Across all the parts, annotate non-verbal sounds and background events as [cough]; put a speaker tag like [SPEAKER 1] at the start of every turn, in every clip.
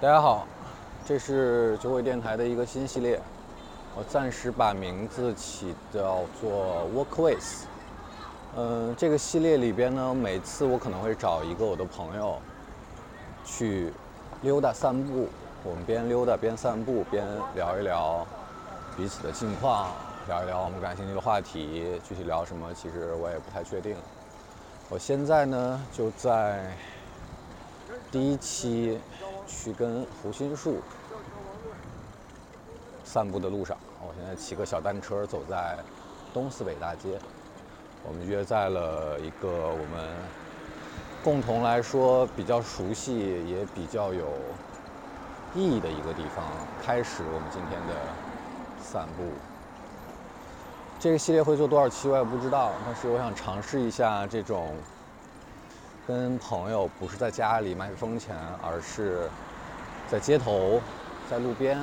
[SPEAKER 1] 大家好，这是酒鬼电台的一个新系列，我暂时把名字起叫做 Walkways。嗯，这个系列里边呢，每次我可能会找一个我的朋友去溜达散步，我们边溜达边散步，边聊一聊彼此的近况，聊一聊我们感兴趣的话题。具体聊什么，其实我也不太确定。我现在呢，就在第一期去跟胡心树散步的路上，我现在骑个小单车走在东四北大街。我们约在了一个我们共同来说比较熟悉也比较有意义的一个地方，开始我们今天的散步。这个系列会做多少期我也不知道，但是我想尝试一下这种跟朋友不是在家里麦克风前，而是在街头、在路边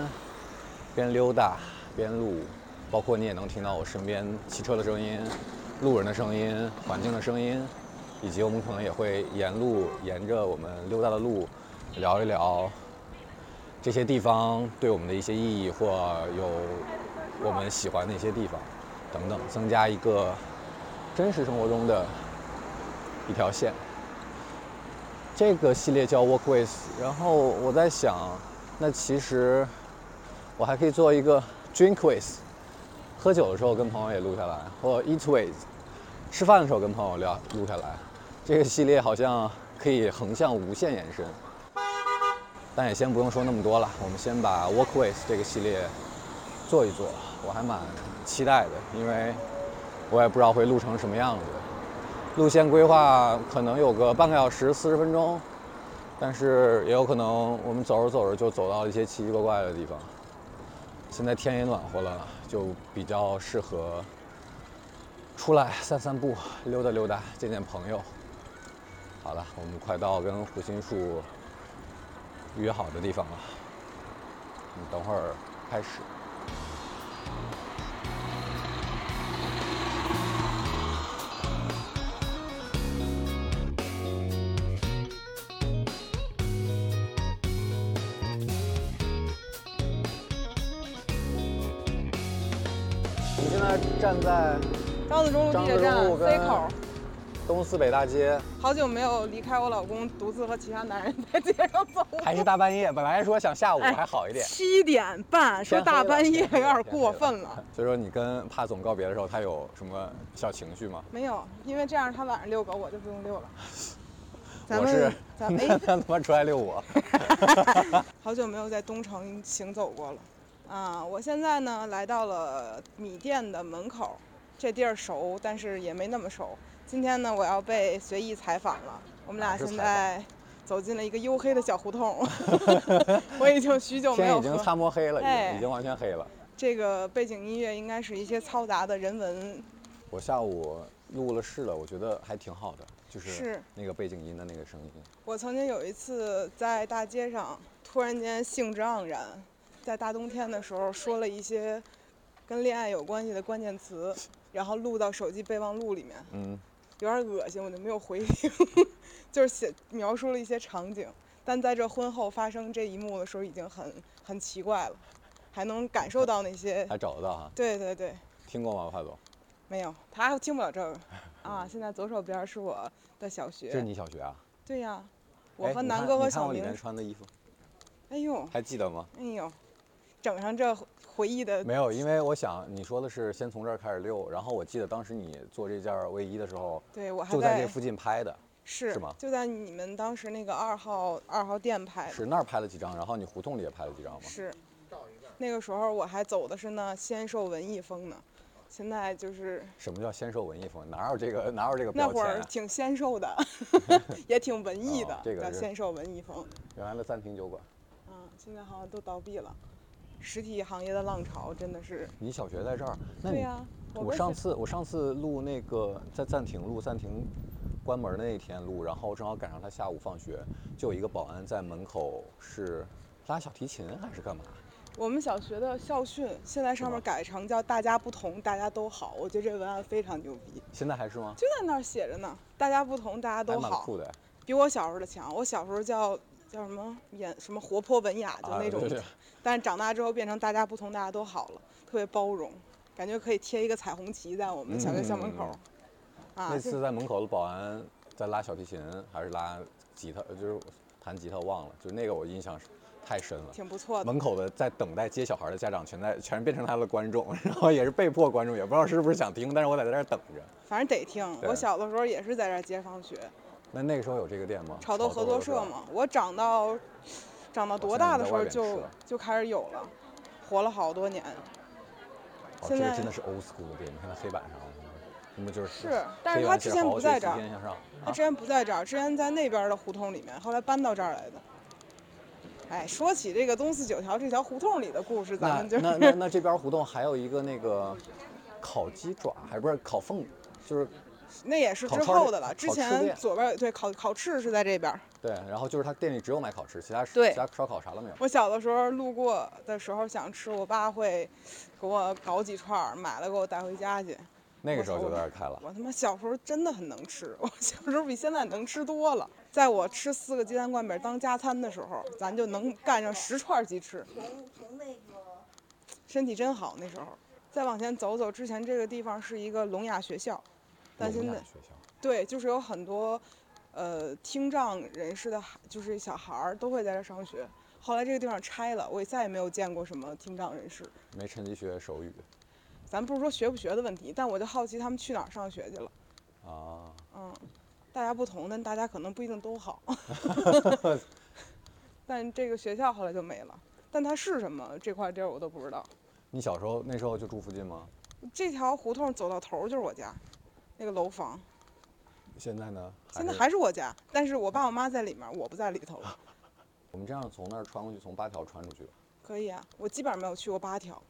[SPEAKER 1] 边溜达边录，包括你也能听到我身边汽车的声音、路人的声音、环境的声音，以及我们可能也会沿路沿着我们溜达的路聊一聊这些地方对我们的一些意义，或有我们喜欢的一些地方等等，增加一个真实生活中的一条线。这个系列叫 Walkways，然后我在想，那其实我还可以做一个 Drinkways，喝酒的时候跟朋友也录下来，或 Eatways，吃饭的时候跟朋友聊录下来。这个系列好像可以横向无限延伸。但也先不用说那么多了，我们先把 Walkways 这个系列做一做，我还蛮期待的，因为我也不知道会录成什么样子。路线规划可能有个半个小时、四十分钟，但是也有可能我们走着走着就走到一些奇奇怪怪的地方。现在天也暖和了，就比较适合出来散散步、溜达溜达、见见朋友。好了，我们快到跟胡心树约好的地方了，我们等会儿开始。我们现在站在
[SPEAKER 2] 张自忠路地
[SPEAKER 1] 张
[SPEAKER 2] 铁
[SPEAKER 1] 自
[SPEAKER 2] 站
[SPEAKER 1] 忠路跟
[SPEAKER 2] C 口，
[SPEAKER 1] 东四北大街，
[SPEAKER 2] 好久没有离开我老公，独自和其他男人在街上走。
[SPEAKER 1] 还是大半夜。本来说想下午还好一点，
[SPEAKER 2] 七点半，说
[SPEAKER 1] 天黑
[SPEAKER 2] 大
[SPEAKER 1] 了
[SPEAKER 2] 半夜
[SPEAKER 1] 天
[SPEAKER 2] 有
[SPEAKER 1] 黑了天
[SPEAKER 2] 点过
[SPEAKER 1] 黑了
[SPEAKER 2] 分了。
[SPEAKER 1] 所以说你跟帕总告别的时候，他有什么小情绪吗？ [laughs]
[SPEAKER 2] 没有，因为这样他晚上遛狗，我就不用遛了。咱
[SPEAKER 1] 我是
[SPEAKER 2] 们，
[SPEAKER 1] [laughs]
[SPEAKER 2] 咱们
[SPEAKER 1] 他
[SPEAKER 2] 哎，
[SPEAKER 1] 他妈出来遛我。
[SPEAKER 2] 好久没有在东城行走过了，啊，我现在呢来到了米店的门口，这地儿熟，但是也没那么熟。今天呢，我要被随意采访了。我们
[SPEAKER 1] 哪
[SPEAKER 2] 俩
[SPEAKER 1] 是
[SPEAKER 2] 现
[SPEAKER 1] 采
[SPEAKER 2] 在走进了一个黝黑的小
[SPEAKER 1] [laughs]
[SPEAKER 2] 胡同， [laughs] 我已经许久没
[SPEAKER 1] 天
[SPEAKER 2] 有
[SPEAKER 1] 已经
[SPEAKER 2] 喝。
[SPEAKER 1] 擦摸黑了，已
[SPEAKER 2] 哎
[SPEAKER 1] 经已经完全黑了。
[SPEAKER 2] 这个背景音乐应该是一些嘈杂的人文，
[SPEAKER 1] 我下午录了试了，我觉得还挺好的，就是
[SPEAKER 2] 是
[SPEAKER 1] 那个背景音的那个声音。
[SPEAKER 2] 我曾经有一次在大街上突然间兴致盎然，在大冬天的时候说了一些跟恋爱有关系的关键词，然后录到手机备忘录里面，
[SPEAKER 1] 嗯，
[SPEAKER 2] 有点恶心，我就没有回听， [laughs] 就是写描述了一些场景。但在这婚后发生这一幕的时候，已经很很奇怪了，还能感受到那些。
[SPEAKER 1] 还找得到哈？
[SPEAKER 2] 对对对，
[SPEAKER 1] 听过吗，帕总？
[SPEAKER 2] 没有，他听不了这个啊。现在左手边是我的小学，
[SPEAKER 1] 这是你小学啊？
[SPEAKER 2] 对呀、我
[SPEAKER 1] 哎
[SPEAKER 2] 和
[SPEAKER 1] 你
[SPEAKER 2] 南
[SPEAKER 1] 看
[SPEAKER 2] 哥和
[SPEAKER 1] 你看
[SPEAKER 2] 小
[SPEAKER 1] 我里
[SPEAKER 2] 明
[SPEAKER 1] 面，穿的衣服，
[SPEAKER 2] 哎呦，
[SPEAKER 1] 还记得吗？
[SPEAKER 2] 哎呦，整上这回忆的，
[SPEAKER 1] 没有，因为我想你说的是先从这儿开始溜，然后我记得当时你做这件卫衣的时候，
[SPEAKER 2] 对我还
[SPEAKER 1] 就在这附近拍的，
[SPEAKER 2] 是
[SPEAKER 1] 是吗
[SPEAKER 2] 就在你们当时那个二号二号店拍的，
[SPEAKER 1] 是那儿拍了几张，然后你胡同里也拍了几张吗？
[SPEAKER 2] 是那个时候我还走的是那纤瘦文艺风呢，现在就是
[SPEAKER 1] 什么叫纤瘦文艺风？哪有这个哪有这个标
[SPEAKER 2] 那会
[SPEAKER 1] 签
[SPEAKER 2] 儿
[SPEAKER 1] 啊？
[SPEAKER 2] 挺纤
[SPEAKER 1] [laughs]
[SPEAKER 2] 瘦的，也挺文艺
[SPEAKER 1] 哦
[SPEAKER 2] 的，
[SPEAKER 1] 这个
[SPEAKER 2] 叫
[SPEAKER 1] 是
[SPEAKER 2] 纤瘦文艺风。
[SPEAKER 1] 原来的暂停酒馆，
[SPEAKER 2] 嗯，现在好像都倒闭了，实体行业的浪潮真的是，
[SPEAKER 1] 你小学在这儿？那
[SPEAKER 2] 对啊
[SPEAKER 1] 你、
[SPEAKER 2] 呀、
[SPEAKER 1] 我
[SPEAKER 2] 跟
[SPEAKER 1] 上
[SPEAKER 2] 小
[SPEAKER 1] 次我上次录那个在暂停录暂停关门的那一天录，然后正好赶上他下午放学，就有一个保安在门口是拉小提琴还是干嘛？
[SPEAKER 2] 我们小学的校训现在上
[SPEAKER 1] 吗
[SPEAKER 2] 面改成叫“大家不同，大家都好”，我觉得这文案非常牛逼，
[SPEAKER 1] 现在还是吗？
[SPEAKER 2] 就在那儿写着呢，“大家不同，大家
[SPEAKER 1] 还
[SPEAKER 2] 都
[SPEAKER 1] 蛮
[SPEAKER 2] 好
[SPEAKER 1] 酷的。”，
[SPEAKER 2] 比我小时候的强。我小时候叫叫什么演什么活泼文雅就那种，
[SPEAKER 1] 啊对对
[SPEAKER 2] 但是长大之后变成大家不同，大家都好了，特别包容，感觉可以贴一个彩虹旗在我们小学校门
[SPEAKER 1] 嗯
[SPEAKER 2] 口。啊
[SPEAKER 1] 那，次在门口的保安在拉小提琴还是拉吉他，呃就是弹吉他忘了，就那个我印象是太深了。
[SPEAKER 2] 挺不错的。
[SPEAKER 1] 门口的在等待接小孩的家长全在全变成他的观众， [laughs] 然后也是被迫观众，也不知道是不是想听，但是我得在这儿等着。
[SPEAKER 2] 反正得听。
[SPEAKER 1] 对
[SPEAKER 2] 我小的时候也是在这儿街上学，
[SPEAKER 1] 那那个时候有这个店吗？
[SPEAKER 2] 炒豆合作社？嘛。我长到长到多大的时候
[SPEAKER 1] 我现在已经在
[SPEAKER 2] 就
[SPEAKER 1] 外边
[SPEAKER 2] 就开始有了，活了好多年。
[SPEAKER 1] 哦，这
[SPEAKER 2] 现
[SPEAKER 1] 个
[SPEAKER 2] 在
[SPEAKER 1] 真的是 old school 的店，你看它黑板上，那么就是
[SPEAKER 2] 是但是它之前不在这儿
[SPEAKER 1] 天向上，
[SPEAKER 2] 他
[SPEAKER 1] 啊
[SPEAKER 2] 之前不在这儿，之前在那边的胡同里面，后来搬到这儿来的。哎，说起这个东四九条这条胡同里的故事，咱
[SPEAKER 1] 那
[SPEAKER 2] 们就
[SPEAKER 1] 那那那这边胡同还有一个那个烤鸡爪，还不是烤凤，就是
[SPEAKER 2] 那也是
[SPEAKER 1] 烤
[SPEAKER 2] 之
[SPEAKER 1] 串儿
[SPEAKER 2] 后的了。之
[SPEAKER 1] 烤翅
[SPEAKER 2] 前
[SPEAKER 1] 店
[SPEAKER 2] 左边对烤烤翅是在这边儿。
[SPEAKER 1] 对，然后就是他店里只有卖烤翅，其他
[SPEAKER 2] 对
[SPEAKER 1] 其他烧烤啥都没有。
[SPEAKER 2] 我小的时候路过的时候想吃，我爸会给我搞几串儿，买了给我带回家去。
[SPEAKER 1] 那个时候就在这儿开了，
[SPEAKER 2] 我他妈小时候真的很能吃，我小时候比现在能吃多了。在我吃四个鸡蛋灌饼当加餐的时候，咱就能干上十串鸡翅，
[SPEAKER 3] 从从那个
[SPEAKER 2] 身体真好。那时候，再往前走走之前，这个地方是一个聋哑学校，但
[SPEAKER 1] 聋
[SPEAKER 2] 现
[SPEAKER 1] 哑
[SPEAKER 2] 在
[SPEAKER 1] 学校
[SPEAKER 2] 对，就是有很多，呃，听障人士的孩，就是小孩儿都会在这儿上学。后来这个地方拆了，我也再也没有见过什么听障人士。
[SPEAKER 1] 没趁机学手语
[SPEAKER 2] 咱不是说学不学的问题，但我就好奇他们去哪儿上学去了。
[SPEAKER 1] 啊，
[SPEAKER 2] 嗯，大家不同，但大家可能不一定都好。
[SPEAKER 1] [laughs]
[SPEAKER 2] [laughs] 但这个学校后来就没了，但它是什么这块地儿我都不知道。
[SPEAKER 1] 你小时候那时候就住附近吗？
[SPEAKER 2] 这条胡同走到头儿就是我家，那个楼房，
[SPEAKER 1] 现在呢？
[SPEAKER 2] 现在
[SPEAKER 1] 是
[SPEAKER 2] 还是我家，但是我爸我妈在里面，我不在里头
[SPEAKER 1] 啊
[SPEAKER 2] 了。
[SPEAKER 1] 我们这样从那儿穿过去，从八条穿出去吧。
[SPEAKER 2] 可以啊，我基本上没有去过八条。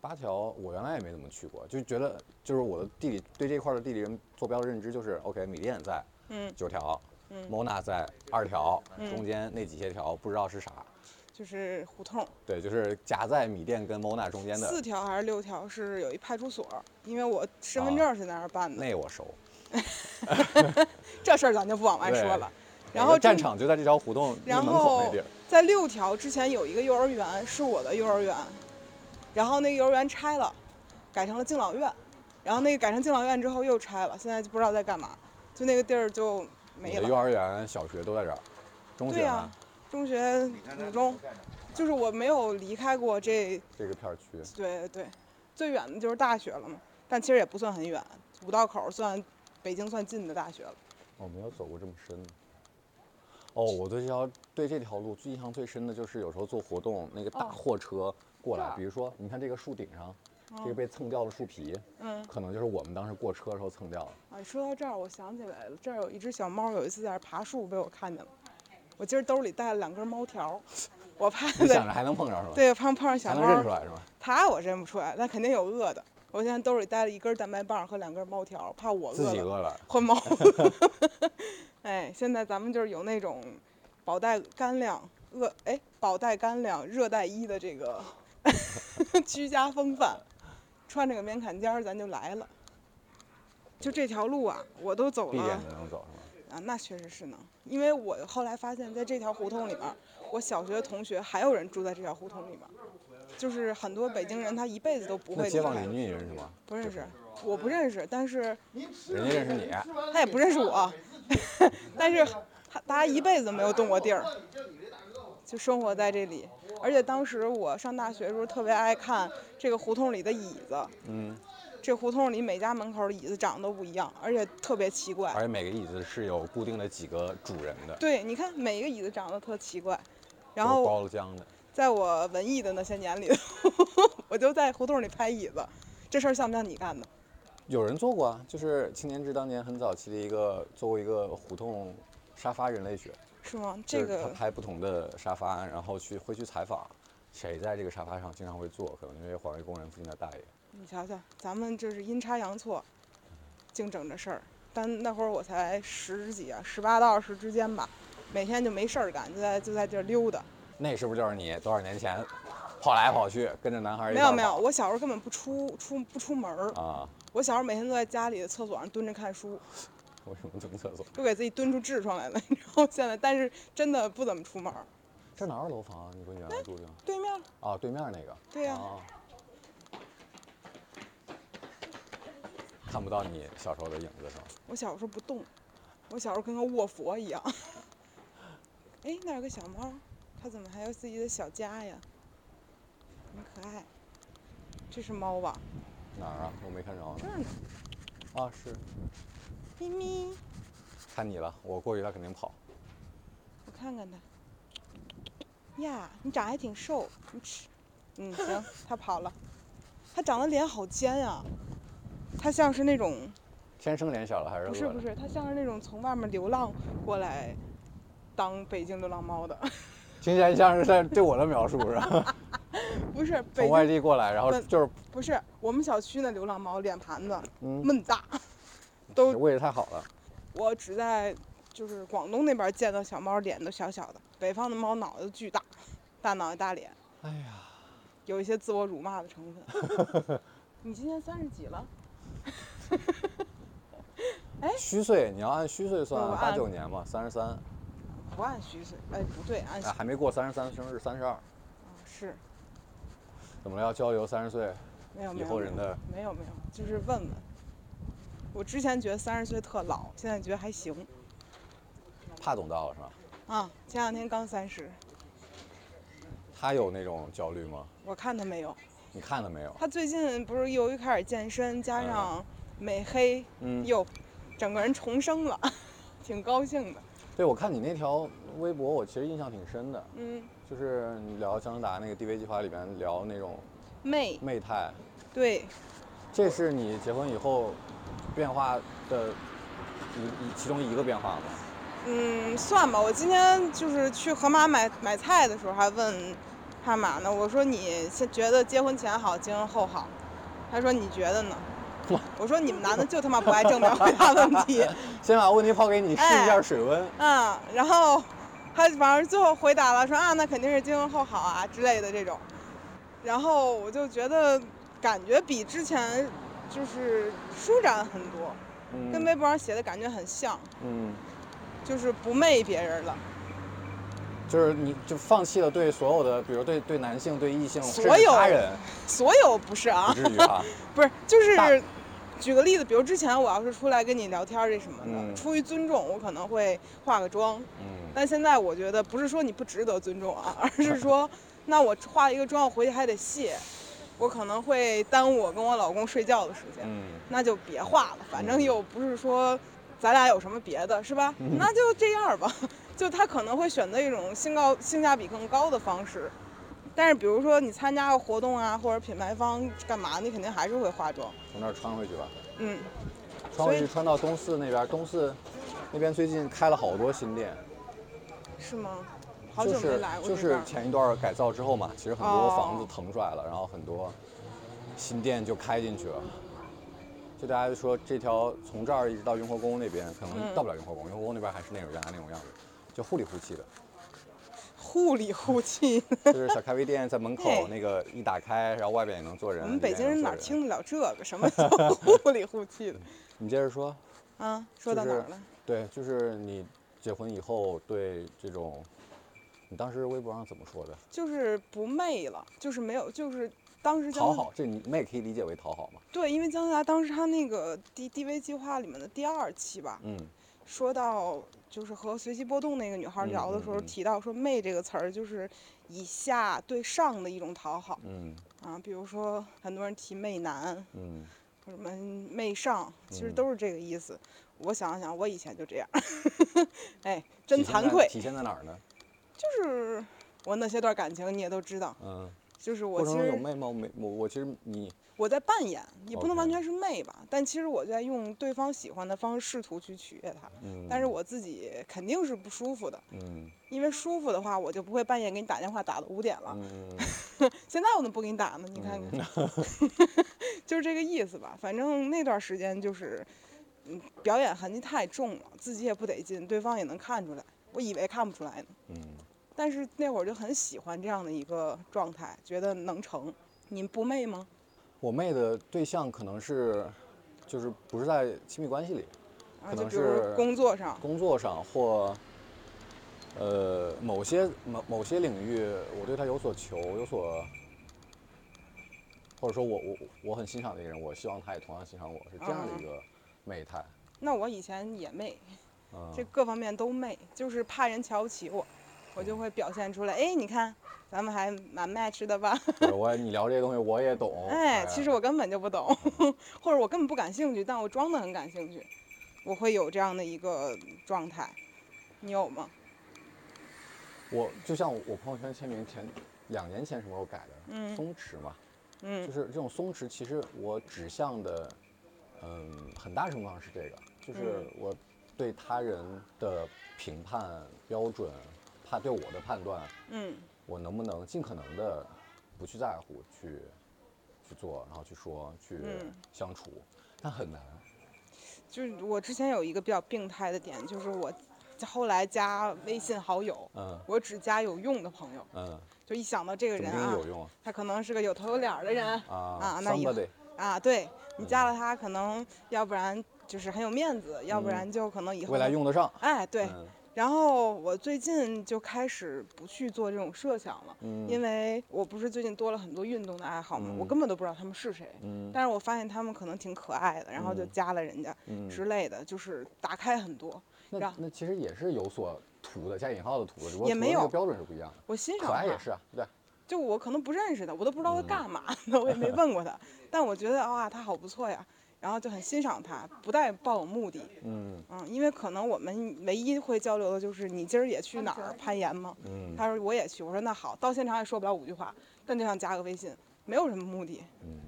[SPEAKER 1] 八条我原来也没怎么去过，就觉得就是我的地理对这块儿的地理人坐标的认知就是，OK，米店在
[SPEAKER 2] 嗯，
[SPEAKER 1] 九条，
[SPEAKER 2] 嗯
[SPEAKER 1] 莫娜在二条，
[SPEAKER 2] 嗯
[SPEAKER 1] 中间那几些条不知道是啥。
[SPEAKER 2] 就是胡同，
[SPEAKER 1] 对，就是夹在米店跟莫娜中间
[SPEAKER 2] 四
[SPEAKER 1] 的，
[SPEAKER 2] 条还是六条是有一派出所，因为我身份
[SPEAKER 1] 啊
[SPEAKER 2] 证是在那儿办的，
[SPEAKER 1] 那我熟。
[SPEAKER 2] 这事儿咱就不往外说
[SPEAKER 1] 对
[SPEAKER 2] 了。
[SPEAKER 1] 我
[SPEAKER 2] 然
[SPEAKER 1] 的
[SPEAKER 2] 后
[SPEAKER 1] 战
[SPEAKER 2] 中
[SPEAKER 1] 场就在这条胡同那
[SPEAKER 2] 然
[SPEAKER 1] 门口
[SPEAKER 2] 后
[SPEAKER 1] 那地儿。
[SPEAKER 2] 在六条之前有一个幼儿园是我的幼儿园，然后那个幼儿园拆了，改成了敬老院，然后那个改成敬老院之后又拆了，现在就不知道在干嘛，就那个地儿就
[SPEAKER 1] 你
[SPEAKER 2] 没
[SPEAKER 1] 的幼
[SPEAKER 2] 了。
[SPEAKER 1] 儿园、小学都在这儿，中
[SPEAKER 2] 对
[SPEAKER 1] 学
[SPEAKER 2] 啊呀、
[SPEAKER 1] 呢
[SPEAKER 2] 中学、五中，就是我没有离开过这，
[SPEAKER 1] 这个片儿区。
[SPEAKER 2] 对对，最远的就是大学了嘛，但其实也不算很远，五道口算北京算近的大学了。
[SPEAKER 1] 哦，没有走过这么深呢。哦，我对这条对这条路印象最深的就是有时候做活动，那个大
[SPEAKER 2] 哦啊
[SPEAKER 1] 货车过
[SPEAKER 2] 这
[SPEAKER 1] 来，
[SPEAKER 2] 儿
[SPEAKER 1] 比如说你看这个树顶上，这个被蹭掉的树皮，
[SPEAKER 2] 哦嗯，
[SPEAKER 1] 可能就是我们当时过车的时候蹭
[SPEAKER 2] [laughs]
[SPEAKER 1] 掉的。
[SPEAKER 2] 啊，你说到这儿，我想起来了，这儿有一只小猫，有一次在这儿爬树被我看见了。我今儿兜里带了两根猫条儿， [laughs] 我怕
[SPEAKER 1] 你想
[SPEAKER 2] 在
[SPEAKER 1] 着还能碰上是吧？，
[SPEAKER 2] 对怕碰上
[SPEAKER 1] 还
[SPEAKER 2] 小
[SPEAKER 1] 能认出
[SPEAKER 2] 猫，
[SPEAKER 1] 来是吧？
[SPEAKER 2] 它我认不出来，但肯定有饿的。我现在兜里带了一根蛋白棒和两根猫条儿，怕我
[SPEAKER 1] 自
[SPEAKER 2] 饿
[SPEAKER 1] 己
[SPEAKER 2] 了
[SPEAKER 1] 饿了，[laughs]
[SPEAKER 2] 换猫。 [laughs] 哎，现在咱们就是有那种保带干粮、饿哎保带干粮、热带衣的这个 [laughs] 居家风范，穿着个棉坎肩儿咱就来了。就这条路啊，我都走
[SPEAKER 1] 闭着
[SPEAKER 2] 了
[SPEAKER 1] 眼睛能走是
[SPEAKER 2] 啊，那确实是能，因为我后来发现，在这条胡同里面儿，我小学同学还有人住在这条胡同里面儿，就是很多北京人他一辈子都不
[SPEAKER 1] 吧？那
[SPEAKER 2] 会离
[SPEAKER 1] 街坊
[SPEAKER 2] 开
[SPEAKER 1] 邻，居你认识吗？
[SPEAKER 2] 不认识，我不认识，但是
[SPEAKER 1] 人家认识你，
[SPEAKER 2] 他也不认识我， [laughs] 但是他大家一辈子都没有动过地儿，就生活在这里。而且当时我上大学的时候特别爱看这个胡同里的椅子，
[SPEAKER 1] 嗯，
[SPEAKER 2] 这胡同里每家门口的椅子长得都不一样，而且特别奇怪
[SPEAKER 1] 而。且每个椅子是有固定的几个主人的，
[SPEAKER 2] 对，你看每一个椅子长得特奇怪。然后
[SPEAKER 1] 都包了浆的，
[SPEAKER 2] 在我文艺的那些年里， [laughs] 我就在胡同里拍椅子。这事儿像不像你干的？
[SPEAKER 1] 有人做过啊，就是青年志当年很早期的一个做过一个胡同沙发人类学，
[SPEAKER 2] 是吗？
[SPEAKER 1] 就
[SPEAKER 2] 这
[SPEAKER 1] 是他
[SPEAKER 2] 个
[SPEAKER 1] 拍不同的沙发，然后去会去采访谁在这个沙发上经常会坐，可能就是环卫工人附近的大爷。
[SPEAKER 2] 你瞧瞧，咱们这是阴差阳错，净整这事儿。但那会儿我才十几啊，十八到二十之间吧，每天就没事儿干，就在就在这儿溜达。
[SPEAKER 1] 那是不是就是你多少年前跑来跑去跟着男孩儿一
[SPEAKER 2] 没
[SPEAKER 1] 块儿
[SPEAKER 2] 有没有，
[SPEAKER 1] 跑
[SPEAKER 2] 我小时候根本不出出不出门儿。
[SPEAKER 1] 啊？
[SPEAKER 2] 我小时候每天都在家里的厕所上蹲着看书，
[SPEAKER 1] 为什么蹲厕所？
[SPEAKER 2] 都给自己蹲出痔疮来了。 [laughs] 你知道吗？现在，但是真的不怎么出门儿。
[SPEAKER 1] 这哪儿楼房啊？你闺女原来住的？
[SPEAKER 2] 对面儿，
[SPEAKER 1] 啊，对面那个。
[SPEAKER 2] 对呀
[SPEAKER 1] 啊看不到你小时候的影子是吗？
[SPEAKER 2] 我小时候不动，我小时候跟个卧佛一样。 [laughs] 哎，那儿有个小猫，它怎么还有自己的小家呀？很可爱。这是猫吧？
[SPEAKER 1] 哪儿啊？我没看着
[SPEAKER 2] 这
[SPEAKER 1] 呢。
[SPEAKER 2] 儿呢，
[SPEAKER 1] 啊，是
[SPEAKER 2] 咪咪，
[SPEAKER 1] 看你了，我过去它肯定跑。
[SPEAKER 2] 我看看它。呀，你长得还挺瘦，你吃。嗯，行，它跑了。它长得脸好尖啊，它像是那种
[SPEAKER 1] 天生脸小了还是饿
[SPEAKER 2] 不是
[SPEAKER 1] 了
[SPEAKER 2] 不
[SPEAKER 1] [laughs]
[SPEAKER 2] 是，它像是那种从外面流浪过来当北京流浪猫的， [laughs]
[SPEAKER 1] 听起来像是在对我的描述是吧？
[SPEAKER 2] 不是北
[SPEAKER 1] 从外
[SPEAKER 2] 京
[SPEAKER 1] 地过来，然后
[SPEAKER 2] 本
[SPEAKER 1] 就是
[SPEAKER 2] 不是我们小区那流浪猫脸盘子
[SPEAKER 1] 嗯，
[SPEAKER 2] 闷大，都
[SPEAKER 1] 位置太好了。
[SPEAKER 2] 我只在就是广东那边见到小猫脸都小小的，北方的猫脑袋巨大，大脑袋大脸，
[SPEAKER 1] 哎呀，
[SPEAKER 2] 有一些自我辱骂的成分。
[SPEAKER 1] [laughs]
[SPEAKER 2] 你今年三十几了？
[SPEAKER 1] 虚岁，你要按虚岁算
[SPEAKER 2] 哎我，
[SPEAKER 1] 八
[SPEAKER 2] 按哎
[SPEAKER 1] 九年嘛，三十三，
[SPEAKER 2] 不按虚岁，哎，不对，按
[SPEAKER 1] 哎，
[SPEAKER 2] 虚、
[SPEAKER 1] 还没过三十三生日，三十二，
[SPEAKER 2] 啊是
[SPEAKER 1] 怎么了？要交流三十岁
[SPEAKER 2] 没有没
[SPEAKER 1] 以
[SPEAKER 2] 有
[SPEAKER 1] 后
[SPEAKER 2] 没
[SPEAKER 1] 人
[SPEAKER 2] 有
[SPEAKER 1] 的
[SPEAKER 2] 没有没有，就是问问。我之前觉得三十岁特老，现在觉得还行。
[SPEAKER 1] 怕总到了是吧？
[SPEAKER 2] 啊，前两天刚三十，
[SPEAKER 1] 他有那种焦虑吗？
[SPEAKER 2] 我看他没有。
[SPEAKER 1] 你看了没有？
[SPEAKER 2] 他最近不是由于开始健身，加
[SPEAKER 1] 啊
[SPEAKER 2] 上美黑，
[SPEAKER 1] 嗯，
[SPEAKER 2] 又整个人重生了，挺高兴的。
[SPEAKER 1] 对，我看你那条微博，我其实印象挺深的，
[SPEAKER 2] 嗯，
[SPEAKER 1] 就是你聊姜思达那个 DV 计划里边聊那种
[SPEAKER 2] 妹，
[SPEAKER 1] 媚态，
[SPEAKER 2] 对，
[SPEAKER 1] 这是你结婚以后变化的一一其中一个变化吗？
[SPEAKER 2] 嗯，算吧。我今天就是去河马买买菜的时候，还问他妈呢，我说你现觉得结婚前好，结婚后好？他说你觉得呢？我说你们男的就他妈不爱正面回答问 [laughs] 题。
[SPEAKER 1] 先把问题抛给你，试一下
[SPEAKER 2] 嗯哎
[SPEAKER 1] 水温。
[SPEAKER 2] 嗯，然后他反正最后回答了说啊，那肯定是结婚后好啊之类的这种。然后我就觉得感觉比之前就是舒展很多，
[SPEAKER 1] 嗯
[SPEAKER 2] 跟微博上写的感觉很像，
[SPEAKER 1] 嗯，
[SPEAKER 2] 就是不媚别人了，
[SPEAKER 1] 就是你就放弃了对所有的，比如对对男性、对异性，
[SPEAKER 2] 所
[SPEAKER 1] 甚至
[SPEAKER 2] 有
[SPEAKER 1] 他
[SPEAKER 2] [laughs]
[SPEAKER 1] 人，
[SPEAKER 2] 所有不是
[SPEAKER 1] 不
[SPEAKER 2] 啊，
[SPEAKER 1] 至于啊。
[SPEAKER 2] 不是就是
[SPEAKER 1] 大。
[SPEAKER 2] 举个例子，比如之前我要是出来跟你聊天儿这什么的，
[SPEAKER 1] 嗯
[SPEAKER 2] 出于尊重，我可能会化个妆，
[SPEAKER 1] 嗯，
[SPEAKER 2] 但现在我觉得不是说你不值得尊重啊，而
[SPEAKER 1] [laughs]
[SPEAKER 2] 是说，那我化一个妆，我回去还得卸，我可能会耽误我跟我老公睡觉的时间，
[SPEAKER 1] 嗯，
[SPEAKER 2] 那就别化了，反正又不是说咱俩有什么别的，是
[SPEAKER 1] 嗯
[SPEAKER 2] 吧？那就这样吧。就他可能会选择一种性高性价比更高的方式，但是比如说你参加个活动啊，或者品牌方干嘛，你肯定还是会化妆。
[SPEAKER 1] 从那儿穿回去吧，
[SPEAKER 2] 嗯，
[SPEAKER 1] 穿回去
[SPEAKER 2] 所以
[SPEAKER 1] 穿到东四那边，东四那边最近开了好多新店，
[SPEAKER 2] 是吗？好久没来过
[SPEAKER 1] 就
[SPEAKER 2] 这
[SPEAKER 1] 是
[SPEAKER 2] 边
[SPEAKER 1] 就
[SPEAKER 2] 儿
[SPEAKER 1] 是
[SPEAKER 2] 了
[SPEAKER 1] 前一段改造之后嘛，其实很多
[SPEAKER 2] 哦
[SPEAKER 1] 房子腾出来了，然后很多新店就开进去了。就大家就说这条从这儿一直到雍和宫那边，可能
[SPEAKER 2] 嗯
[SPEAKER 1] 到不了雍和宫，雍和宫那边还是那种原啊来那种样子，就糊里糊气的。
[SPEAKER 2] 护理护气。
[SPEAKER 1] 就是小咖啡店在门口
[SPEAKER 2] 哎
[SPEAKER 1] 那个一打开，然后外边也能坐人。
[SPEAKER 2] 我们北
[SPEAKER 1] 里边
[SPEAKER 2] 京
[SPEAKER 1] 也
[SPEAKER 2] 人
[SPEAKER 1] 能
[SPEAKER 2] 哪
[SPEAKER 1] 坐
[SPEAKER 2] 儿？听得了这
[SPEAKER 1] [laughs]
[SPEAKER 2] 个？什么叫糊里糊气的
[SPEAKER 1] 你接着说。
[SPEAKER 2] 啊？说到哪儿了？
[SPEAKER 1] 对，就是你结婚以后对这种，你当时微博上怎么说的？
[SPEAKER 2] 就是不媚了，就是没有，就是当时
[SPEAKER 1] 讨
[SPEAKER 2] 姜
[SPEAKER 1] 好，这你们也可以理解为讨好嘛。
[SPEAKER 2] 对，因为姜思达当时他那个 D D V 计划里面的第二期吧，
[SPEAKER 1] 嗯
[SPEAKER 2] 说到就是和随机波动那个女孩
[SPEAKER 1] 嗯
[SPEAKER 2] 聊的时候
[SPEAKER 1] 嗯嗯
[SPEAKER 2] 提到说“媚”这个词儿就是以下对上的一种讨好
[SPEAKER 1] 嗯
[SPEAKER 2] 啊，比如说很多人提“媚男”
[SPEAKER 1] 嗯，
[SPEAKER 2] 或什么“媚上”，其实
[SPEAKER 1] 嗯
[SPEAKER 2] 都是这个意思。我想了想，我以前就这样， [laughs] 哎，真
[SPEAKER 1] 体现
[SPEAKER 2] 惭
[SPEAKER 1] 在
[SPEAKER 2] 愧。
[SPEAKER 1] 体现在哪儿呢？
[SPEAKER 2] 就是我那些段感情你也都知道，
[SPEAKER 1] 嗯，
[SPEAKER 2] 就是我
[SPEAKER 1] 过
[SPEAKER 2] 其
[SPEAKER 1] 程中有
[SPEAKER 2] 实
[SPEAKER 1] 媚吗？我没，我我其实你
[SPEAKER 2] 我在扮演，也不能
[SPEAKER 1] OK
[SPEAKER 2] 完全是媚吧但其实我在用对方喜欢的方式试图去取悦他，
[SPEAKER 1] 嗯，
[SPEAKER 2] 但是我自己肯定是不舒服的，
[SPEAKER 1] 嗯
[SPEAKER 2] 因为舒服的话我就不会半夜给你打电话打到五点了，
[SPEAKER 1] 嗯，
[SPEAKER 2] 现在我都不给你打呢，你看看，
[SPEAKER 1] [laughs]
[SPEAKER 2] [laughs] 就是这个意思吧。反正那段时间就是，嗯，表演痕迹太重了，自己也不得劲，对方也能看出来，我以为看不出来呢。
[SPEAKER 1] 嗯
[SPEAKER 2] 但是那会儿就很喜欢这样的一个状态，觉得能成。你们不媚吗？
[SPEAKER 1] 我妹的对象可能是，就是不是在亲密关系里，
[SPEAKER 2] 啊，
[SPEAKER 1] 可
[SPEAKER 2] 就
[SPEAKER 1] 能
[SPEAKER 2] 比如
[SPEAKER 1] 是
[SPEAKER 2] 工作上，
[SPEAKER 1] 工作上或呃某些某某些领域，我对他有所求，有所，或者说我我我很欣赏的一个人，我希望他也同样欣赏我，是这
[SPEAKER 2] 啊
[SPEAKER 1] 样的一个美态。
[SPEAKER 2] 那我以前也媚，
[SPEAKER 1] 嗯，
[SPEAKER 2] 这各方面都媚，就是怕人瞧不起我，我
[SPEAKER 1] 哦
[SPEAKER 2] 就会表现出来。哎，你看，咱们还蛮 match 的吧？
[SPEAKER 1] 对我你聊这些东西我也懂。
[SPEAKER 2] [laughs] 哎，其实我根本就不懂，
[SPEAKER 1] 嗯
[SPEAKER 2] [laughs] 或者我根本不感兴趣，但我装的很感兴趣，我会有这样的一个状态。你有吗？
[SPEAKER 1] 我就像我朋友圈签名前两年前什么时候改的？
[SPEAKER 2] 嗯
[SPEAKER 1] 松弛嘛，就
[SPEAKER 2] 嗯
[SPEAKER 1] 是这种松弛，其实我指向的，嗯，很大程度上是这个，就是
[SPEAKER 2] 嗯
[SPEAKER 1] 我对他人的评判标准，他对我的判断，
[SPEAKER 2] 嗯
[SPEAKER 1] 我能不能尽可能的不去在乎，去去做，然后去说，去
[SPEAKER 2] 嗯
[SPEAKER 1] 相处，但很难。
[SPEAKER 2] 就是我之前有一个比较病态的点，就是我后来加微信好友，
[SPEAKER 1] 嗯
[SPEAKER 2] 我只加有用的朋友，
[SPEAKER 1] 嗯，
[SPEAKER 2] 就一想到这个
[SPEAKER 1] 怎么
[SPEAKER 2] 人
[SPEAKER 1] 定义
[SPEAKER 2] 啊，
[SPEAKER 1] 有用
[SPEAKER 2] 他可能是个有头有脸儿的人
[SPEAKER 1] 啊？
[SPEAKER 2] 啊那以后
[SPEAKER 1] somebody
[SPEAKER 2] 啊，对你
[SPEAKER 1] 嗯
[SPEAKER 2] 加了他，可能要不然就是很有面子，要不然就可能以后
[SPEAKER 1] 嗯未来
[SPEAKER 2] 能
[SPEAKER 1] 用得上。
[SPEAKER 2] 哎对。
[SPEAKER 1] 嗯
[SPEAKER 2] 然后我最近就开始不去做这种设想了，
[SPEAKER 1] 嗯
[SPEAKER 2] 因为我不是最近多了很多运动的爱好嘛，我
[SPEAKER 1] 嗯
[SPEAKER 2] 根本都不知道他们是谁。
[SPEAKER 1] 嗯
[SPEAKER 2] 但是我发现他们可能挺可爱的，然后就
[SPEAKER 1] 嗯
[SPEAKER 2] 加了人家
[SPEAKER 1] 嗯
[SPEAKER 2] 之类的，就是打开很多。
[SPEAKER 1] 那
[SPEAKER 2] 让
[SPEAKER 1] 那其实也是有所图的，加引号的图的，只不过
[SPEAKER 2] 也
[SPEAKER 1] 图
[SPEAKER 2] 没
[SPEAKER 1] 的那
[SPEAKER 2] 有
[SPEAKER 1] 个标准是不一样的。
[SPEAKER 2] 我欣赏
[SPEAKER 1] 可爱也
[SPEAKER 2] 他
[SPEAKER 1] 是嗯啊，对，
[SPEAKER 2] 就我可能不认识他，我都不知道他干嘛 [laughs] 的，我也没问过他，但我觉得哇，他好不错呀，然后就很欣赏他，不带抱有目的，
[SPEAKER 1] 嗯
[SPEAKER 2] 嗯，因为可能我们唯一会交流的就是你今儿也去哪儿攀岩吗？
[SPEAKER 1] 嗯
[SPEAKER 2] 他说我也去，我说那好，到现场也说不了五句话，但就想加个微信，没有什么目的。
[SPEAKER 1] 嗯，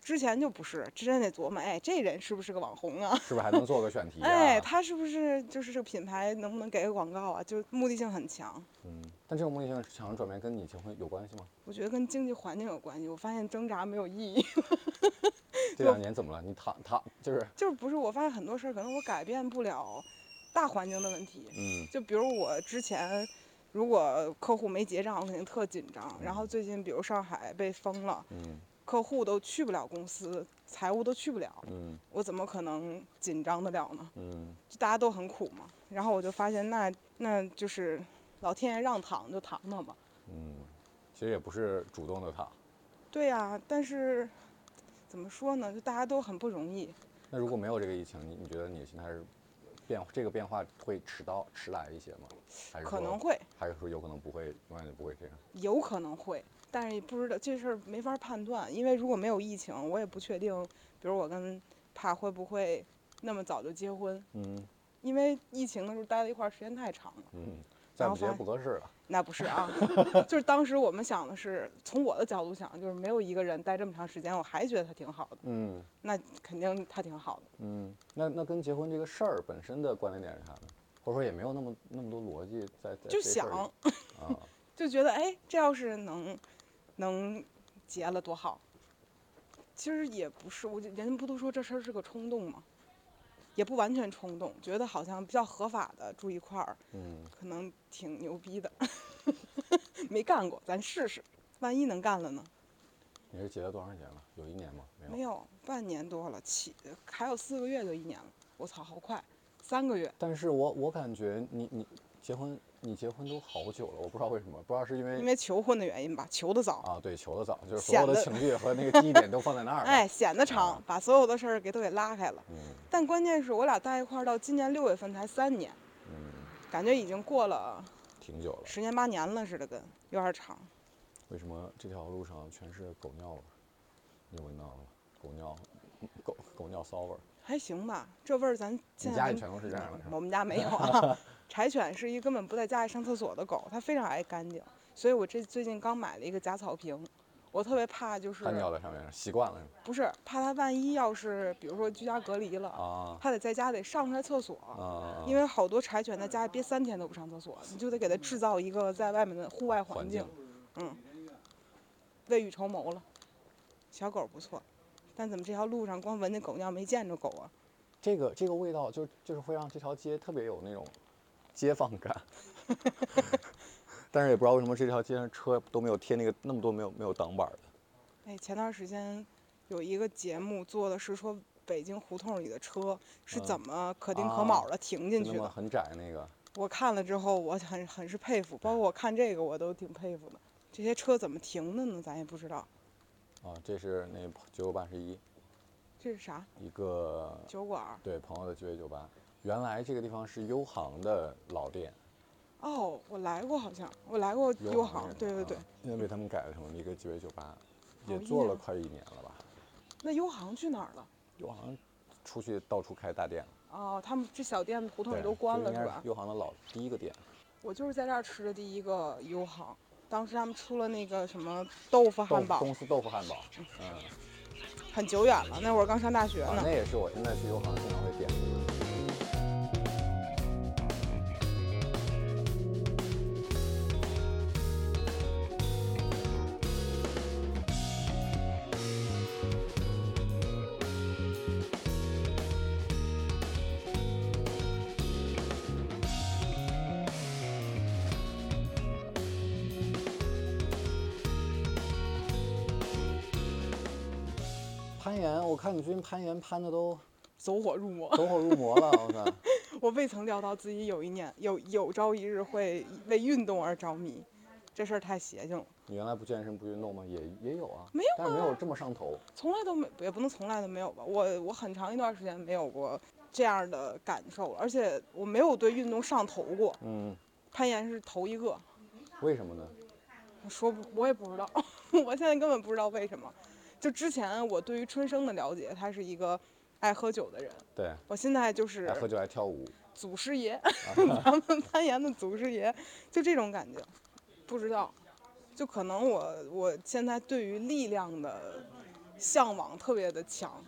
[SPEAKER 2] 之前就不是，之前得琢磨，哎，这人是不是个网红啊？
[SPEAKER 1] 是不是还能做个选题啊？
[SPEAKER 2] 哎，他是不是就是这个品牌能不能给个广告啊？就是目的性很强。
[SPEAKER 1] 嗯，但这种目的性强转变跟你结婚有关系吗？
[SPEAKER 2] 我觉得跟经济环境有关系。我发现挣扎没有意义， [laughs]
[SPEAKER 1] 这两年怎么了？你躺躺就是
[SPEAKER 2] 就是不是我发现很多事儿可能我改变不了大环境的问题。
[SPEAKER 1] 嗯
[SPEAKER 2] 就比如我之前如果客户没结账，我肯定特紧张。然后最近比如上海被封了，
[SPEAKER 1] 嗯
[SPEAKER 2] 客户都去不了公司，财务都去不了，
[SPEAKER 1] 嗯
[SPEAKER 2] 我怎么可能紧张得了呢？
[SPEAKER 1] 嗯
[SPEAKER 2] 就大家都很苦嘛。然后我就发现那那就是老天爷让躺就躺躺吧。
[SPEAKER 1] 嗯，其实也不是主动的躺。
[SPEAKER 2] 对呀、但是怎么说呢？就大家都很不容易。
[SPEAKER 1] 那如果没有这个疫情，你你觉得你的心态是变这个变化会迟到迟来一些吗？还是
[SPEAKER 2] 可
[SPEAKER 1] 说
[SPEAKER 2] 能会，
[SPEAKER 1] 还是说有可能不会，永远就不会这样？
[SPEAKER 2] 有可能会，但是不知道这事儿没法判断，因为如果没有疫情，我也不确定，比如我跟帕会不会那么早就结婚，
[SPEAKER 1] 嗯
[SPEAKER 2] 因为疫情的时候待在一块儿时间太长了。
[SPEAKER 1] 嗯，再
[SPEAKER 2] 然
[SPEAKER 1] 不
[SPEAKER 2] 后
[SPEAKER 1] 接
[SPEAKER 2] 发
[SPEAKER 1] 不合适了。
[SPEAKER 2] 那不是啊， [laughs] 就是当时我们想的是，从我的角度想，就是没有一个人待这么长时间，我还觉得他挺好的，
[SPEAKER 1] 嗯。
[SPEAKER 2] 那肯定他挺好的。
[SPEAKER 1] 嗯，那那跟结婚这个事儿本身的关联点是啥呢？或者说也没有那么那么多逻辑在在这
[SPEAKER 2] 就
[SPEAKER 1] 事儿里
[SPEAKER 2] 想，
[SPEAKER 1] 啊，
[SPEAKER 2] 就觉得哎，这要是能能结了多好。其实也不是，我就人不都说这事儿是个冲动吗？也不完全冲动，觉得好像比较合法的住一块儿，
[SPEAKER 1] 嗯
[SPEAKER 2] 可能挺牛逼的。 [laughs] 没干过，咱试试，万一能干了呢？
[SPEAKER 1] 你是结了多长时间了？有一年吗？没有。
[SPEAKER 2] 没有，半年多了，起还有四个月就一年了。我操，好快，三个月，
[SPEAKER 1] 但是我我感觉你你结婚你结婚都好久了，我不知道为什么，不知道是因为
[SPEAKER 2] 因为求婚的原因吧，求的早，
[SPEAKER 1] 啊对求的早，就是所有
[SPEAKER 2] 显
[SPEAKER 1] 的
[SPEAKER 2] 得
[SPEAKER 1] 情绪和那个记忆点都放在那 [laughs] 儿了。
[SPEAKER 2] 哎，显得
[SPEAKER 1] 啊
[SPEAKER 2] 长，把所有的事儿给都给拉开了。
[SPEAKER 1] 嗯
[SPEAKER 2] 但关键是我俩在一块儿到今年六月份才三年，
[SPEAKER 1] 嗯，
[SPEAKER 2] 感觉已经过了
[SPEAKER 1] 挺久了。
[SPEAKER 2] 十年八年了似的，跟有点长。
[SPEAKER 1] 为什么这条路上全是狗尿味儿？你闻到了吗？狗尿，狗狗尿骚味儿。
[SPEAKER 2] 还行吧，这味儿咱现
[SPEAKER 1] 你
[SPEAKER 2] 在
[SPEAKER 1] 家
[SPEAKER 2] 还
[SPEAKER 1] 里全都是这样的是吧
[SPEAKER 2] 我们家没有
[SPEAKER 1] [laughs]
[SPEAKER 2] 啊。柴犬是一根本不在家里上厕所的狗，它非常爱干净，所以我这最近刚买了一个假草坪，我特别怕就是
[SPEAKER 1] 它尿在上面，习惯了是吧
[SPEAKER 2] 不是怕它万一要是比如说居家隔离了，
[SPEAKER 1] 啊
[SPEAKER 2] 它得在家得上出来厕所，
[SPEAKER 1] 啊啊！
[SPEAKER 2] 因为好多柴犬在家里憋三天都不上厕所，你就得给它制造一个在外面的户外环境。
[SPEAKER 1] 环
[SPEAKER 2] 嗯，未雨绸缪了。小狗不错，但怎么这条路上光闻见狗尿没见着狗啊？
[SPEAKER 1] 这个这个味道就就是会让这条街特别有那种 [laughs] 街坊
[SPEAKER 2] [laughs]
[SPEAKER 1] 感，但是也不知道为什么这条街上车都没有贴那个那么多没有没有挡板儿的。
[SPEAKER 2] 哎，前段时间有一个节目做的是说北京胡同里的车是
[SPEAKER 1] 嗯
[SPEAKER 2] 怎么可丁
[SPEAKER 1] 啊
[SPEAKER 2] 可卯的停进
[SPEAKER 1] 就
[SPEAKER 2] 去
[SPEAKER 1] 那么
[SPEAKER 2] 的。
[SPEAKER 1] 很窄那个，
[SPEAKER 2] 我看了之后，我很很是佩服，包括我看这个，我都挺佩服的。这些车怎么停的呢？咱也不知道。
[SPEAKER 1] 哦，这是那九九八十一
[SPEAKER 2] 这是啥？
[SPEAKER 1] 一个
[SPEAKER 2] 酒馆儿？
[SPEAKER 1] 对朋友的九九八，原来这个地方是优航的老店，
[SPEAKER 2] 哦，我来过，好像我来过优航
[SPEAKER 1] 那。
[SPEAKER 2] 对对
[SPEAKER 1] 个
[SPEAKER 2] 对，
[SPEAKER 1] 啊，现在被他们改成了一个九九八，也
[SPEAKER 2] 哦
[SPEAKER 1] 做
[SPEAKER 2] 一
[SPEAKER 1] 了
[SPEAKER 2] 样
[SPEAKER 1] 快一年了吧，
[SPEAKER 2] 那优航去哪儿了？
[SPEAKER 1] 优航出去到处开大店了，
[SPEAKER 2] 哦，他们这小店胡同里
[SPEAKER 1] 对
[SPEAKER 2] 都关
[SPEAKER 1] 这
[SPEAKER 2] 了
[SPEAKER 1] 应该
[SPEAKER 2] 是吧？
[SPEAKER 1] 优航的老第一个店，
[SPEAKER 2] 我就是在这儿吃的第一个优航，当时他们出了那个什么豆腐汉
[SPEAKER 1] 豆
[SPEAKER 2] 堡，
[SPEAKER 1] 公司豆腐汉堡，嗯，
[SPEAKER 2] 很久远了，那会儿刚上大学
[SPEAKER 1] 啊，
[SPEAKER 2] 呢
[SPEAKER 1] 那。也是我现在去优航经常会点。攀岩，我看你最近攀岩攀的都 [laughs]
[SPEAKER 2] 走火入魔， [laughs]
[SPEAKER 1] 走火入魔了，我操！
[SPEAKER 2] 我未曾料到自己有一年有有朝一日会为运动而着迷，这事儿太邪性了，
[SPEAKER 1] 你原来不健身不运动吗？也也有啊，
[SPEAKER 2] 没有
[SPEAKER 1] 但是没有这么上头。
[SPEAKER 2] 从来都没也不能从来都没有吧。我我很长一段时间没有过这样的感受了，而且我没有对运动上头过，
[SPEAKER 1] 嗯，
[SPEAKER 2] 攀岩是头一个。
[SPEAKER 1] 为什么呢？
[SPEAKER 2] 说不，我也不知道， [laughs] 我现在根本不知道为什么。就之前我对于春生的了解，他是一个爱喝酒的人，
[SPEAKER 1] 对，
[SPEAKER 2] 我现在就是
[SPEAKER 1] 爱喝啊酒爱跳舞，
[SPEAKER 2] 祖师爷，咱们攀岩的祖师爷，就这种感觉。不知道，就可能我我现在对于力量的向往特别的强，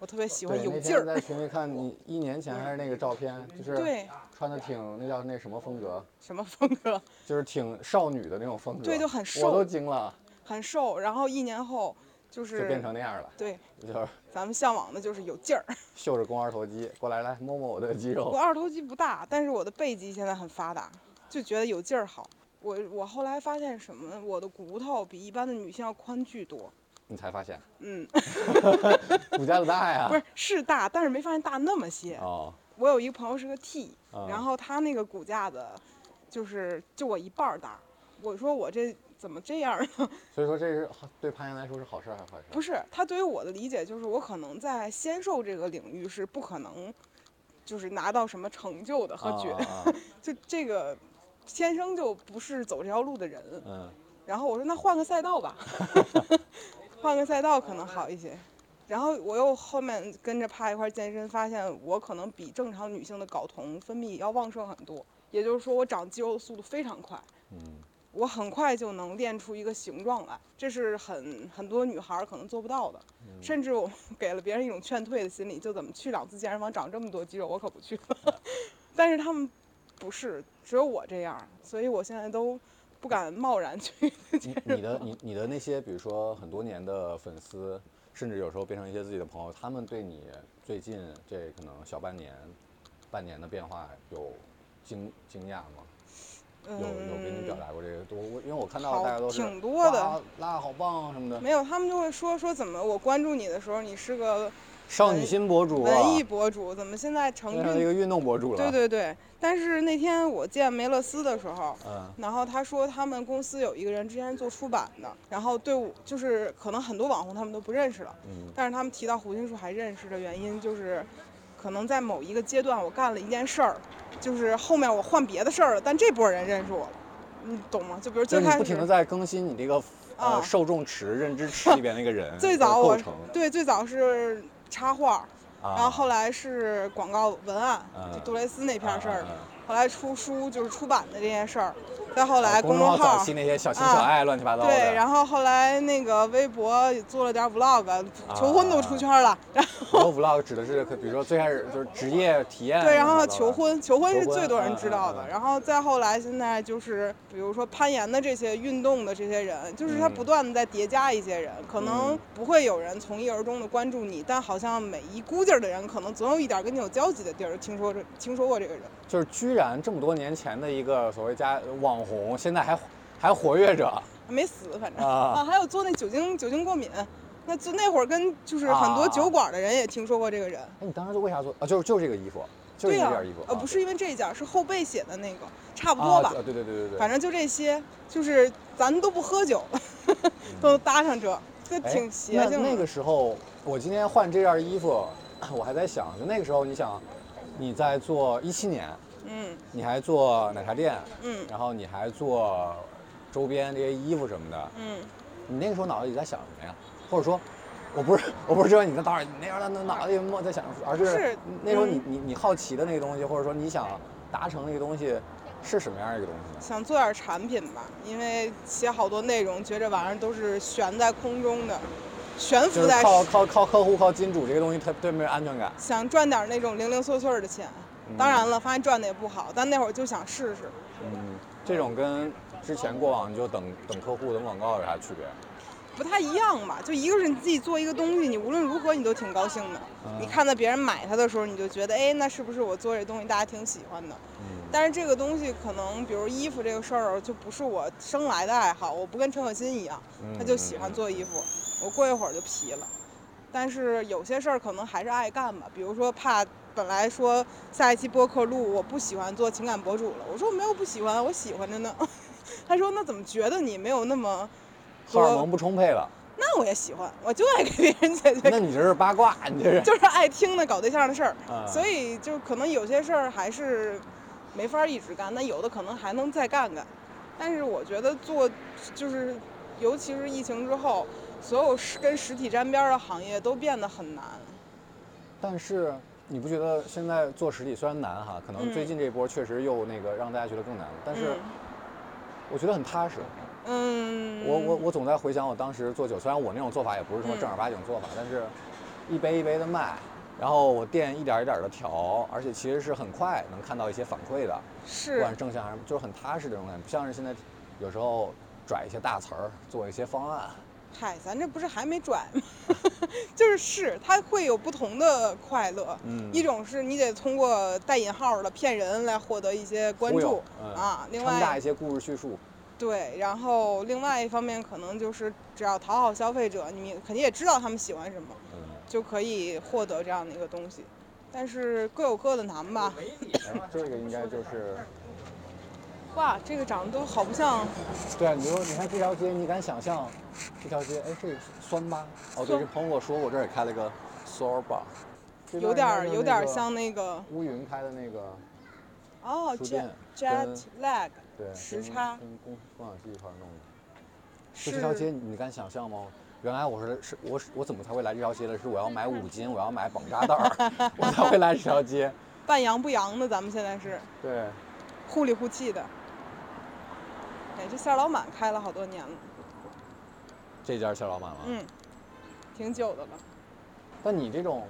[SPEAKER 2] 我特别喜欢
[SPEAKER 1] 对，
[SPEAKER 2] 有
[SPEAKER 1] 那
[SPEAKER 2] 劲
[SPEAKER 1] 天
[SPEAKER 2] 儿。
[SPEAKER 1] 在群里看你一年前还是那个照片，就是
[SPEAKER 2] 对，
[SPEAKER 1] 穿的挺那叫那什么风格，
[SPEAKER 2] 什么风格？
[SPEAKER 1] 就是挺少女的那种风格。
[SPEAKER 2] 对就很
[SPEAKER 1] 我都
[SPEAKER 2] 瘦
[SPEAKER 1] 惊了，
[SPEAKER 2] 很瘦，然后一年后就
[SPEAKER 1] 就是变成那样了，
[SPEAKER 2] 对
[SPEAKER 1] 就是
[SPEAKER 2] 咱们向往的就是有劲儿。
[SPEAKER 1] 秀着肱二头肌，过来来摸摸我的肌肉
[SPEAKER 2] 我。二头肌不大，但是我的背肌现在很发达，就觉得有劲儿好。我我后来发现什么呢？我的骨头比一般的女性要宽巨多。
[SPEAKER 1] 你才发现
[SPEAKER 2] 嗯，
[SPEAKER 1] 骨架子大呀。
[SPEAKER 2] 不是是大，但是没发现大那么些。
[SPEAKER 1] 哦，
[SPEAKER 2] 我有一个朋友是个 T，
[SPEAKER 1] 啊
[SPEAKER 2] 然后他那个骨架子就是就我一半儿大。我说我这怎么这样儿呢？ [laughs]
[SPEAKER 1] 所以说这是对攀岩来说是好事还是坏事？
[SPEAKER 2] 不是，他对于我的理解就是我可能在纤瘦这个领域是不可能就是拿到什么成就的和觉
[SPEAKER 1] 啊啊啊
[SPEAKER 2] [laughs] 就这个天生就不是走这条路的人。
[SPEAKER 1] 嗯，
[SPEAKER 2] 然后我说那换个赛道吧，换个赛道可能好一些。然后我又后面跟着趴一块儿健身，发现我可能比正常女性的睾酮分泌要旺盛很多，也就是说我长肌肉的速度非常快，
[SPEAKER 1] 嗯，
[SPEAKER 2] 我很快就能练出一个形状来，这是很很多女孩儿可能做不到的。甚至我给了别人一种劝退的心理，就怎么去两次健身房长这么多肌肉，我可不去了。 [laughs] 但是他们不是，只有我这样，所以我现在都不敢贸然去
[SPEAKER 1] 你你的你你的那些，比如说很多年的粉丝，甚至有时候变成一些自己的朋友，他们对你最近这可能小半年、半年的变化有惊惊讶吗？有
[SPEAKER 2] 嗯
[SPEAKER 1] 有给你表达过这个？我我因为我看到
[SPEAKER 2] 好
[SPEAKER 1] 大家都是
[SPEAKER 2] 挺多的
[SPEAKER 1] 哇拉好棒啊什么的，
[SPEAKER 2] 没有，他们就会说说怎么我关注你的时候，你是个
[SPEAKER 1] 少女心博主啊
[SPEAKER 2] 文，艺博主，怎么现在成
[SPEAKER 1] 变啊成一
[SPEAKER 2] 运？
[SPEAKER 1] 个运动博主了。
[SPEAKER 2] 对，对对。但是那天我见梅勒斯的时候，
[SPEAKER 1] 嗯，
[SPEAKER 2] 然后他说他们公司有一个人之前是做出版的，然后对我就是可能很多网红他们都不认识了，
[SPEAKER 1] 嗯
[SPEAKER 2] 但是他们提到胡心树还认识的原因就是，可能在某一个阶段我干了一件事儿，就是后面我换别的事儿了，但这波人认识我了，你懂吗？就比如
[SPEAKER 1] 就
[SPEAKER 2] 最
[SPEAKER 1] 是
[SPEAKER 2] 开
[SPEAKER 1] 你
[SPEAKER 2] 始
[SPEAKER 1] 不停的在更新你这个呃
[SPEAKER 2] 啊
[SPEAKER 1] 受众池、认知池里边那个人
[SPEAKER 2] [laughs] 最
[SPEAKER 1] 的
[SPEAKER 2] 早
[SPEAKER 1] 呃构
[SPEAKER 2] 我
[SPEAKER 1] 成，啊
[SPEAKER 2] 对最早是插画，
[SPEAKER 1] 然
[SPEAKER 2] 然后后来是广告文案，就
[SPEAKER 1] 嗯
[SPEAKER 2] 杜蕾斯那篇事儿，
[SPEAKER 1] 嗯嗯
[SPEAKER 2] 后来出书就是出版的这件事儿，再后
[SPEAKER 1] 啊
[SPEAKER 2] 来
[SPEAKER 1] 公
[SPEAKER 2] 公
[SPEAKER 1] 众
[SPEAKER 2] 众
[SPEAKER 1] 号
[SPEAKER 2] 号
[SPEAKER 1] 早期那些小情
[SPEAKER 2] 啊
[SPEAKER 1] 小爱、乱七八糟的，
[SPEAKER 2] 对，然后后来那个微博也做了点 vlog，求婚都出
[SPEAKER 1] 啊
[SPEAKER 2] 圈了。然
[SPEAKER 1] 很
[SPEAKER 2] 后
[SPEAKER 1] 多 vlog 指的是，可比如说最开始就是职业体验，
[SPEAKER 2] 对，然后求，婚，求婚是
[SPEAKER 1] 求婚
[SPEAKER 2] 最多人知
[SPEAKER 1] 嗯
[SPEAKER 2] 道
[SPEAKER 1] 嗯
[SPEAKER 2] 的。
[SPEAKER 1] 嗯
[SPEAKER 2] 然后再后来，现在就是比如说攀岩的这些运动的这些人，就是他
[SPEAKER 1] 嗯
[SPEAKER 2] 不断的在叠加一些人，可能
[SPEAKER 1] 嗯
[SPEAKER 2] 不会有人从一而终的关注你，但好像每一估计儿的人，可能总有一点跟你有交集的地儿，听说这听说过这个人。
[SPEAKER 1] 就是居然这么多年前的一个所谓加网红，现在还还活跃着
[SPEAKER 2] [laughs] 没死，反正
[SPEAKER 1] 啊
[SPEAKER 2] 还有做那酒精酒精过敏，那就那会儿跟就是很多
[SPEAKER 1] 啊
[SPEAKER 2] 酒馆的人也听说过这个人。
[SPEAKER 1] 哎，你当时为啥做啊？就是就是这个衣服，就是
[SPEAKER 2] 对
[SPEAKER 1] 这
[SPEAKER 2] 呀、
[SPEAKER 1] 件衣服。
[SPEAKER 2] 呃，
[SPEAKER 1] 啊
[SPEAKER 2] 不是因为这一件，是后背写的那个，差不
[SPEAKER 1] 啊
[SPEAKER 2] 多吧。
[SPEAKER 1] 对对对对对。
[SPEAKER 2] 反正就这些，就是咱们都不喝酒， [laughs] 都搭上这，这
[SPEAKER 1] 哎
[SPEAKER 2] 挺邪
[SPEAKER 1] 那
[SPEAKER 2] 性的。
[SPEAKER 1] 那个时候，我今天换这件衣服，我还在想，就那个时候，你想，你在做一七年，
[SPEAKER 2] 嗯
[SPEAKER 1] 你还做奶茶店，
[SPEAKER 2] 嗯
[SPEAKER 1] 然后你还做周边这些衣服什么的，
[SPEAKER 2] 嗯，
[SPEAKER 1] 你那个时候脑子里在想什么呀？或者说，我不是我不是知道你在当时你那样的脑子里默在想什么，而是
[SPEAKER 2] 是
[SPEAKER 1] 那时候你
[SPEAKER 2] 嗯
[SPEAKER 1] 你你好奇的那个东西，或者说你想达成那个东西是什么样一个东西呢？
[SPEAKER 2] 想做点产品吧，因为写好多内容，觉着玩意儿都是悬在空中的，悬
[SPEAKER 1] 就
[SPEAKER 2] 浮
[SPEAKER 1] 是
[SPEAKER 2] 在，
[SPEAKER 1] 靠靠靠客户靠金主这个东西特特别没有安全感。
[SPEAKER 2] 想赚点那种零零碎碎的钱。当然了，发现赚的也不好，但那会儿就想试试。
[SPEAKER 1] 嗯，这种跟之前过往就等等客户等广告有啥区别？
[SPEAKER 2] 不太一样吧，就一个是你自己做一个东西，你无论如何你都挺高兴的。
[SPEAKER 1] 啊
[SPEAKER 2] 你看到别人买它的时候，你就觉得，哎，那是不是我做这东西大家挺喜欢的？
[SPEAKER 1] 嗯，
[SPEAKER 2] 但是这个东西可能，比如衣服这个事儿，就不是我生来的爱好。我不跟陈可辛一样，
[SPEAKER 1] 嗯
[SPEAKER 2] 他就喜欢做衣服，我过一会儿就皮了。但是有些事儿可能还是爱干吧，比如说怕本来说下一期播客录，我不喜欢做情感博主了，我说我没有不喜欢，我喜欢着呢。 [laughs] 他说那怎么觉得你没有那么？
[SPEAKER 1] 荷尔
[SPEAKER 2] 多
[SPEAKER 1] 蒙不充沛 [laughs] 了，
[SPEAKER 2] 那我也喜欢，我就爱给别人解决
[SPEAKER 1] 那你这是八卦，你这是。
[SPEAKER 2] 就是爱听的搞对象的事儿，
[SPEAKER 1] 啊
[SPEAKER 2] 所以就可能有些事儿还是没法一直干，那有的可能还能再干干。但是我觉得做就是，尤其是疫情之后，所有实跟实体沾边儿的行业都变得很难。
[SPEAKER 1] 但是你不觉得现在做实体虽然难哈，可能
[SPEAKER 2] 嗯
[SPEAKER 1] 最近这一波确实又那个让大家觉得更难了，但是
[SPEAKER 2] 嗯
[SPEAKER 1] 我觉得很踏实。
[SPEAKER 2] 嗯，
[SPEAKER 1] 我我我总在回想我当时做酒，虽然我那种做法也不是什么
[SPEAKER 2] 嗯
[SPEAKER 1] 正儿八经做法，但是一杯一杯的卖，然后我店一点儿一点的调，而且其实是很快能看到一些反馈的。不
[SPEAKER 2] 是
[SPEAKER 1] 管是正向还是就是很踏实的这种感觉，不像是现在有时候拽一些大词儿，做一些方案。
[SPEAKER 2] 嗨，咱这不是还没转吗？ [laughs] 就是是，它会有不同的快乐。
[SPEAKER 1] 嗯
[SPEAKER 2] 一种是你得通过带引号的骗人来获得一些关
[SPEAKER 1] 忽
[SPEAKER 2] 注
[SPEAKER 1] 悠、嗯
[SPEAKER 2] 啊，另
[SPEAKER 1] 撑大
[SPEAKER 2] 外
[SPEAKER 1] 一些故事叙述。
[SPEAKER 2] 对，然后另外一方面可能就是只要讨好消费者，你肯定也知道他们喜欢什么， [laughs]
[SPEAKER 1] 嗯，
[SPEAKER 2] 就可以获得这样的一个东西。但是各有各的难吧。
[SPEAKER 1] 哎这个应该就是
[SPEAKER 2] 哇，这个长得都好不像，
[SPEAKER 1] 对啊。你说，你看这条街，你敢想象这条街？哎，这是酸吧？哦，对，
[SPEAKER 2] 酸
[SPEAKER 1] 这朋友跟我说过，这儿也开了个 soul bar，这
[SPEAKER 2] 有
[SPEAKER 1] 边应
[SPEAKER 2] 点
[SPEAKER 1] 该
[SPEAKER 2] 儿
[SPEAKER 1] 就是
[SPEAKER 2] 有
[SPEAKER 1] 那
[SPEAKER 2] 点儿
[SPEAKER 1] 个
[SPEAKER 2] 像那个
[SPEAKER 1] 乌云开的那个
[SPEAKER 2] 哦
[SPEAKER 1] 书店
[SPEAKER 2] ，jet jet
[SPEAKER 1] 跟
[SPEAKER 2] lag
[SPEAKER 1] 对
[SPEAKER 2] 时
[SPEAKER 1] 跟
[SPEAKER 2] 差
[SPEAKER 1] 跟工工厂区一块儿弄的。就是这条街，你敢想象吗？原来我是是我是我怎么才会来这条街的？是我要买五金，我要买绑扎袋儿，我才会来这条街。
[SPEAKER 2] 半洋不洋的，咱们现在是。
[SPEAKER 1] 对，
[SPEAKER 2] 互里互气的。哎，这馅儿老满开了好多年了，
[SPEAKER 1] 这家是夏老板吗？
[SPEAKER 2] 嗯，挺久的了。
[SPEAKER 1] 但你这种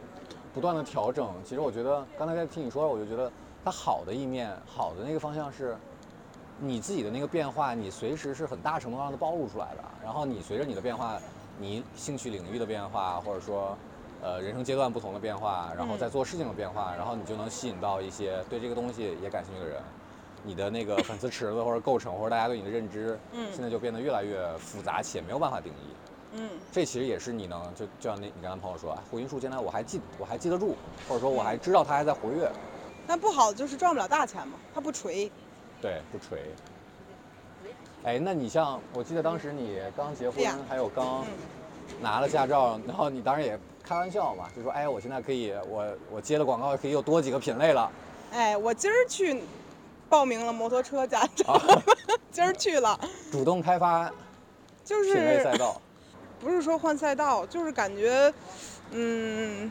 [SPEAKER 1] 不断的调整，其实我觉得刚才在听你说，我就觉得它好的一面，好的那个方向是，你自己的那个变化，你随时是很大程度上的暴露出来的。然后你随着你的变化，你兴趣领域的变化，或者说，呃，人生阶段不同的变化，然后
[SPEAKER 2] 嗯
[SPEAKER 1] 在做事情的变化，然后你就能吸引到一些对这个东西也感兴趣的人。你的那个粉丝池子或者构成，或者大家对你的认知，
[SPEAKER 2] 嗯
[SPEAKER 1] 现在就变得越来越复杂且没有办法定义。
[SPEAKER 2] 嗯
[SPEAKER 1] 这其实也是你能就就像那你刚才朋友说，哎胡云树现在我还记我还记得住，或者说我还
[SPEAKER 2] 嗯
[SPEAKER 1] 知道他还在活跃，
[SPEAKER 2] 但不好就是赚不了大钱嘛，它不锤。
[SPEAKER 1] 对，不锤。哎，那你像我记得当时你刚结婚
[SPEAKER 2] 哎呀，
[SPEAKER 1] 还有刚
[SPEAKER 2] 嗯
[SPEAKER 1] 拿了驾照，然后你当时也开玩笑嘛，就说哎，我现在可以我我接了广告可以又多几个品类了，
[SPEAKER 2] 哎，我今儿去报名了摩托车驾照，
[SPEAKER 1] 啊
[SPEAKER 2] [laughs] 今儿去了，
[SPEAKER 1] 主动开发
[SPEAKER 2] 就
[SPEAKER 1] 品类赛
[SPEAKER 2] 是 [laughs]
[SPEAKER 1] 道。
[SPEAKER 2] 不是说换赛道，就是感觉，嗯，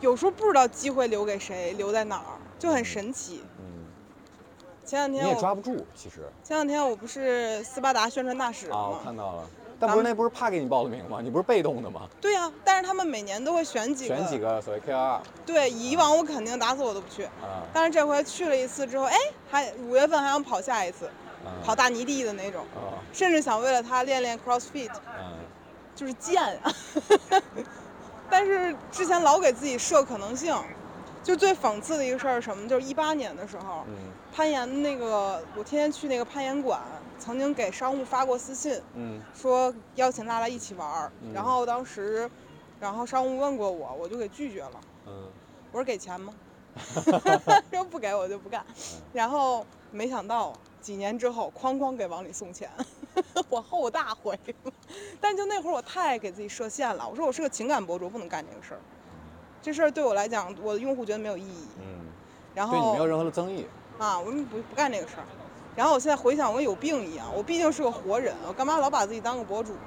[SPEAKER 2] 有时候不知道机会留给谁，留在哪儿，就很神奇。
[SPEAKER 1] 嗯，
[SPEAKER 2] 前两
[SPEAKER 1] 你
[SPEAKER 2] 天
[SPEAKER 1] 也抓
[SPEAKER 2] 我
[SPEAKER 1] 不住，其实
[SPEAKER 2] 前两天我不是斯巴达宣传大使
[SPEAKER 1] 啊，我
[SPEAKER 2] 吗？
[SPEAKER 1] 看到了。但不是
[SPEAKER 2] 咱们
[SPEAKER 1] 那不是怕给你报的名吗？你不是被动的吗？
[SPEAKER 2] 对呀、但是他们每年都会选几个，
[SPEAKER 1] 选几个所谓 KR 啊
[SPEAKER 2] 对，以往我肯定打死我都不去，
[SPEAKER 1] 啊
[SPEAKER 2] 但是这回去了一次之后，哎，还五月份还想跑下一次，
[SPEAKER 1] 嗯
[SPEAKER 2] 跑大泥地的那种，
[SPEAKER 1] 啊
[SPEAKER 2] 甚至想为了他练练 CrossFit，
[SPEAKER 1] 嗯。
[SPEAKER 2] 就是贱啊。 [laughs] 但是之前老给自己设可能性，就最讽刺的一个事儿是什么？就是一八年的时候，
[SPEAKER 1] 嗯
[SPEAKER 2] 攀岩那个，我天天去那个攀岩馆，曾经给商务发过私信，
[SPEAKER 1] 嗯
[SPEAKER 2] 说邀请拉拉一起玩儿
[SPEAKER 1] 嗯，
[SPEAKER 2] 然后当时，然后商务问过我，我就给拒绝了。
[SPEAKER 1] 嗯
[SPEAKER 2] 我说给钱吗？说不给我就不干。然后没想到几年之后，哐哐给往里送钱， [laughs] 我后大悔。但就那会儿我太给自己设限了，我说我是个情感博主，不能干这个事儿。这事儿对我来讲，我的用户觉得没有意义。
[SPEAKER 1] 嗯，
[SPEAKER 2] 然
[SPEAKER 1] 对你没有
[SPEAKER 2] 后
[SPEAKER 1] 任何的争议，
[SPEAKER 2] 啊，我们不不干这个事儿。然后我现在回想，我有病一样，我毕竟是个活人，我干嘛老把自己当个博主呢？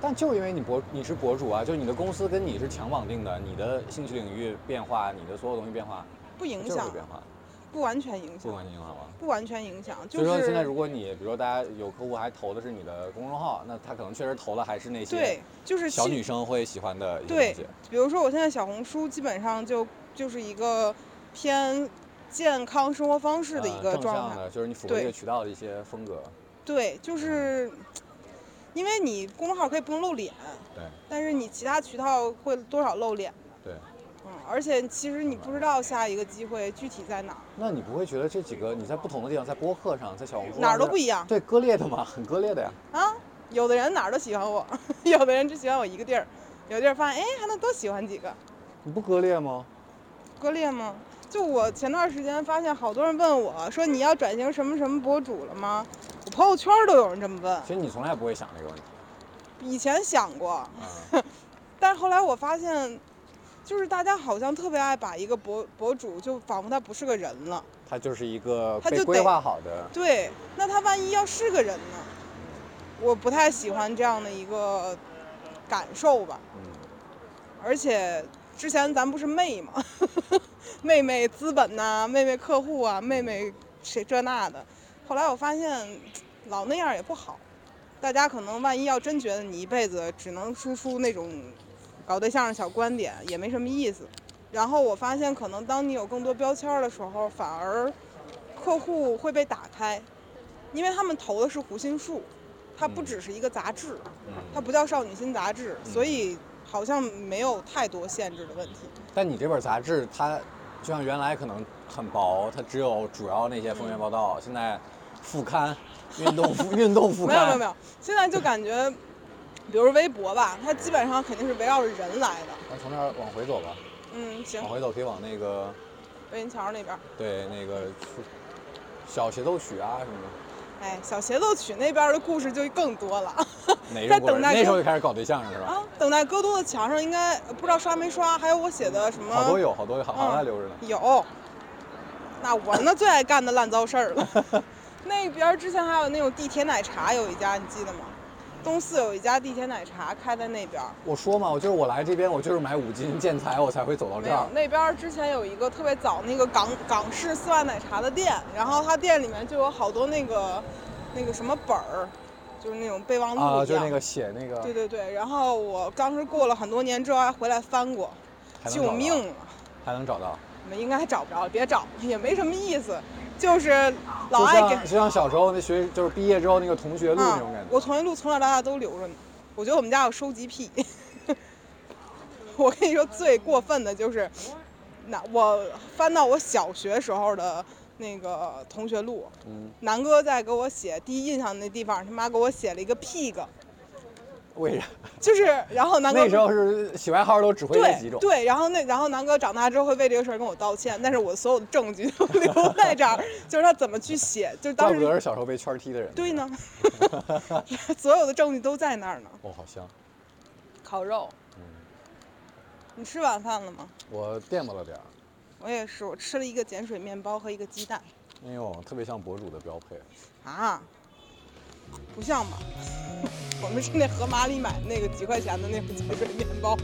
[SPEAKER 1] 但就因为你博你是博主啊，就是你的公司跟你是强绑定的，你的兴趣领域变化，你的所有东西变化，
[SPEAKER 2] 不影
[SPEAKER 1] 就是会
[SPEAKER 2] 响，
[SPEAKER 1] 变化，
[SPEAKER 2] 不完全影
[SPEAKER 1] 不
[SPEAKER 2] 响，
[SPEAKER 1] 管你影响吗？
[SPEAKER 2] 不完全影响，
[SPEAKER 1] 所
[SPEAKER 2] 就
[SPEAKER 1] 以说现在
[SPEAKER 2] 是
[SPEAKER 1] 如果你比如说大家有客户还投的是你的公众号，那他可能确实投了还是那些
[SPEAKER 2] 对，就是
[SPEAKER 1] 小
[SPEAKER 2] 其
[SPEAKER 1] 女生会喜欢的一些
[SPEAKER 2] 对
[SPEAKER 1] 东西。，
[SPEAKER 2] 比如说我现在小红书基本上就就是一个偏健康生活方式的一
[SPEAKER 1] 呃
[SPEAKER 2] 个
[SPEAKER 1] 正
[SPEAKER 2] 状
[SPEAKER 1] 向
[SPEAKER 2] 态。
[SPEAKER 1] 的，就是你符合这个
[SPEAKER 2] 对
[SPEAKER 1] 渠道的一些风格。
[SPEAKER 2] 对，就是因为你公众号可以不用露脸，
[SPEAKER 1] 对
[SPEAKER 2] 但是你其他渠道会多少露脸。
[SPEAKER 1] 对，
[SPEAKER 2] 嗯，而且其实你不知道下一个机会具体在哪儿，
[SPEAKER 1] 那你不会觉得这几个你在不同的地方，在播客上，在小红书上
[SPEAKER 2] 哪儿都
[SPEAKER 1] 在
[SPEAKER 2] 不一样
[SPEAKER 1] 对割裂的嘛，很割裂的呀。
[SPEAKER 2] 啊。有的人哪儿都喜欢我， [laughs] 有的人只喜欢我一个地儿，有的地儿发现哎还能多喜欢几个。
[SPEAKER 1] 你不割裂吗？
[SPEAKER 2] 割裂吗？就我前段时间发现，好多人问我说你要转型什么什么博主了吗？我朋友圈都有人这么问，
[SPEAKER 1] 其实你从来不会想这个问题。
[SPEAKER 2] 以前想过，
[SPEAKER 1] 啊，
[SPEAKER 2] [laughs] 但是后来我发现，就是大家好像特别爱把一个博博主，就仿佛他不是个人了。
[SPEAKER 1] 它就是一个
[SPEAKER 2] 它就
[SPEAKER 1] 被
[SPEAKER 2] 得
[SPEAKER 1] 规划好的。
[SPEAKER 2] 对，那他万一要是个人呢？我不太喜欢这样的一个感受吧。
[SPEAKER 1] 嗯，
[SPEAKER 2] 而且之前咱不是妹嘛， [laughs] 妹妹资本呐、妹妹客户啊，妹妹谁这那的。后来我发现，老那样也不好。大家可能万一要真觉得你一辈子只能输出那种搞对象的小观点，也没什么意思。然后我发现，可能当你有更多标签儿的时候，反而客户会被打开，因为他们投的是胡心术，它不
[SPEAKER 1] 嗯
[SPEAKER 2] 只是一个杂志。它
[SPEAKER 1] 嗯。
[SPEAKER 2] 不叫少女心杂志，
[SPEAKER 1] 嗯
[SPEAKER 2] 所以好像没有太多限制的问题。
[SPEAKER 1] 但你这本杂志，它就像原来可能很薄，它只有主要那些封面报道，现在副刊、运动
[SPEAKER 2] [laughs]
[SPEAKER 1] 运动副
[SPEAKER 2] 嗯没有没有
[SPEAKER 1] 刊
[SPEAKER 2] 没，有，现在就感觉，比如微博吧，它基本上肯定是围绕着人来的。
[SPEAKER 1] 咱从那儿往回走吧，
[SPEAKER 2] 嗯，行
[SPEAKER 1] 往，回走可以往那个
[SPEAKER 2] 北新桥那边儿，
[SPEAKER 1] 对那个小协奏曲啊什么的。
[SPEAKER 2] 哎，小协奏曲那边儿的故事就更多了
[SPEAKER 1] 哪
[SPEAKER 2] 在
[SPEAKER 1] 是过
[SPEAKER 2] 等
[SPEAKER 1] 人？
[SPEAKER 2] 待
[SPEAKER 1] 那时候就
[SPEAKER 2] 中
[SPEAKER 1] 开始搞对象是吧？
[SPEAKER 2] 啊。等待戈多的墙上应该呃不知道刷没刷，还有我写的什么
[SPEAKER 1] 好多有，好多有，好好像还
[SPEAKER 2] 嗯
[SPEAKER 1] 留着呢。
[SPEAKER 2] 有，那我那最爱干的烂糟
[SPEAKER 1] [laughs]
[SPEAKER 2] 事儿了。那边儿之前还有那种地铁奶茶，有一家你记得吗？东四有一家地铁奶茶开在那边儿，
[SPEAKER 1] 我说嘛，我就是我来这边，我就是买五金建材，我才会走到
[SPEAKER 2] 没
[SPEAKER 1] 这
[SPEAKER 2] 有
[SPEAKER 1] 儿。
[SPEAKER 2] 那边儿之前有一个特别早那个港港式丝袜奶茶的店，然后它店里面就有好多那个那个什么本儿，就是那种备忘录一样。
[SPEAKER 1] 啊，就是那个写那个，
[SPEAKER 2] 嗯对对对，然后我当时过了很多年之后还回来翻过，
[SPEAKER 1] 还能找
[SPEAKER 2] 救
[SPEAKER 1] 到
[SPEAKER 2] 命了！
[SPEAKER 1] 还能找到。
[SPEAKER 2] 你们应该找不着，别找，也没什么意思，就是老
[SPEAKER 1] 就
[SPEAKER 2] 爱给
[SPEAKER 1] 像就像小时候那学，就是毕业之后那个同学录那
[SPEAKER 2] 啊
[SPEAKER 1] 种感，觉。
[SPEAKER 2] 我同学录从小到大都留着呢。我觉得我们家有收集癖。 [laughs] 我跟你说，最过分的就是，那我翻到我小学时候的那个同学录，
[SPEAKER 1] 嗯，
[SPEAKER 2] 南哥在给我写第一印象那地方，他妈给我写了一个 pig，
[SPEAKER 1] 为啥？
[SPEAKER 2] 就是，然后南哥
[SPEAKER 1] 那时候是喜欢号都只会这几
[SPEAKER 2] 对
[SPEAKER 1] 种。
[SPEAKER 2] 对，然后那然后南哥长大之后会为这个事儿跟我道歉，但是我所有的证据都留在这儿， [laughs] 就是他怎么去写，就是
[SPEAKER 1] 怪
[SPEAKER 2] 当
[SPEAKER 1] 不得
[SPEAKER 2] 时
[SPEAKER 1] 是小时候被圈踢的人。
[SPEAKER 2] 对呢， [laughs] 所有的证据都在那儿呢。
[SPEAKER 1] 哦，好香。
[SPEAKER 2] 烤肉。
[SPEAKER 1] 嗯，
[SPEAKER 2] 你吃晚饭了吗？
[SPEAKER 1] 我惦吧了点儿，
[SPEAKER 2] 我也是，我吃了一个碱水面包和一个鸡蛋
[SPEAKER 1] 哎呦，特别像博主的标配。
[SPEAKER 2] 啊，不像吧？ [laughs] 我们是那盒马里买那个几块钱的那个碱水面包。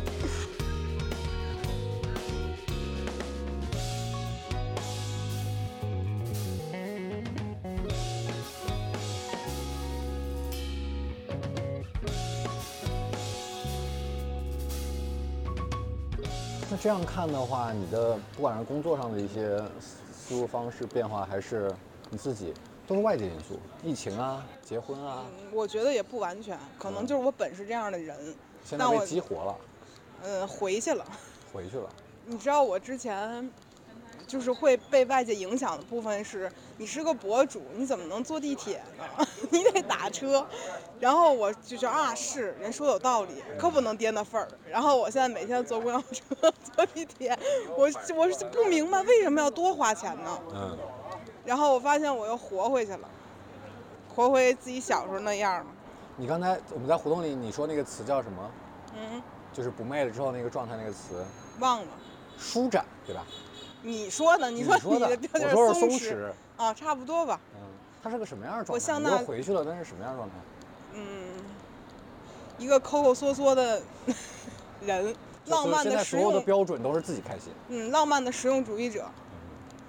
[SPEAKER 1] 那这样看的话，你的不管是工作上的一些思思路方式变化，还是你自己，都是外界因素，疫情啊，结婚啊，
[SPEAKER 2] 嗯我觉得也不完全，可能就是我本是这样的人，
[SPEAKER 1] 嗯现在
[SPEAKER 2] 但
[SPEAKER 1] 被
[SPEAKER 2] 我
[SPEAKER 1] 激活了，
[SPEAKER 2] 呃，回去了。
[SPEAKER 1] 回去了。
[SPEAKER 2] 你知道我之前就是会被外界影响的部分是，你是个博主，你怎么能坐地铁呢？ [laughs] 你得打车。然后我就觉得啊，是人说有道理，可不能跌那份儿。然后我现在每天坐公交车、 [laughs] 坐地铁，我我是不明白为什么要多花钱呢？
[SPEAKER 1] 嗯，
[SPEAKER 2] 然后我发现我又活回去了，活回自己小时候那样儿了。
[SPEAKER 1] 你刚才我们在胡同里你说那个词叫什么？
[SPEAKER 2] 嗯，
[SPEAKER 1] 就是不媚了之后那个状态那个词，
[SPEAKER 2] 忘了。
[SPEAKER 1] 舒展对吧？
[SPEAKER 2] 你说呢？你说
[SPEAKER 1] 说
[SPEAKER 2] 你
[SPEAKER 1] 的
[SPEAKER 2] 的标，
[SPEAKER 1] 我
[SPEAKER 2] 签
[SPEAKER 1] 说是松
[SPEAKER 2] 弛
[SPEAKER 1] 弛。
[SPEAKER 2] 啊，差不多吧。
[SPEAKER 1] 嗯，它是个什么样的状态？
[SPEAKER 2] 我像
[SPEAKER 1] 你
[SPEAKER 2] 那
[SPEAKER 1] 又回去了，但是什么样的状态？
[SPEAKER 2] 嗯，一个抠抠缩缩的 [laughs] 人，
[SPEAKER 1] 就
[SPEAKER 2] 浪
[SPEAKER 1] 所以
[SPEAKER 2] 漫
[SPEAKER 1] 现
[SPEAKER 2] 的
[SPEAKER 1] 在
[SPEAKER 2] 实
[SPEAKER 1] 所有的
[SPEAKER 2] 用，
[SPEAKER 1] 标准都是自己开心，
[SPEAKER 2] 嗯，浪漫的实用主义者。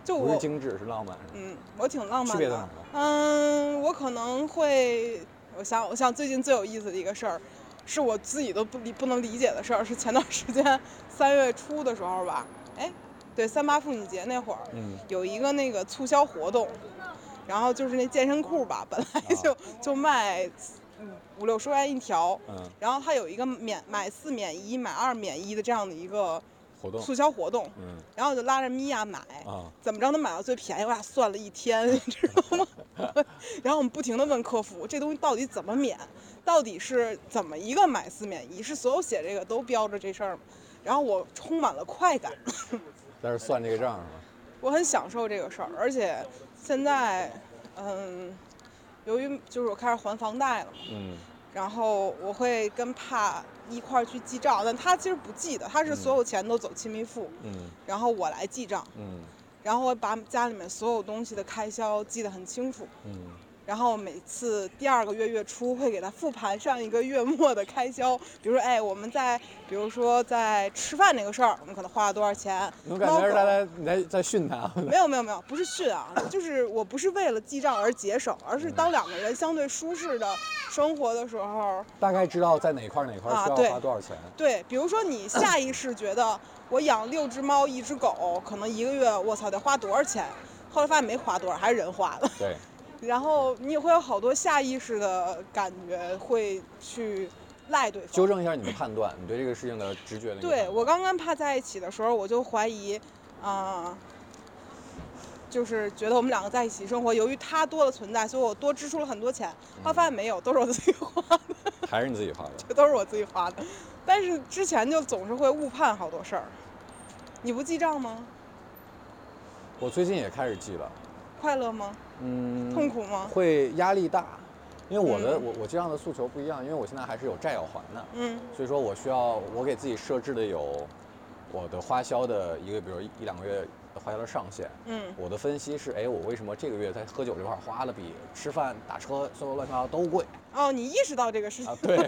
[SPEAKER 2] 就
[SPEAKER 1] 嗯不是
[SPEAKER 2] 我，
[SPEAKER 1] 精致，是浪漫。是吧
[SPEAKER 2] 嗯，我挺浪
[SPEAKER 1] 区
[SPEAKER 2] 漫
[SPEAKER 1] 别在哪儿。
[SPEAKER 2] 的
[SPEAKER 1] 呢？
[SPEAKER 2] 嗯，我可能会，我想，我想最近最有意思的一个事儿，是我自己都不理不能理解的事儿，是前段时间 [laughs] 三月初的时候吧，哎，对，三八妇女节那会儿，
[SPEAKER 1] 嗯，
[SPEAKER 2] 有一个那个促销活动，然后就是那健身裤吧，本
[SPEAKER 1] 啊
[SPEAKER 2] 来就就卖嗯五六十块钱一条，
[SPEAKER 1] 嗯，
[SPEAKER 2] 然后它有一个免买四免一、买二免一的这样的一个
[SPEAKER 1] 活动，
[SPEAKER 2] 促销活动，
[SPEAKER 1] 嗯
[SPEAKER 2] 然后我就拉着米娅买。
[SPEAKER 1] 啊，
[SPEAKER 2] 怎么着能买到最便宜？我俩算了一天， [laughs] 你知道吗？然后我们不停的问客服，这东西到底怎么免？到底是怎么一个买四免一？是所有写这个都标着这事儿吗？然后我充满了快感， [laughs]
[SPEAKER 1] 在这算这个账是吧？
[SPEAKER 2] 我很享受这个事儿，而且现在，嗯，由于就是我开始还房贷了嘛，
[SPEAKER 1] 嗯
[SPEAKER 2] 然后我会跟帕一块儿去记账，但他其实不记的，他是所有钱都走亲密付，
[SPEAKER 1] 嗯
[SPEAKER 2] 然后我来记账，
[SPEAKER 1] 嗯
[SPEAKER 2] 然后我把家里面所有东西的开销记得很清楚，
[SPEAKER 1] 嗯，
[SPEAKER 2] 然后每次第二个月月初会给他复盘上一个月末的开销，比如说，哎，我们在，比如说在吃饭这个事儿，我们可能花了多少钱，
[SPEAKER 1] 我感觉
[SPEAKER 2] 猫
[SPEAKER 1] 是
[SPEAKER 2] 狗
[SPEAKER 1] 他在你在在训他， [laughs]
[SPEAKER 2] 没有没有没有，不是训啊，就是我不是为了记账而节省，而是当两个人相对舒适的生活的时候，
[SPEAKER 1] 大概知道在哪块儿哪块儿
[SPEAKER 2] 啊
[SPEAKER 1] 需
[SPEAKER 2] 对
[SPEAKER 1] 要花多少钱。
[SPEAKER 2] 对，比如说你下意识觉得我养六只猫一只狗，可能一个月我操得花多少钱，后来发现没花多少，还是人花的。
[SPEAKER 1] 对，
[SPEAKER 2] [laughs] 然后你也会有好多下意识的感觉会去赖对方
[SPEAKER 1] 纠。正一下你的判断，你对这个事情的直觉那个判断。
[SPEAKER 2] 对我刚跟帕在一起的时候，我就怀疑，啊、就是觉得我们两个在一起生活，由于他多了存在，所以我多支出了很多钱。他发现没有，都是我自己花的，
[SPEAKER 1] 还是你自己花的。
[SPEAKER 2] [laughs] 都是我自己花的。但是之前就总是会误判好多事儿。你不记账吗？
[SPEAKER 1] 我最近也开始记了，
[SPEAKER 2] 快乐吗？
[SPEAKER 1] 嗯，
[SPEAKER 2] 痛苦吗？
[SPEAKER 1] 会压力大，因为我的、
[SPEAKER 2] 嗯
[SPEAKER 1] 我我这样的诉求不一样，因为我现在还是有债要还的，
[SPEAKER 2] 嗯
[SPEAKER 1] 所以说我需要我给自己设置的有我的花销的一个，比如一一两个月花销的上限。
[SPEAKER 2] 嗯
[SPEAKER 1] 我的分析是，哎，我为什么这个月在喝酒这块儿花的比吃饭、打车、所有乱七八糟都贵
[SPEAKER 2] 哦，你意识到这个事情
[SPEAKER 1] 啊？
[SPEAKER 2] [laughs]
[SPEAKER 1] 对，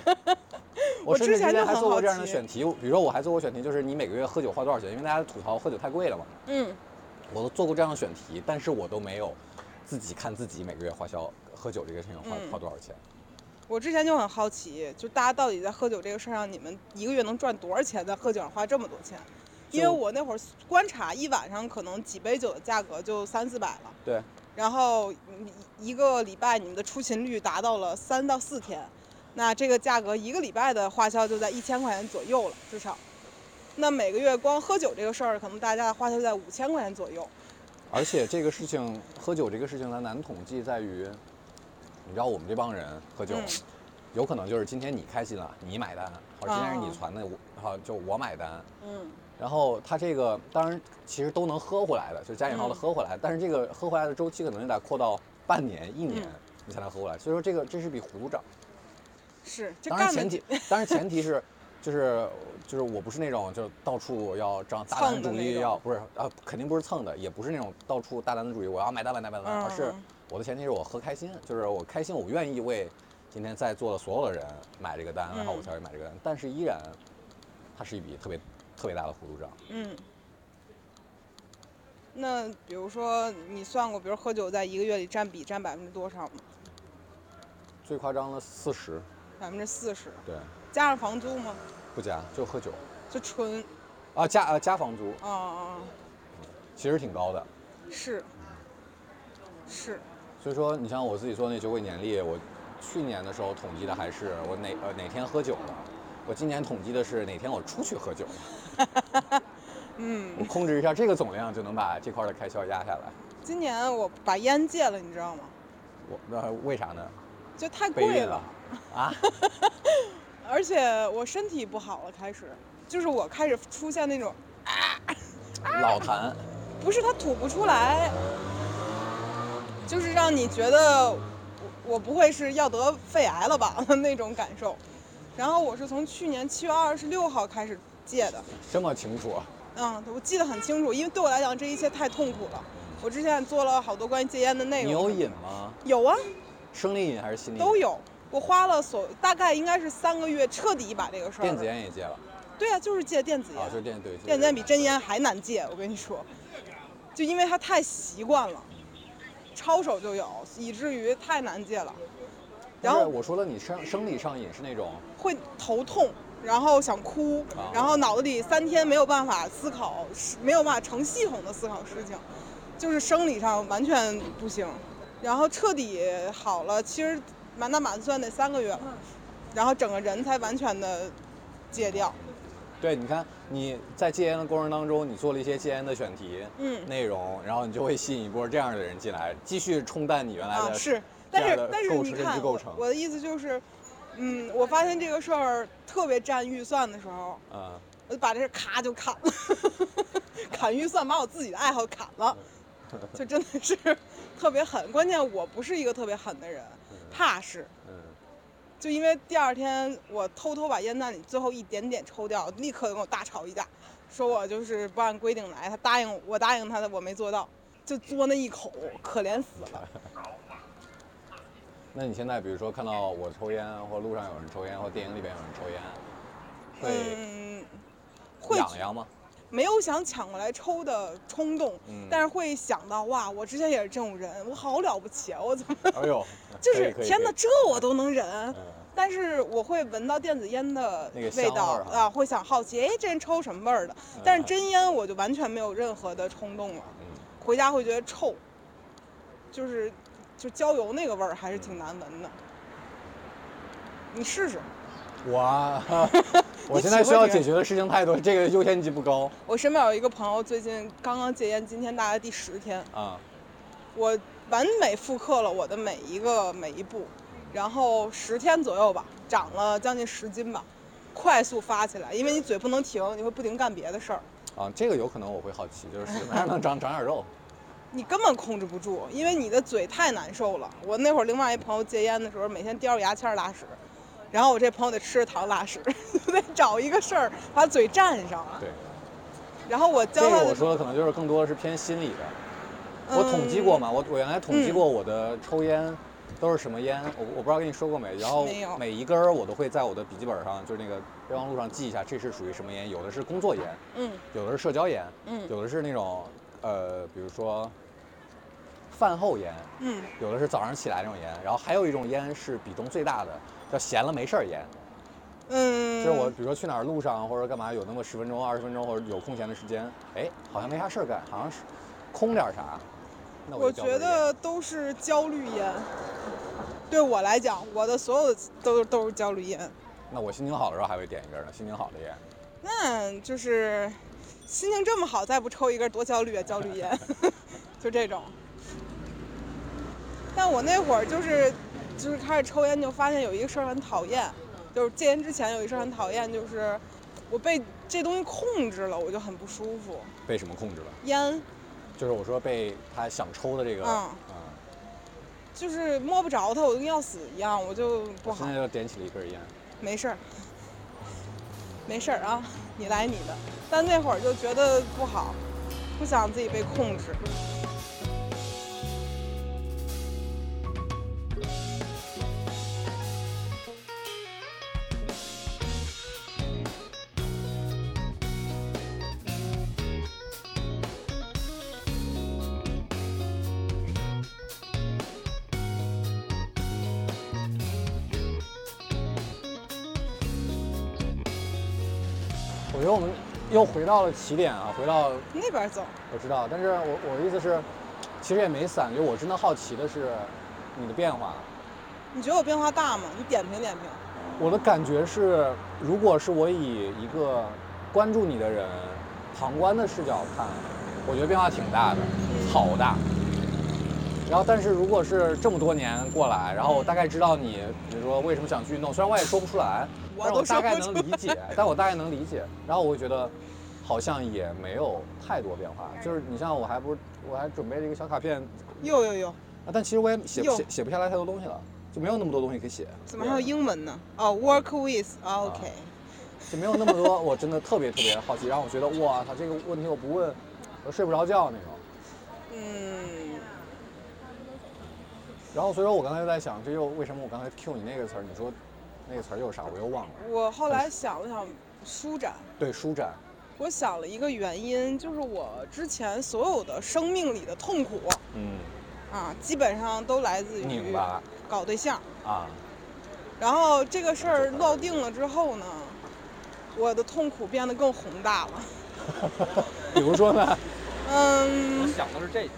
[SPEAKER 2] 我
[SPEAKER 1] 甚至
[SPEAKER 2] 之前就
[SPEAKER 1] 还
[SPEAKER 2] 很
[SPEAKER 1] 做过
[SPEAKER 2] 好
[SPEAKER 1] 这样的
[SPEAKER 2] 奇
[SPEAKER 1] 选题，比如说我还做过选题，就是你每个月喝酒花多少钱，因为大家吐槽喝酒太贵了嘛，
[SPEAKER 2] 嗯
[SPEAKER 1] 我都做过这样的选题，但是我都没有自己看自己每个月花销喝酒这个事情花、
[SPEAKER 2] 嗯
[SPEAKER 1] 花多少钱。
[SPEAKER 2] 我之前就很好奇，就大家到底在喝酒这个事儿上，你们一个月能赚多少钱？在喝酒上花这么多钱？因为
[SPEAKER 1] 就
[SPEAKER 2] 我那会儿观察，一晚上可能几杯酒的价格就三四百了，
[SPEAKER 1] 对，
[SPEAKER 2] 然后你一个礼拜你们的出勤率达到了三到四天，那这个价格一个礼拜的花销就在一千块钱左右了，至少。那每个月光喝酒这个事儿，可能大家的花销在五千块钱左右。
[SPEAKER 1] 而且这个事情，喝酒这个事情它难统计在于，你知道我们这帮人喝酒，
[SPEAKER 2] 嗯
[SPEAKER 1] 有可能就是今天你开心了，你买单，好，今天是你
[SPEAKER 2] 哦
[SPEAKER 1] 传的，我好就我买单。
[SPEAKER 2] 嗯
[SPEAKER 1] 然后它这个当然其实都能喝回来的，就加引号的
[SPEAKER 2] 嗯
[SPEAKER 1] 喝回来，但是这个喝回来的周期可能得扩到半年、一年
[SPEAKER 2] 嗯，
[SPEAKER 1] 你才能喝回来。所以说这个这是笔糊涂账。
[SPEAKER 2] 是，这
[SPEAKER 1] 当然
[SPEAKER 2] 干
[SPEAKER 1] 前
[SPEAKER 2] 问题
[SPEAKER 1] 提，当然前提是，就是就是我不是那种就到处要张大
[SPEAKER 2] 蹭
[SPEAKER 1] 男
[SPEAKER 2] 的
[SPEAKER 1] 主
[SPEAKER 2] 那
[SPEAKER 1] 义
[SPEAKER 2] 种
[SPEAKER 1] 要不是啊，肯定不是蹭的，也不是那种到处大男子主义，我要买单买单买单，而是
[SPEAKER 2] 嗯
[SPEAKER 1] 我的前提是我喝开心，就是我开心，我愿意为今天在座的所有的人买这个单，然后我
[SPEAKER 2] 嗯
[SPEAKER 1] 才会买这个单，但是依然它是一笔特别特别大的糊涂账。
[SPEAKER 2] 嗯，那比如说你算过，比如喝酒在一个月里占比占百分之多少吗？
[SPEAKER 1] 最夸张的四十，
[SPEAKER 2] 百分之四十，
[SPEAKER 1] 对，
[SPEAKER 2] 加上房租吗？
[SPEAKER 1] 不加就喝酒
[SPEAKER 2] 就纯
[SPEAKER 1] 啊，加啊加房租
[SPEAKER 2] 啊、哦，
[SPEAKER 1] 其实挺高的，
[SPEAKER 2] 是是，
[SPEAKER 1] 所以说你像我自己做那酒鬼年历，我去年的时候统计的还是我哪呃哪天喝酒了，我今年统计的是哪天我出去喝酒了，
[SPEAKER 2] 嗯，
[SPEAKER 1] 我控制一下这个总量，就能把这块儿的开销压下来。
[SPEAKER 2] 今年我把烟戒了，你知道吗？
[SPEAKER 1] 我那为啥
[SPEAKER 2] [laughs]
[SPEAKER 1] 呢？
[SPEAKER 2] 就太
[SPEAKER 1] 备
[SPEAKER 2] 贵
[SPEAKER 1] 孕
[SPEAKER 2] 了
[SPEAKER 1] 了，啊？
[SPEAKER 2] 而且我身体不好了，开始就是我开始出现那种，
[SPEAKER 1] 老痰，
[SPEAKER 2] 不是它吐不出来，就是让你觉得我我不会是要得肺癌了吧那种感受。然后我是从去年七月二十六号开始戒的，
[SPEAKER 1] 这么清楚啊？
[SPEAKER 2] 嗯，我记得很清楚，因为对我来讲这一切太痛苦了。我之前也做了好多关于戒烟的内
[SPEAKER 1] 你
[SPEAKER 2] 容，
[SPEAKER 1] 有瘾吗？
[SPEAKER 2] 有啊，
[SPEAKER 1] 生理瘾还是心理瘾？
[SPEAKER 2] 都有。我花了所大概应该是三个月，彻底把这个事儿。
[SPEAKER 1] 电子烟也戒了
[SPEAKER 2] 对啊，就是戒电子烟。
[SPEAKER 1] 啊？就是电对
[SPEAKER 2] 电子烟比真烟还难戒，我跟你说，就因为它太习惯了，抄手就有，以至于太难戒了，然
[SPEAKER 1] 然后
[SPEAKER 2] 后
[SPEAKER 1] 我说了，你生生理上瘾是那种
[SPEAKER 2] 会头痛，然后想哭
[SPEAKER 1] 啊，
[SPEAKER 2] 然后脑子里三天没有办法思考，是没有办法成系统的思考事情，就是生理上完全不行，然后彻底好了，其实满打满算得三个月了，然后整个人才完全的戒掉，
[SPEAKER 1] 对，你看你在戒烟的过程当中，你做了一些戒烟的选题、
[SPEAKER 2] 嗯
[SPEAKER 1] 内容，然后你就会吸引一波这样的人进来，继续冲淡你原来
[SPEAKER 2] 啊
[SPEAKER 1] 的。
[SPEAKER 2] 是，
[SPEAKER 1] 这
[SPEAKER 2] 但
[SPEAKER 1] 样
[SPEAKER 2] 是
[SPEAKER 1] 的
[SPEAKER 2] 但是
[SPEAKER 1] 构
[SPEAKER 2] 你
[SPEAKER 1] 成认知
[SPEAKER 2] 看，
[SPEAKER 1] 构
[SPEAKER 2] 我
[SPEAKER 1] 成
[SPEAKER 2] 我的意思就是，嗯，我发现这个事儿特别占预算的时候，
[SPEAKER 1] 嗯，
[SPEAKER 2] 我就把这事儿咔就砍了， [laughs] 砍预算，把我自己的爱好砍
[SPEAKER 1] [laughs]
[SPEAKER 2] 了，就真的是特别狠。关键我不是一个特别狠的人，怕是。
[SPEAKER 1] 嗯，
[SPEAKER 2] 就因为第二天我偷偷把烟弹里最后一点点抽掉，立刻跟我大吵一架，说我就是不按规定来，他答应我我答应他的我没做到，就嘬那一口，可怜死了。
[SPEAKER 1] 那你现在比如说看到我抽烟，或路上有人抽烟，或电影里边有人抽烟，会
[SPEAKER 2] 嗯，会
[SPEAKER 1] 痒痒
[SPEAKER 2] [laughs]
[SPEAKER 1] 吗？
[SPEAKER 2] 没有想抢过来抽的冲动，
[SPEAKER 1] 嗯
[SPEAKER 2] 但是会想到哇，我之前也是这种人，我好了不起啊，我怎
[SPEAKER 1] [laughs]
[SPEAKER 2] 么，
[SPEAKER 1] 哎呦
[SPEAKER 2] 就
[SPEAKER 1] 可以
[SPEAKER 2] 是
[SPEAKER 1] 可以
[SPEAKER 2] 天
[SPEAKER 1] 可
[SPEAKER 2] 哪，
[SPEAKER 1] 以
[SPEAKER 2] 这我都能忍。
[SPEAKER 1] 嗯，
[SPEAKER 2] 但是我会闻到电子烟的
[SPEAKER 1] 那个
[SPEAKER 2] 味
[SPEAKER 1] 香味
[SPEAKER 2] 道
[SPEAKER 1] 儿哈
[SPEAKER 2] 啊，会想好奇，哎，这人抽什么味儿的？但是真烟我就完全没有任何的冲动了，
[SPEAKER 1] 嗯
[SPEAKER 2] 回家会觉得臭，就是就焦油那个味儿还是挺难闻的。
[SPEAKER 1] 嗯
[SPEAKER 2] 你试试，
[SPEAKER 1] 我啊我 [laughs]
[SPEAKER 2] 你
[SPEAKER 1] 现在
[SPEAKER 2] 喜
[SPEAKER 1] 需
[SPEAKER 2] 欢
[SPEAKER 1] 要
[SPEAKER 2] 这个
[SPEAKER 1] 解决的事情太多，这个优先级不高
[SPEAKER 2] 我身边有一个朋友最近刚刚戒烟，今天大概第十天，
[SPEAKER 1] 啊。
[SPEAKER 2] 我完美复刻了我的每一个每一步，然后十天左右吧，长了将近十斤吧，快速发起来，因为你嘴不能停，你会不停干别的事儿，
[SPEAKER 1] 啊，这个有可能我会好奇，就是什么样
[SPEAKER 2] [laughs]
[SPEAKER 1] 能长长点肉？
[SPEAKER 2] 你根本控制不住，因为你的嘴太难受了。我那会儿另外一朋友戒烟的时候，每天叼着牙签儿拉屎，然后我这朋友得吃着糖拉屎， [laughs] 就得找一个事儿把嘴占上。
[SPEAKER 1] 对，
[SPEAKER 2] 然后我
[SPEAKER 1] 这
[SPEAKER 2] 教他
[SPEAKER 1] 个
[SPEAKER 2] 的
[SPEAKER 1] 我说的可能就是更多的是偏心理的。
[SPEAKER 2] 嗯
[SPEAKER 1] 我统计过嘛，我我原来统计过我的抽烟都是什么烟，我我不知道跟你说过没。然后
[SPEAKER 2] 没有
[SPEAKER 1] 每一根儿我都会在我的笔记本上，就是那个备忘录上记一下，这是属于什么烟。有的是工作烟，
[SPEAKER 2] 嗯
[SPEAKER 1] 有的是社交烟，
[SPEAKER 2] 嗯
[SPEAKER 1] 有的是那种呃，比如说饭后烟，
[SPEAKER 2] 嗯
[SPEAKER 1] 有的是早上起来那种烟。然后还有一种烟是比重最大的，叫闲了没事儿烟。
[SPEAKER 2] 嗯，
[SPEAKER 1] 就是我，比如说去哪儿路上或者干嘛，有那么十分钟、二十分钟，或者有空闲的时间，哎，好像没啥事儿干，好像是空点儿啥。那
[SPEAKER 2] 我
[SPEAKER 1] 就叼
[SPEAKER 2] 觉
[SPEAKER 1] 根儿
[SPEAKER 2] 得都是焦虑烟。对我来讲，我的所有的都都是焦虑烟。
[SPEAKER 1] 烟，那我心情好的时候还会点一根儿呢，心情好的烟。
[SPEAKER 2] 那就是心情这么好，再不抽一根多焦虑啊！焦虑烟， [laughs] 就这种。但我那会儿就是就是开始抽烟，就发现有一个事儿很讨厌，就是戒烟之前有一事儿很讨厌，就是我被这东西控制了，我就很不舒服。
[SPEAKER 1] 被什么控制了？
[SPEAKER 2] 烟
[SPEAKER 1] 就是我说被他想抽的这个，
[SPEAKER 2] 嗯就是摸不着它，我就跟要死一样，我就不
[SPEAKER 1] 我
[SPEAKER 2] 好
[SPEAKER 1] 现。在就点起了一根烟。
[SPEAKER 2] 没事儿，没事儿啊，你来你的。但那会儿就觉得不好，不想自己被控制。
[SPEAKER 1] 我觉得我们又回到了起点啊，回到
[SPEAKER 2] 那边走，
[SPEAKER 1] 我知道，但是我我的意思是，其实也没散，就我真的好奇的是你的变化。
[SPEAKER 2] 你觉得我变化大吗？你点评点评。
[SPEAKER 1] 我的感觉是，如果是我以一个关注你的人旁观的视角看，我觉得变化挺大的，好大。然后，但是如果是这么多年过来，然后我大概知道你，比如说为什么想去运动，虽然我也说不出来，
[SPEAKER 2] 我
[SPEAKER 1] 但是
[SPEAKER 2] 都
[SPEAKER 1] 我大
[SPEAKER 2] 说
[SPEAKER 1] 概
[SPEAKER 2] 不
[SPEAKER 1] 能
[SPEAKER 2] 出
[SPEAKER 1] 理解，但我大概能理解。然后我会觉得，好像也没有太多变化。就是你像我还不是，我还准备了一个小卡片，
[SPEAKER 2] 有有有，
[SPEAKER 1] 啊，但其实我也写不
[SPEAKER 2] 有
[SPEAKER 1] 写写不下来太多东西了，就没有那么多东西可以写。
[SPEAKER 2] 怎么还有英文呢？哦，work with，OK，、
[SPEAKER 1] 就没有那么多，我真的特别特别好奇，然后我觉得哇操，这个问题我不问，我睡不着觉那种。
[SPEAKER 2] 嗯，
[SPEAKER 1] 然后所以说我刚才就在想，这又为什么我刚才 Q 你那个词儿，你说那个词儿又啥，我又忘了。
[SPEAKER 2] 我后来想了想，舒展。
[SPEAKER 1] 对，舒展，
[SPEAKER 2] 我想了一个原因，就是我之前所有的生命里的痛苦
[SPEAKER 1] 嗯，
[SPEAKER 2] 啊，基本上都来自于
[SPEAKER 1] 拧巴
[SPEAKER 2] 搞对象。
[SPEAKER 1] 啊，
[SPEAKER 2] 然后这个事儿落定了之后呢，我的痛苦变得更宏大了。
[SPEAKER 1] 比如说呢，
[SPEAKER 3] [laughs] 我
[SPEAKER 2] 嗯，
[SPEAKER 3] 想的是这些，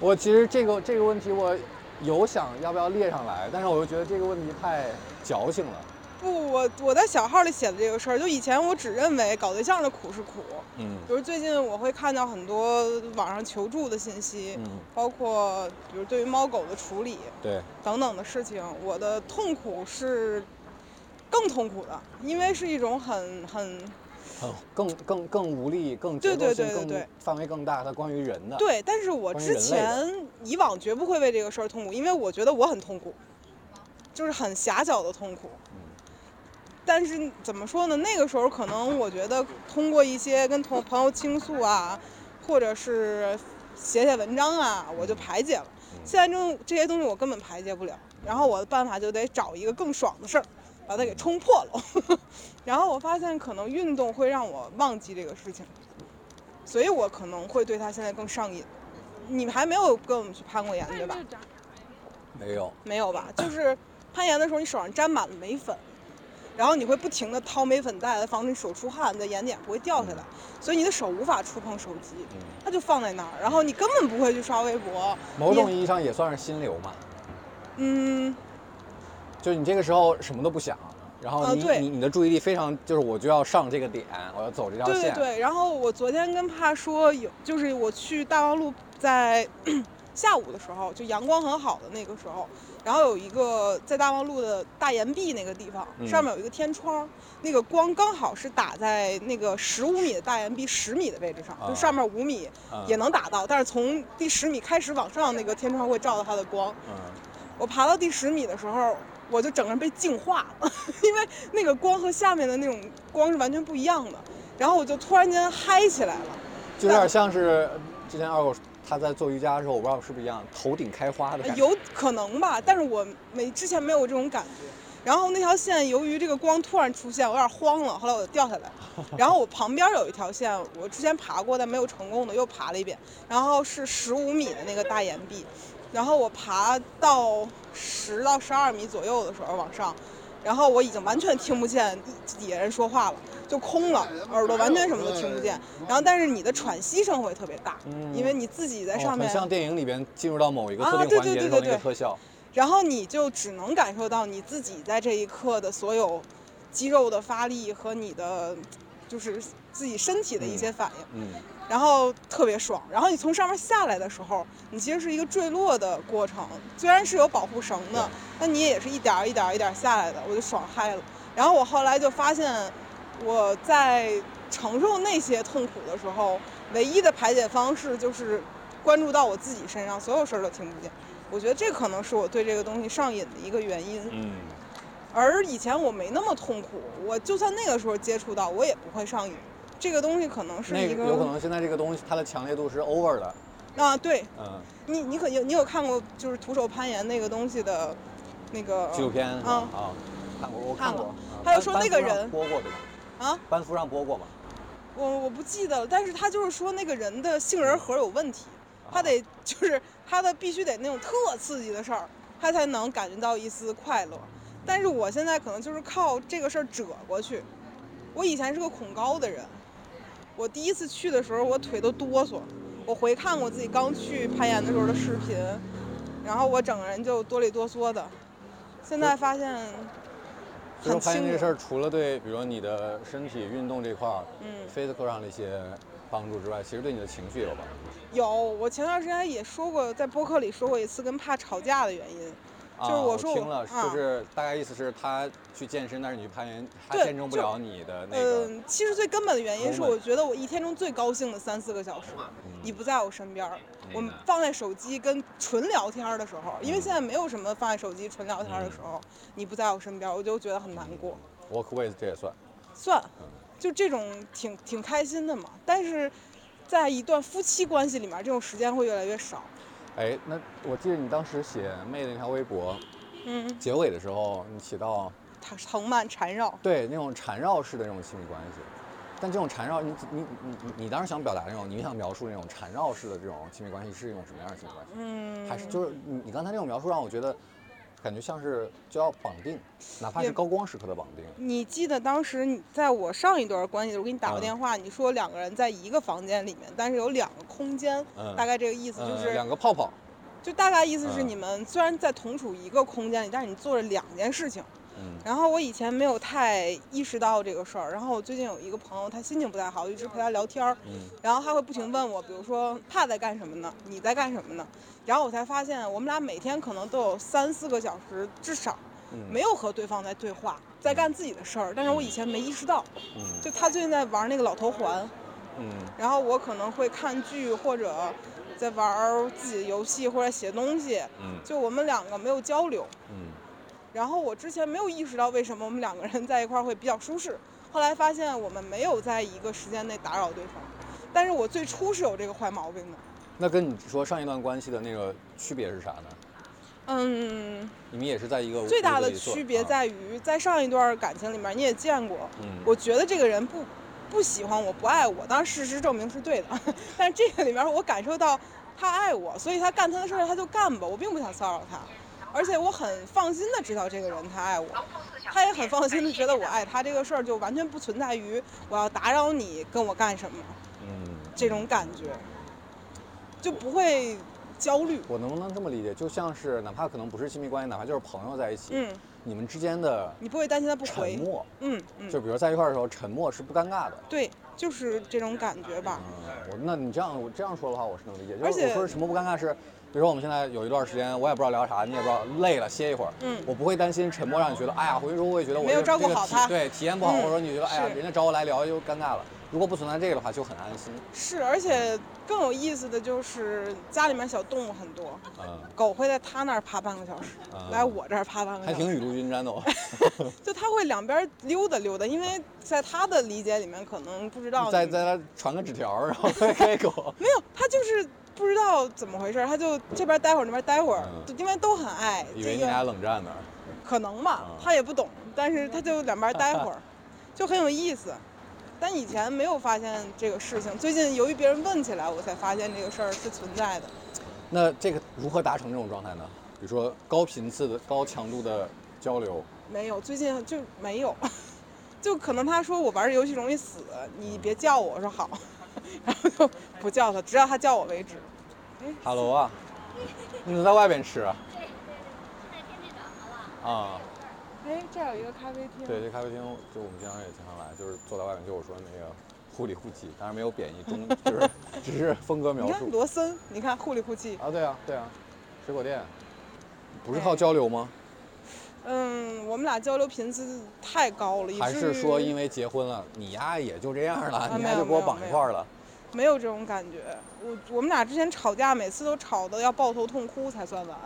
[SPEAKER 1] 我其实这个这个问题我有想要不要列上来，但是我又觉得这个问题太矫情了。
[SPEAKER 2] 不，我我在小号里写的这个事儿，就以前我只认为搞对象的苦是苦，
[SPEAKER 1] 嗯
[SPEAKER 2] 比如最近我会看到很多网上求助的信息，
[SPEAKER 1] 嗯，
[SPEAKER 2] 包括比如对于猫狗的处理，
[SPEAKER 1] 对，
[SPEAKER 2] 等等的事情，我的痛苦是更痛苦的，因为是一种很很
[SPEAKER 1] 很更更更无力，更
[SPEAKER 2] 对
[SPEAKER 1] 结构
[SPEAKER 2] 对
[SPEAKER 1] 性
[SPEAKER 2] 对对
[SPEAKER 1] 更
[SPEAKER 2] 对
[SPEAKER 1] 范围更大的关于人的。
[SPEAKER 2] 对。但是我
[SPEAKER 1] 关于人
[SPEAKER 2] 之
[SPEAKER 1] 类
[SPEAKER 2] 前以往绝不会为这个事儿痛苦，因为我觉得我很痛苦，就是很狭小的痛苦。
[SPEAKER 1] 嗯
[SPEAKER 2] 但是怎么说呢？那个时候可能我觉得通过一些跟同朋友倾诉啊，或者是写写文章啊，我就排解了。现在这种这些东西我根本排解不了，然后我的办法就得找一个更爽的事儿，把它给冲破了。 [laughs] 然后我发现可能运动会让我忘记这个事情，所以我可能会对它现在更上瘾。你们还没有跟我们去攀过岩对吧？
[SPEAKER 1] 没有，
[SPEAKER 2] 没有吧？就是攀岩的时候，你手上沾满了眉粉，然后你会不停的掏眉粉袋来防止你手出汗，你的眼睑不会掉下来，所以你的手无法触碰手机，
[SPEAKER 1] 嗯
[SPEAKER 2] 它就放在那儿，然后你根本不会去刷微博。
[SPEAKER 1] 某种
[SPEAKER 2] 你
[SPEAKER 1] 意义上也算是心流嘛。
[SPEAKER 2] 嗯，
[SPEAKER 1] 就你这个时候什么都不想，然后
[SPEAKER 2] 啊
[SPEAKER 1] 你、
[SPEAKER 2] 对
[SPEAKER 1] 你你的注意力非常，就是我就要上这个点，我要走这条
[SPEAKER 2] 对对
[SPEAKER 1] 线。
[SPEAKER 2] 对。然后我昨天跟帕说有，就是我去大望路在 [clears throat] 下午的时候，就阳光很好的那个时候，然后有一个在大望路的大岩壁那个地方，
[SPEAKER 1] 嗯
[SPEAKER 2] 上面有一个天窗，那个光刚好是打在那个十五米的大岩壁十米的位置上，
[SPEAKER 1] 啊
[SPEAKER 2] 就上面五米
[SPEAKER 1] 嗯
[SPEAKER 2] 也能打到，但是从第十米开始往上，那个天窗会照到它的光。
[SPEAKER 1] 嗯，
[SPEAKER 2] 我爬到第十米的时候，我就整个人被净化了， [laughs] 因为那个光和下面的那种光是完全不一样的。然后我就突然间嗨起来了，
[SPEAKER 1] 就有点像是之前二狗他在做瑜伽的时候，我不知道是不是一样，头顶开花的感觉。
[SPEAKER 2] 呃有可能吧，但是我没之前没有这种感觉。然后那条线由于这个光突然出现，我有点慌了，后来我就掉下来。
[SPEAKER 1] [laughs]
[SPEAKER 2] 然后我旁边有一条线，我之前爬过但没有成功的，又爬了一遍。然后是十五米的那个大岩壁，然后我爬到十到十二米左右的时候往上，然后我已经完全听不见野人说话了，就空了，耳朵完全什么都听不见。
[SPEAKER 1] 嗯
[SPEAKER 2] 然后但是你的喘息声会特别大，因为你自己在
[SPEAKER 1] 哦
[SPEAKER 2] 上面、
[SPEAKER 1] 很像电影里边进入到某一个
[SPEAKER 2] 啊
[SPEAKER 1] 特定
[SPEAKER 2] 对
[SPEAKER 1] 环节
[SPEAKER 2] 对
[SPEAKER 1] 的
[SPEAKER 2] 对
[SPEAKER 1] 时候
[SPEAKER 2] 对
[SPEAKER 1] 那个
[SPEAKER 2] 对
[SPEAKER 1] 特效。
[SPEAKER 2] 然后你就只能感受到你自己在这一刻的所有肌肉的发力和你的就是自己身体的一些反应，
[SPEAKER 1] 嗯，
[SPEAKER 2] 然后特别爽。然后你从上面下来的时候，你其实是一个坠落的过程，虽然是有保护绳的
[SPEAKER 1] 对，
[SPEAKER 2] 但你也是一点儿一点儿一点儿下来的，我就爽嗨了。然后我后来就发现，我在承受那些痛苦的时候，唯一的排解方式就是关注到我自己身上，所有事儿都听不见。我觉得这可能是我对这个东西上瘾的一个原因。
[SPEAKER 1] 嗯，
[SPEAKER 2] 而以前我没那么痛苦，我就算那个时候接触到，我也不会上瘾。这个东西可能是
[SPEAKER 1] 那
[SPEAKER 2] 一
[SPEAKER 1] 个
[SPEAKER 2] 个
[SPEAKER 1] 有可能现在这个东西它的强烈度是 over 的。
[SPEAKER 2] 啊，对
[SPEAKER 1] 嗯，
[SPEAKER 2] 你，你可有你有看过就是徒手攀岩那个东西的，那个
[SPEAKER 1] 纪录片啊
[SPEAKER 2] 啊
[SPEAKER 1] 啊，看过我看
[SPEAKER 2] 看
[SPEAKER 1] 过啊
[SPEAKER 2] 了。还有
[SPEAKER 1] 班
[SPEAKER 2] 说
[SPEAKER 1] 班
[SPEAKER 2] 那
[SPEAKER 1] 夫
[SPEAKER 2] 个
[SPEAKER 1] 上
[SPEAKER 2] 人
[SPEAKER 1] 播过对吧？
[SPEAKER 2] 啊，
[SPEAKER 1] 班夫上播过嘛？
[SPEAKER 2] 我我不记得了，但是他就是说那个人的杏
[SPEAKER 1] 嗯
[SPEAKER 2] 仁核有问题，
[SPEAKER 1] 啊
[SPEAKER 2] 他得就是他的必须得那种特刺激的事儿，他才能感觉到一丝快乐。但是我现在可能就是靠这个事儿折过去。我以前是个恐高的人，我第一次去的时候我腿都哆嗦，我回看我自己刚去攀岩的时候的视频，然后我整个人就哆里哆嗦的。现在发现
[SPEAKER 1] 就是
[SPEAKER 2] 很
[SPEAKER 1] 发现
[SPEAKER 2] 轻
[SPEAKER 1] 这
[SPEAKER 2] 盈。
[SPEAKER 1] 个事儿，除了对，比如说你的身体运动这块儿
[SPEAKER 2] 嗯
[SPEAKER 1] ，physical 上的一些帮助之外，其实对你的情绪也有帮助。
[SPEAKER 2] 有，我前段时间也说过，在播客里说过一次跟怕吵架的原因，就是
[SPEAKER 1] 啊
[SPEAKER 2] 我
[SPEAKER 1] 我
[SPEAKER 2] 说我
[SPEAKER 1] 听了，
[SPEAKER 2] 啊
[SPEAKER 1] 就是大概意思是他去健身，但是你去攀岩，他
[SPEAKER 2] 对
[SPEAKER 1] 见证不
[SPEAKER 2] 就
[SPEAKER 1] 了你的那个。
[SPEAKER 2] 嗯，其实最根本的原因是，
[SPEAKER 1] Moment
[SPEAKER 2] 我觉得我一天中最高兴的三四个小时，
[SPEAKER 1] 嗯
[SPEAKER 2] 你不在我身边儿，我
[SPEAKER 1] 明
[SPEAKER 2] 们
[SPEAKER 1] 白
[SPEAKER 2] 放在手机跟纯聊天儿的时候，因为
[SPEAKER 1] 嗯
[SPEAKER 2] 现在没有什么放在手机纯聊天儿的时候，你不在我身边儿，我就觉得很难过。
[SPEAKER 1] walk with 这也算。
[SPEAKER 2] 算，
[SPEAKER 1] 嗯
[SPEAKER 2] 就这种挺挺开心的嘛。但是，在一段夫妻关系里面，这种时间会越来越少。
[SPEAKER 1] 哎，那我记得你当时写妹的那条微博
[SPEAKER 2] 嗯，
[SPEAKER 1] 结尾的时候，你写到
[SPEAKER 2] 它藤蔓缠绕。
[SPEAKER 1] 对那种缠绕式的那种亲密关系，但这种缠绕，你你你你你当时想表达那种，你想描述那种缠绕式的这种亲密关系是一种什么样的亲密关系？
[SPEAKER 2] 嗯，
[SPEAKER 1] 还是就是你你刚才那种描述让我觉得，感觉像是就要绑定，哪怕是
[SPEAKER 2] 也
[SPEAKER 1] 高光时刻的绑定。
[SPEAKER 2] 你记得当时你在我上一段关系的时候，我给你打
[SPEAKER 1] 嗯
[SPEAKER 2] 过电话，你说两个人在一个房间里面，但是有两个空间，
[SPEAKER 1] 嗯
[SPEAKER 2] 大概这个意思就
[SPEAKER 1] 嗯
[SPEAKER 2] 是，
[SPEAKER 1] 两个泡泡，
[SPEAKER 2] 就大概意思是
[SPEAKER 1] 嗯
[SPEAKER 2] 你们虽然在同处一个空间里，但是你做了两件事情。
[SPEAKER 1] 嗯
[SPEAKER 2] 然后我以前没有太意识到这个事儿，然后我最近有一个朋友，他心情不太好，我一直陪他聊天儿，
[SPEAKER 1] 嗯
[SPEAKER 2] 然后他会不停问我，比如说怕在干什么呢？你在干什么呢？然后我才发现，我们俩每天可能都有三四个小时至少
[SPEAKER 1] 嗯，
[SPEAKER 2] 没有和对方在对话，在干自己的事儿，但是我以前没意识到。
[SPEAKER 1] 嗯
[SPEAKER 2] 就他最近在玩那个老头环，
[SPEAKER 1] 嗯
[SPEAKER 2] 然后我可能会看剧或者在玩自己的游戏或者写东西，
[SPEAKER 1] 嗯
[SPEAKER 2] 就我们两个没有交流。
[SPEAKER 1] 嗯
[SPEAKER 2] 然后我之前没有意识到为什么我们两个人在一块儿会比较舒适，后来发现我们没有在一个时间内打扰对方。但是我最初是有这个坏毛病的，
[SPEAKER 1] 那跟你说上一段关系的那个区别是啥呢？
[SPEAKER 2] 嗯，
[SPEAKER 1] 你们也是在一个
[SPEAKER 2] 最大
[SPEAKER 1] 屋子
[SPEAKER 2] 的
[SPEAKER 1] 里做
[SPEAKER 2] 区别
[SPEAKER 1] 啊
[SPEAKER 2] 在于，在上一段感情里面你也见过，
[SPEAKER 1] 嗯
[SPEAKER 2] 我觉得这个人不不喜欢我，不爱我，当然事实证明是对的， [laughs] 但是这个里面我感受到他爱我，所以他干他的事儿他就干吧，我并不想骚扰他，而且我很放心的知道这个人他爱我，他也很放心的觉得我爱他这个事儿就完全不存在于我要打扰你跟我干什么
[SPEAKER 1] 嗯
[SPEAKER 2] 这种感觉，就不会焦虑，
[SPEAKER 1] 我能不能这么理解？就像是哪怕可能不是亲密关系，哪怕就是朋友在一起，
[SPEAKER 2] 嗯，
[SPEAKER 1] 你们之间的
[SPEAKER 2] 你不会担心他不
[SPEAKER 1] 沉
[SPEAKER 2] 回，
[SPEAKER 1] 默，
[SPEAKER 2] 嗯
[SPEAKER 1] 就
[SPEAKER 2] 嗯，
[SPEAKER 1] 比如在一块儿的时候，沉默是不尴尬的。
[SPEAKER 2] 对，就是这种感觉吧，
[SPEAKER 1] 嗯，我那你这样我这样说的话，我是能理解。就
[SPEAKER 2] 而
[SPEAKER 1] 是我
[SPEAKER 2] 且
[SPEAKER 1] 说什么不尴尬是，比如说我们现在有一段时间，我也不知道聊啥，你也不知道，累了歇一会儿，
[SPEAKER 2] 嗯
[SPEAKER 1] 我不会担心沉默让你觉得，哎呀，回去之后我也觉得我
[SPEAKER 2] 没有
[SPEAKER 1] 这
[SPEAKER 2] 照顾
[SPEAKER 1] 这个
[SPEAKER 2] 好
[SPEAKER 1] 体
[SPEAKER 2] 他
[SPEAKER 1] 对，体验不好，
[SPEAKER 2] 嗯
[SPEAKER 1] 或者你觉得，哎呀，
[SPEAKER 2] 是
[SPEAKER 1] 人家找我来聊又尴尬了。如果不存在这个的话，就很安心。
[SPEAKER 2] 是，而且更有意思的就是家里面小动物很多，
[SPEAKER 1] 嗯，
[SPEAKER 2] 狗会在他那儿趴半个小时，
[SPEAKER 1] 啊
[SPEAKER 2] 来我这儿趴半个
[SPEAKER 1] 还
[SPEAKER 2] 小时，
[SPEAKER 1] 挺雨露均沾的哦。
[SPEAKER 2] 就它会两边溜达溜达，因为在他的理解里面，可能不知 [laughs] 道
[SPEAKER 1] 再
[SPEAKER 2] 你
[SPEAKER 1] 再来传个纸条儿，然后给狗。
[SPEAKER 2] 没有，他就是不知道怎么回事儿，他就这边待会儿，那边待会儿，
[SPEAKER 1] 嗯
[SPEAKER 2] 就因为都很爱
[SPEAKER 1] [laughs] 以为
[SPEAKER 2] 这
[SPEAKER 1] 你俩
[SPEAKER 2] 个，
[SPEAKER 1] 冷战呢。
[SPEAKER 2] 可能吧
[SPEAKER 1] 啊，
[SPEAKER 2] 他也不懂，但是他就两边待会
[SPEAKER 1] [laughs]
[SPEAKER 2] 儿，就很有意思。但以前没有发现这个事情，最近由于别人问起来，我才发现这个事儿是存在的。
[SPEAKER 1] [laughs] 那这个如何达成这种状态呢？比如说高频次的、高强度的交流，
[SPEAKER 2] 没有，最近就没有， [laughs] 就可能他说我玩这游戏容易死，你别叫我，我说好， [laughs] 然后就不叫他，直到他叫我为止。
[SPEAKER 1] 哈喽啊，你能在外边吃啊？啊，
[SPEAKER 2] 哎，这儿有一个咖啡厅，
[SPEAKER 1] 对，这咖啡厅就我们经常也经常来，就是坐在外面，就我说那个互里互气，当然没有贬义中，就是 [laughs] 只是风格描
[SPEAKER 2] 你看
[SPEAKER 1] 述
[SPEAKER 2] 罗森，你看互里互气，
[SPEAKER 1] 啊，对啊，对啊，水果店不是
[SPEAKER 2] 哎
[SPEAKER 1] 靠交流吗？
[SPEAKER 2] 嗯，我们俩交流频次太高了，以
[SPEAKER 1] 还
[SPEAKER 2] 至
[SPEAKER 1] 是
[SPEAKER 2] 于
[SPEAKER 1] 说因为结婚了，你呀也就这样了，
[SPEAKER 2] 啊
[SPEAKER 1] 你
[SPEAKER 2] 没
[SPEAKER 1] 呀
[SPEAKER 2] 有
[SPEAKER 1] 就给我
[SPEAKER 2] 没有
[SPEAKER 1] 绑一
[SPEAKER 2] 没有
[SPEAKER 1] 块儿了？
[SPEAKER 2] 没有这种感觉。我我们俩之前吵架，每次都吵得要抱头痛哭才算完。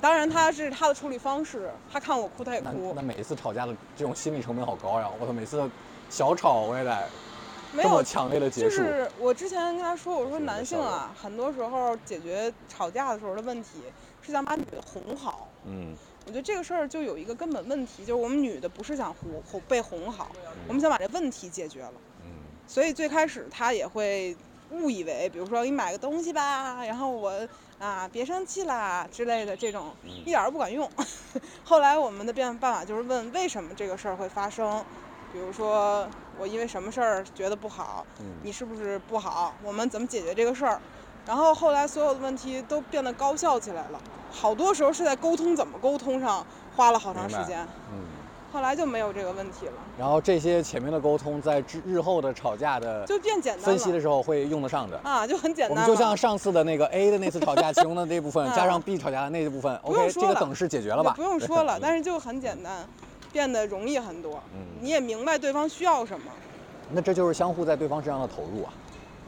[SPEAKER 2] 当然，他是他的处理方式，他看我哭，他也
[SPEAKER 1] 那
[SPEAKER 2] 哭
[SPEAKER 1] 那。每一次吵架的这种心理成本好高呀！我操，每次小吵我也得
[SPEAKER 2] 没
[SPEAKER 1] 这么
[SPEAKER 2] 有
[SPEAKER 1] 强烈的结
[SPEAKER 2] 就
[SPEAKER 1] 束。
[SPEAKER 2] 是我之前跟他说，我
[SPEAKER 1] 是
[SPEAKER 2] 说
[SPEAKER 1] 你的
[SPEAKER 2] 男性
[SPEAKER 1] 效
[SPEAKER 2] 啊，很多时候解决吵架的时候的问题是想把女的哄好。
[SPEAKER 1] 嗯
[SPEAKER 2] 我觉得这个事儿就有一个根本问题，就是我们女的不是想哄哄被哄好，我们想把这问题解决了。
[SPEAKER 1] 嗯
[SPEAKER 2] 所以最开始他也会误以为，比如说给你买个东西吧，然后我啊别生气啦之类的这种，
[SPEAKER 1] 嗯
[SPEAKER 2] 一点儿都不管用。 [laughs] 后来我们的变办法就是问为什么这个事儿会发生，比如说我因为什么事儿觉得不好，
[SPEAKER 1] 嗯
[SPEAKER 2] 你是不是不好？我们怎么解决这个事儿？然后后来所有的问题都变得高效起来了，好多时候是在沟通怎么沟通上花了好长时间。
[SPEAKER 1] 嗯，
[SPEAKER 2] 后来就没有这个问题了，
[SPEAKER 1] 然后这些前面的沟通，在之日后的吵架的
[SPEAKER 2] 就变简单了。
[SPEAKER 1] 分析的时候会用得上的。
[SPEAKER 2] 啊，就很简
[SPEAKER 1] 我
[SPEAKER 2] 单
[SPEAKER 1] 们
[SPEAKER 2] 了。
[SPEAKER 1] 就像上次的那个 A 的那次吵架，其中的那部分，
[SPEAKER 2] 嗯
[SPEAKER 1] 加上 B 吵架的那部分
[SPEAKER 2] 不用
[SPEAKER 1] ，OK，这
[SPEAKER 2] 说
[SPEAKER 1] 个
[SPEAKER 2] 了
[SPEAKER 1] 等式解决了吧？
[SPEAKER 2] 也不用
[SPEAKER 1] [laughs]
[SPEAKER 2] 说了，但
[SPEAKER 1] 是
[SPEAKER 2] 是就很简单，变得容易很多。
[SPEAKER 1] 嗯
[SPEAKER 2] 你也明白对方需要什么。
[SPEAKER 1] 那这就是相互在对方身上的投入啊。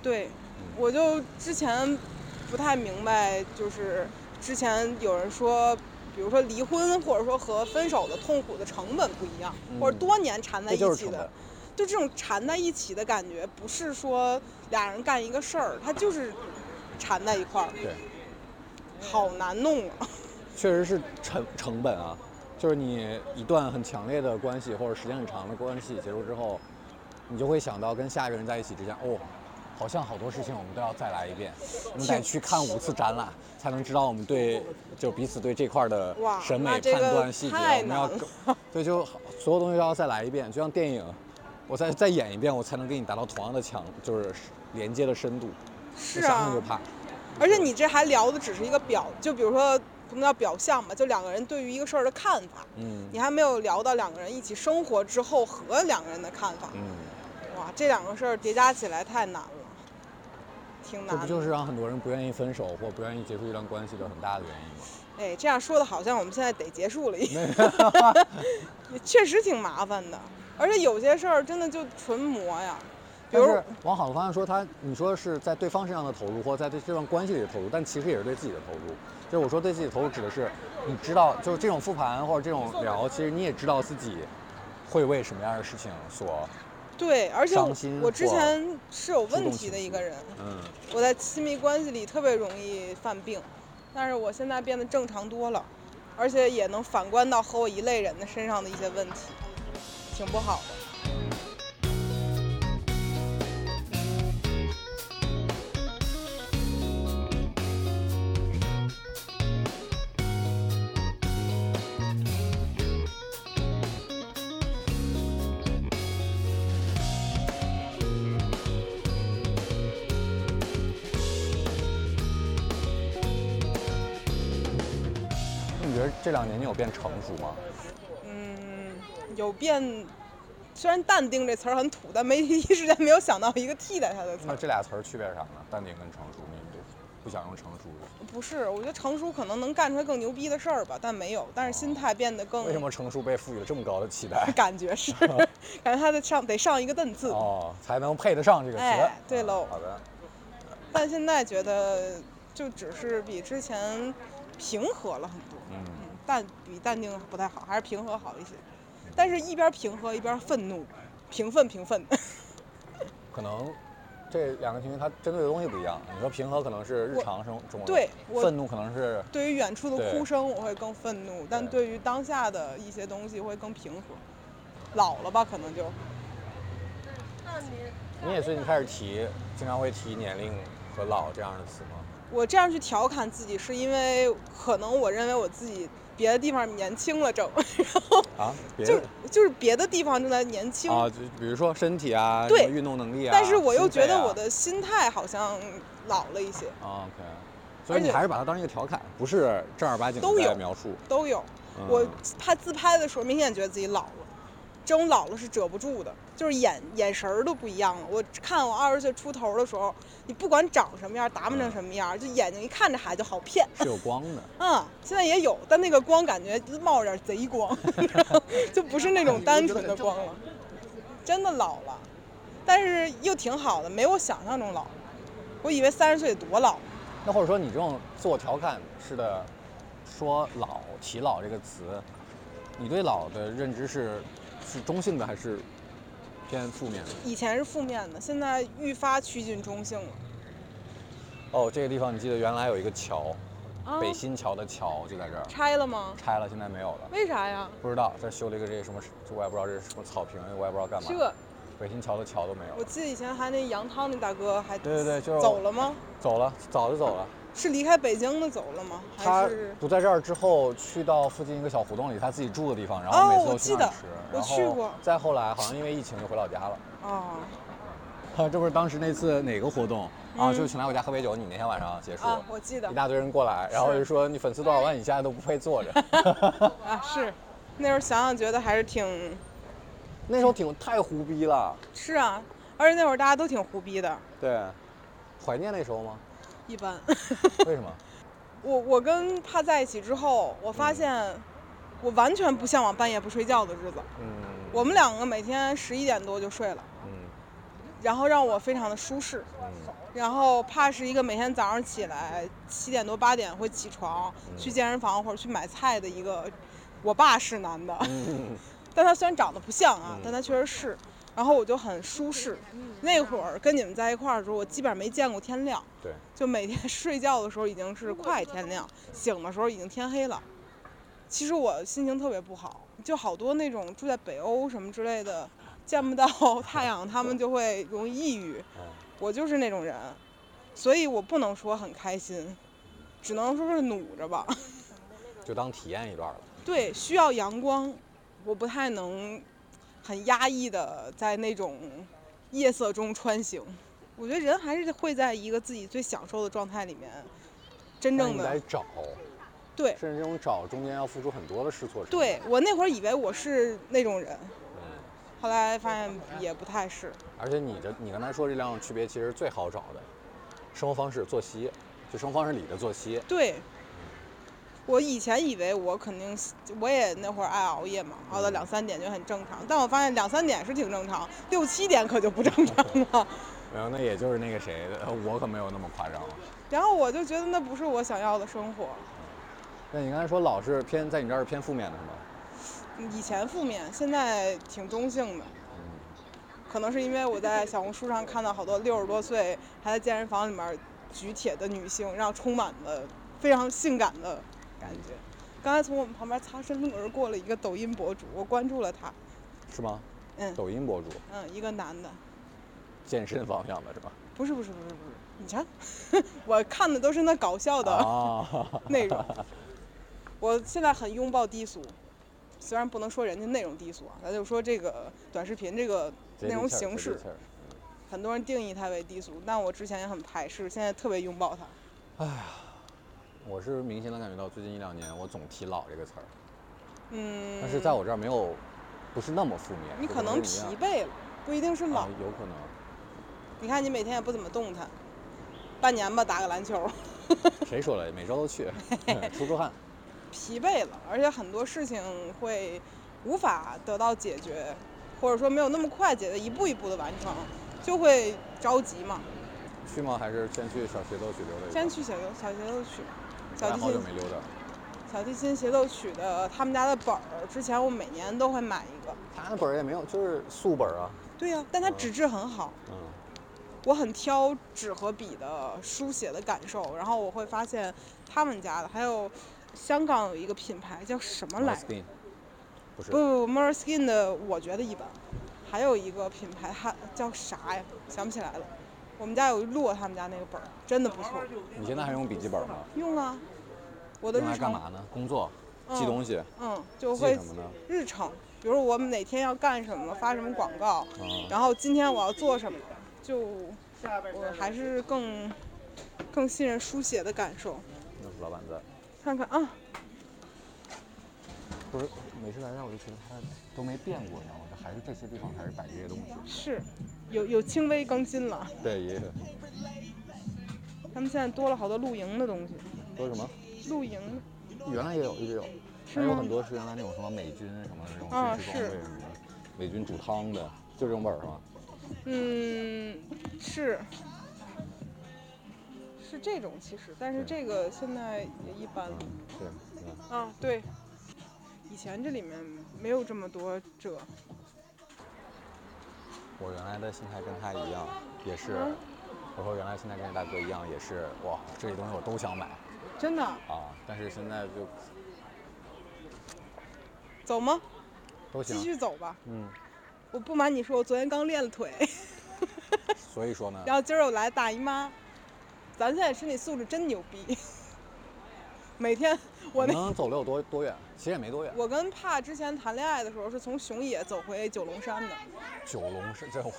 [SPEAKER 2] 对，我就之前不太明白，就是之前有人说。比如说离婚，或者说和分手的痛苦的成本不一样，或者
[SPEAKER 1] 嗯
[SPEAKER 2] 多年缠在
[SPEAKER 1] 这
[SPEAKER 2] 一
[SPEAKER 1] 就是
[SPEAKER 2] 起
[SPEAKER 1] 成
[SPEAKER 2] 的
[SPEAKER 1] 本，，
[SPEAKER 2] 就这种缠在一起的感觉，不是说俩人干一个事儿，他就是缠在一块儿，
[SPEAKER 1] 对，
[SPEAKER 2] 好难弄啊。
[SPEAKER 1] 确实是成成本啊。就是你一段很强烈的关系，或者时间很长的关系结束之后，你就会想到跟下一个人在一起之前，哦，好像好多事情我们都要再来一遍，我们得
[SPEAKER 2] 挺
[SPEAKER 1] 去看五次展览，才能知道我们对就彼此对这块儿的
[SPEAKER 2] 哇
[SPEAKER 1] 审美
[SPEAKER 2] 那这
[SPEAKER 1] 判
[SPEAKER 2] 个
[SPEAKER 1] 断细节，
[SPEAKER 2] 太
[SPEAKER 1] 我们要
[SPEAKER 2] 难
[SPEAKER 1] 更对，就好所有东西都要再来一遍，就像电影，我再再演一遍，我才能跟你达到同样的强，就是连接的深度。
[SPEAKER 2] 是
[SPEAKER 1] 我想想
[SPEAKER 2] 啊
[SPEAKER 1] 就，怕。
[SPEAKER 2] 而且你这还聊的只是一个表，就比如说不能叫表象吧，就两个人对于一个事儿的看法，
[SPEAKER 1] 嗯
[SPEAKER 2] 你还没有聊到两个人一起生活之后和两个人的看法。
[SPEAKER 1] 嗯，
[SPEAKER 2] 哇，这两个事儿叠加起来太难了，挺
[SPEAKER 1] 这
[SPEAKER 2] 难
[SPEAKER 1] 不
[SPEAKER 2] 的。
[SPEAKER 1] 就是让很多人不愿意分手或不愿意结束一段关系的很大的原因吗？
[SPEAKER 2] 哎，这样说的好像我们现在得结束了一
[SPEAKER 1] [laughs]
[SPEAKER 2] 样，也确实挺麻烦的。而且有些事儿真的就纯磨呀，比
[SPEAKER 1] 但
[SPEAKER 2] 如
[SPEAKER 1] 是往好的方向说，他你说是在对方身上的投入，或者在对这段关系里的投入，但其实也是对自己的投入。就是我说对自己投入，指的是你知道，就是这种复盘或者这种聊，其实你也知道自己会为什么样的事情所
[SPEAKER 2] 对，而且我
[SPEAKER 1] 伤心
[SPEAKER 2] 我之
[SPEAKER 1] 或
[SPEAKER 2] 前是有问
[SPEAKER 1] 动
[SPEAKER 2] 题
[SPEAKER 1] 情
[SPEAKER 2] 的一
[SPEAKER 1] 绪
[SPEAKER 2] 个人，
[SPEAKER 1] 嗯
[SPEAKER 2] 我在亲密关系里特别容易犯病，但是我现在变得正常多了，而且也能反观到和我一类人的身上的一些问题，挺不好的。
[SPEAKER 1] 那你觉得这两年你有变成熟吗？
[SPEAKER 2] 嗯，有变，虽然“淡定”这词儿很土，但没 [laughs] 一时间没有想到一个替代它的词
[SPEAKER 1] 那
[SPEAKER 2] 儿。
[SPEAKER 1] 这俩词儿区别是啥呢？淡定跟成熟，你不不想用成熟，
[SPEAKER 2] 不是，我觉得成熟可能能干出来更牛逼的事儿吧，但没有，但是心态变得更。
[SPEAKER 1] 为什么成熟被赋予了这么高的期待？ [laughs]
[SPEAKER 2] 感觉是， [laughs] 感觉他得上得上一个“蹬”字。
[SPEAKER 1] 哦，才能配得上这个词。
[SPEAKER 2] 哎对喽
[SPEAKER 1] 啊好的，
[SPEAKER 2] 但现在觉得就只是比之前平和了很多，
[SPEAKER 1] 嗯，
[SPEAKER 2] 嗯，淡比淡定不太好，还是平和好一些。但是，一边平和一边愤怒，平愤平愤。 [laughs]
[SPEAKER 1] 可能这两个情绪它针对的东西不一样。你说平和可能是日常生中，
[SPEAKER 2] 对我
[SPEAKER 1] 愤怒可能是
[SPEAKER 2] 对于远处的
[SPEAKER 1] 对
[SPEAKER 2] 哭声，我会更愤怒；但
[SPEAKER 1] 对
[SPEAKER 2] 对于当下的一些东西，会更平和。老了吧，可能就
[SPEAKER 1] 你也最近开始提，经常会提年龄和老这样的词吗？
[SPEAKER 2] 我这样去调侃自己，是因为可能我认为我自己别的地方年轻了正， [laughs] 然后
[SPEAKER 1] 啊，别
[SPEAKER 2] 就
[SPEAKER 1] 的
[SPEAKER 2] 就是别的地方正在年轻
[SPEAKER 1] 啊，就比如说身体啊，
[SPEAKER 2] 对
[SPEAKER 1] 什么运动能力啊，
[SPEAKER 2] 但是我又觉得
[SPEAKER 1] 心肺啊
[SPEAKER 2] 我的心态好像老了一些，
[SPEAKER 1] 啊 OK，所以
[SPEAKER 2] 而
[SPEAKER 1] 你
[SPEAKER 2] 且
[SPEAKER 1] 还是把它当成一个调侃，不是正儿八经
[SPEAKER 2] 都
[SPEAKER 1] 的在
[SPEAKER 2] 有
[SPEAKER 1] 描述。
[SPEAKER 2] 都有。
[SPEAKER 1] 嗯
[SPEAKER 2] 我拍自拍的时候，明显觉得自己老了，这种老了是遮不住的，就是眼眼神儿都不一样了。我看我二十岁出头的时候，你不管长什么样，打扮成
[SPEAKER 1] 嗯
[SPEAKER 2] 什么样，就眼睛一看这孩子就好骗。
[SPEAKER 1] 是有光的，
[SPEAKER 2] 嗯，现在也有，但那个光感觉冒着点贼光，就不是那种单纯的光了，真的老了，但是又挺好的，没我想象中老。我以为三十岁得多老，
[SPEAKER 1] 那或者说你这种自我调侃式的说“老”提“老”这个词，你对“老”的认知是是中性的还是偏负面的？
[SPEAKER 2] 以前是负面的，现在愈发趋近中性了。
[SPEAKER 1] 哦，这个地方你记得原来有一个桥，
[SPEAKER 2] 啊
[SPEAKER 1] 北新桥的桥就在这儿，
[SPEAKER 2] 拆了吗？
[SPEAKER 1] 拆了，现在没有了。
[SPEAKER 2] 为啥呀？
[SPEAKER 1] 不知道这修了一个这个什么，这我也不知道这是什么草坪，我也不知道干嘛。
[SPEAKER 2] 这
[SPEAKER 1] 北新桥的桥都没有
[SPEAKER 2] 我
[SPEAKER 1] 了，
[SPEAKER 2] 记得以前还那杨涛那大哥还
[SPEAKER 1] 对对对就是
[SPEAKER 2] 走了吗？
[SPEAKER 1] 走了，早就走了。
[SPEAKER 2] 是离开北京的走了吗？还
[SPEAKER 1] 他
[SPEAKER 2] 是
[SPEAKER 1] 不在这儿之后，去到附近一个小胡同里，他自己住的地方，然
[SPEAKER 2] 哦
[SPEAKER 1] 后每次
[SPEAKER 2] 我
[SPEAKER 1] 都
[SPEAKER 2] 记
[SPEAKER 1] 去
[SPEAKER 2] 得
[SPEAKER 1] 那儿吃。
[SPEAKER 2] 我
[SPEAKER 1] 然
[SPEAKER 2] 去
[SPEAKER 1] 后
[SPEAKER 2] 过
[SPEAKER 1] 再后来，好像因为疫情就回老家了。
[SPEAKER 2] 哦
[SPEAKER 1] 啊， [laughs] 这不是当时那次哪个活动啊？
[SPEAKER 2] 嗯
[SPEAKER 1] 就是请来我家喝杯酒，你那天晚上结束，
[SPEAKER 2] 啊，我记得
[SPEAKER 1] 一大堆人过来，然后就说你粉丝多少万以下都不配坐着。
[SPEAKER 2] 啊是，那时候想想觉得还是挺
[SPEAKER 1] [laughs] 那时候挺太胡逼了，
[SPEAKER 2] 是啊，而且那会儿大家都挺胡逼的，
[SPEAKER 1] 对，怀念那时候吗？
[SPEAKER 2] 一般。 [laughs]
[SPEAKER 1] 为什么？
[SPEAKER 2] 我我跟他在一起之后，我
[SPEAKER 1] 嗯
[SPEAKER 2] 发现我完全不向往半夜不睡觉的日子。
[SPEAKER 1] 嗯，
[SPEAKER 2] 我们两个每天十一点多就睡了，
[SPEAKER 1] 嗯
[SPEAKER 2] 然后让我非常的舒适。
[SPEAKER 1] 嗯
[SPEAKER 2] 然后怕是一个每天早上起来七点多八点会起床
[SPEAKER 1] 嗯
[SPEAKER 2] 去健身房或者去买菜的一个，我爸是男的，
[SPEAKER 1] 嗯
[SPEAKER 2] [laughs] 但他虽然长得不像啊
[SPEAKER 1] 嗯，
[SPEAKER 2] 但他确实是。然后我就很舒适。那会儿跟你们在一块儿的时候，我基本上没见过天亮，
[SPEAKER 1] [laughs] 对，
[SPEAKER 2] 就每天 [laughs] 睡觉的时候已经是快天亮，醒的时候已经天黑了。其实我心情特别不好，就好多那种住在北欧什么之类的，见不到 [laughs] 太阳，他们就会容易抑郁。
[SPEAKER 1] 嗯
[SPEAKER 2] 我就是那种人，所以我不能说很开心，只能说是努着吧。
[SPEAKER 1] 就当体验一段了。
[SPEAKER 2] 对，需要阳光，我不太能很压抑的在那种夜色中穿行。我觉得人还是会在一个自己最享受的状态里面，真
[SPEAKER 1] 但是
[SPEAKER 2] 正
[SPEAKER 1] 你得
[SPEAKER 2] 的
[SPEAKER 1] 找，
[SPEAKER 2] 对
[SPEAKER 1] 甚至这种找中间要付出很多的试错成本。
[SPEAKER 2] 对我那会儿以为我是那种人，
[SPEAKER 1] 嗯
[SPEAKER 2] 后来发现也不太是。
[SPEAKER 1] 而且你这你刚才说这两种区别其实最好找的，生活方式、作息，就生活方式里的作息。
[SPEAKER 2] 对，我以前以为我肯定是，我也那会儿爱熬夜嘛，熬到两三点就很正常。但我发现两三点是挺正常，六七点可就不正常了。
[SPEAKER 1] 然后那也就是那个谁，呃我可没有那么夸张了。
[SPEAKER 2] 然后我就觉得那不是我想要的生活。
[SPEAKER 1] 那你刚才说老是偏在你这儿偏负面的是吗？
[SPEAKER 2] 嗯以前负面，现在挺中性的。可能是因为我在小红书上看到好多六十多岁还在健身房里面举铁的女性，让充满了非常性感的感觉。刚才从我们旁边擦身而过了一个抖音博主，我关注了他。
[SPEAKER 1] 是吗？
[SPEAKER 2] 嗯
[SPEAKER 1] 抖音博主，
[SPEAKER 2] 嗯，一个男的，
[SPEAKER 1] 健身方向的是吧？
[SPEAKER 2] 不是不是不是不是，你瞧， [laughs] 我看的都是那搞笑的 [laughs]
[SPEAKER 1] 啊，
[SPEAKER 2] 内容。我现在很拥抱低俗，虽然不能说人家内容低俗啊，咱就说这个短视频这个
[SPEAKER 1] 接
[SPEAKER 2] 内
[SPEAKER 1] 地
[SPEAKER 2] 容
[SPEAKER 1] 气儿
[SPEAKER 2] 形
[SPEAKER 1] 接地
[SPEAKER 2] 式
[SPEAKER 1] 气，儿
[SPEAKER 2] 很多人定义它为低俗，但我之前也很排斥，现在特别拥抱它。
[SPEAKER 1] 我是明显的感觉到最近一两年我总提“老”这个词儿，
[SPEAKER 2] 嗯，
[SPEAKER 1] 但是在我这儿没有，不是那么负面。
[SPEAKER 2] 你
[SPEAKER 1] 就
[SPEAKER 2] 可
[SPEAKER 1] 不是
[SPEAKER 2] 能
[SPEAKER 1] 一
[SPEAKER 2] 疲
[SPEAKER 1] 样
[SPEAKER 2] 惫了，不一定是老
[SPEAKER 1] 啊。有可能。
[SPEAKER 2] 你看你每天也不怎么动弹，半年吧打个篮球，
[SPEAKER 1] 谁说了？每周都
[SPEAKER 2] [laughs]
[SPEAKER 1] 去，出出汗。
[SPEAKER 2] 疲惫了，而且很多事情会无法得到解决，或者说没有那么快解决，一步一步的完成，就会着急嘛。
[SPEAKER 1] 去吗？还是先去小协奏曲溜达一圈？
[SPEAKER 2] 先去小游小节奏曲，小
[SPEAKER 1] 哎
[SPEAKER 2] 提
[SPEAKER 1] 好久
[SPEAKER 2] 琴
[SPEAKER 1] 没溜达了。
[SPEAKER 2] 小提琴协奏曲的他们家的本儿，之前我每年都会买一个。
[SPEAKER 1] 他的本儿也没有，就是素本儿啊。
[SPEAKER 2] 对呀、但它
[SPEAKER 1] 嗯
[SPEAKER 2] 纸质很好。
[SPEAKER 1] 嗯，
[SPEAKER 2] 我很挑纸和笔的书写的感受，然后我会发现他们家的，还有香港有一个品牌叫什么来着？
[SPEAKER 1] Moleskine 不是
[SPEAKER 2] 不不不，Moreskin 的我觉得一般，还有一个品牌它叫啥呀？想不起来了。我们家有一摞他们家那个本儿，真的不错，
[SPEAKER 1] 你现在还用笔记本吗？
[SPEAKER 2] 用啊。我的
[SPEAKER 1] 用
[SPEAKER 2] 日
[SPEAKER 1] 来干
[SPEAKER 2] 常，
[SPEAKER 1] 嘛呢？工作，
[SPEAKER 2] 嗯
[SPEAKER 1] 记东西，
[SPEAKER 2] 嗯，就
[SPEAKER 1] 记
[SPEAKER 2] 会
[SPEAKER 1] 什么呢？
[SPEAKER 2] 日程，比如我们哪天要干什么，发什么广告，
[SPEAKER 1] 啊，
[SPEAKER 2] 然后今天我要做什么，就我还是更更信任书写的感受。
[SPEAKER 1] 那是老板在。
[SPEAKER 2] 看看啊，
[SPEAKER 1] 不是，每次来这儿我就觉得它都没变过，你知道吗？这还是这些地方还是摆这些东西。
[SPEAKER 2] 是有有轻微更新了。
[SPEAKER 1] 对，也有
[SPEAKER 2] 他们现在多了好多露营的东西，
[SPEAKER 1] 说什么？
[SPEAKER 2] 露营的
[SPEAKER 1] 原来也有，一直有，
[SPEAKER 2] 是
[SPEAKER 1] 还有
[SPEAKER 2] 吗
[SPEAKER 1] 很多是原来那种什么美军什么的这种
[SPEAKER 2] 啊
[SPEAKER 1] 军事装备
[SPEAKER 2] 是
[SPEAKER 1] 什么的，美军煮汤的，就这种本儿是吧？
[SPEAKER 2] 嗯，是是这种其实，但是
[SPEAKER 1] 对
[SPEAKER 2] 这个现在也一般了。
[SPEAKER 1] 对，嗯
[SPEAKER 2] 啊，对，以前这里面没有这么多这，
[SPEAKER 1] 我原来的心态跟他一样，也是
[SPEAKER 2] 嗯，
[SPEAKER 1] 我说原来心态跟这大哥一样，也是哇，这些东西我都想买
[SPEAKER 2] 真的
[SPEAKER 1] 啊，但是现在就
[SPEAKER 2] 走吗？
[SPEAKER 1] 都
[SPEAKER 2] 继
[SPEAKER 1] 行，
[SPEAKER 2] 续走吧。
[SPEAKER 1] 嗯，啊
[SPEAKER 2] 我不瞒你说，我昨天刚练了腿，
[SPEAKER 1] 所以说呢，
[SPEAKER 2] 然后今儿我来大姨妈。咱现在身体素质真牛逼，每天我那
[SPEAKER 1] 能走了有多多远？其实也没多远，
[SPEAKER 2] 我跟帕之前谈恋爱的时候是从熊野走回九龙山的，
[SPEAKER 1] 九龙是这我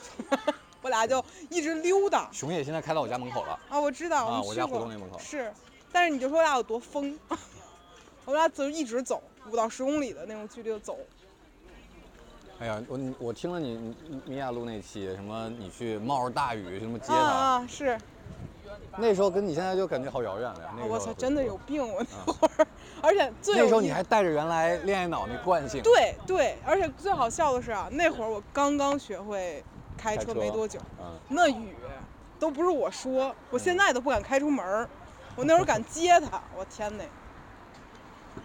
[SPEAKER 2] 我俩就一直溜达
[SPEAKER 1] 熊野现在开到我家门口了，
[SPEAKER 2] 啊。我知道，
[SPEAKER 1] 啊
[SPEAKER 2] 们
[SPEAKER 1] 我
[SPEAKER 2] 去
[SPEAKER 1] 家
[SPEAKER 2] 过
[SPEAKER 1] 胡同那门口
[SPEAKER 2] 是，但是你就说我俩有多疯， [laughs] 我们俩就一直走五到十公里的那种距离就走。
[SPEAKER 1] 哎呀，我我听了你你米娅录那期，什么你去冒着大雨什么接
[SPEAKER 2] 啊
[SPEAKER 1] 他，
[SPEAKER 2] 啊，是
[SPEAKER 1] 那时候跟你现在就感觉好遥远了呀。那个时候
[SPEAKER 2] 啊我操，真的有
[SPEAKER 1] 回
[SPEAKER 2] 病！我那会儿， [laughs] 而且
[SPEAKER 1] 顾。
[SPEAKER 2] 最
[SPEAKER 1] 啊那时候
[SPEAKER 2] 有
[SPEAKER 1] 你
[SPEAKER 2] 意
[SPEAKER 1] 还带着原来恋爱脑那惯性，
[SPEAKER 2] 对对，而且最好笑的是啊，那会儿我刚刚学会开
[SPEAKER 1] 开
[SPEAKER 2] 车
[SPEAKER 1] 车
[SPEAKER 2] 没多久，
[SPEAKER 1] 嗯，
[SPEAKER 2] 那雨都不是我说，我现在都不敢开出门儿，我那会儿敢接
[SPEAKER 1] [laughs]
[SPEAKER 2] 他，我天哪，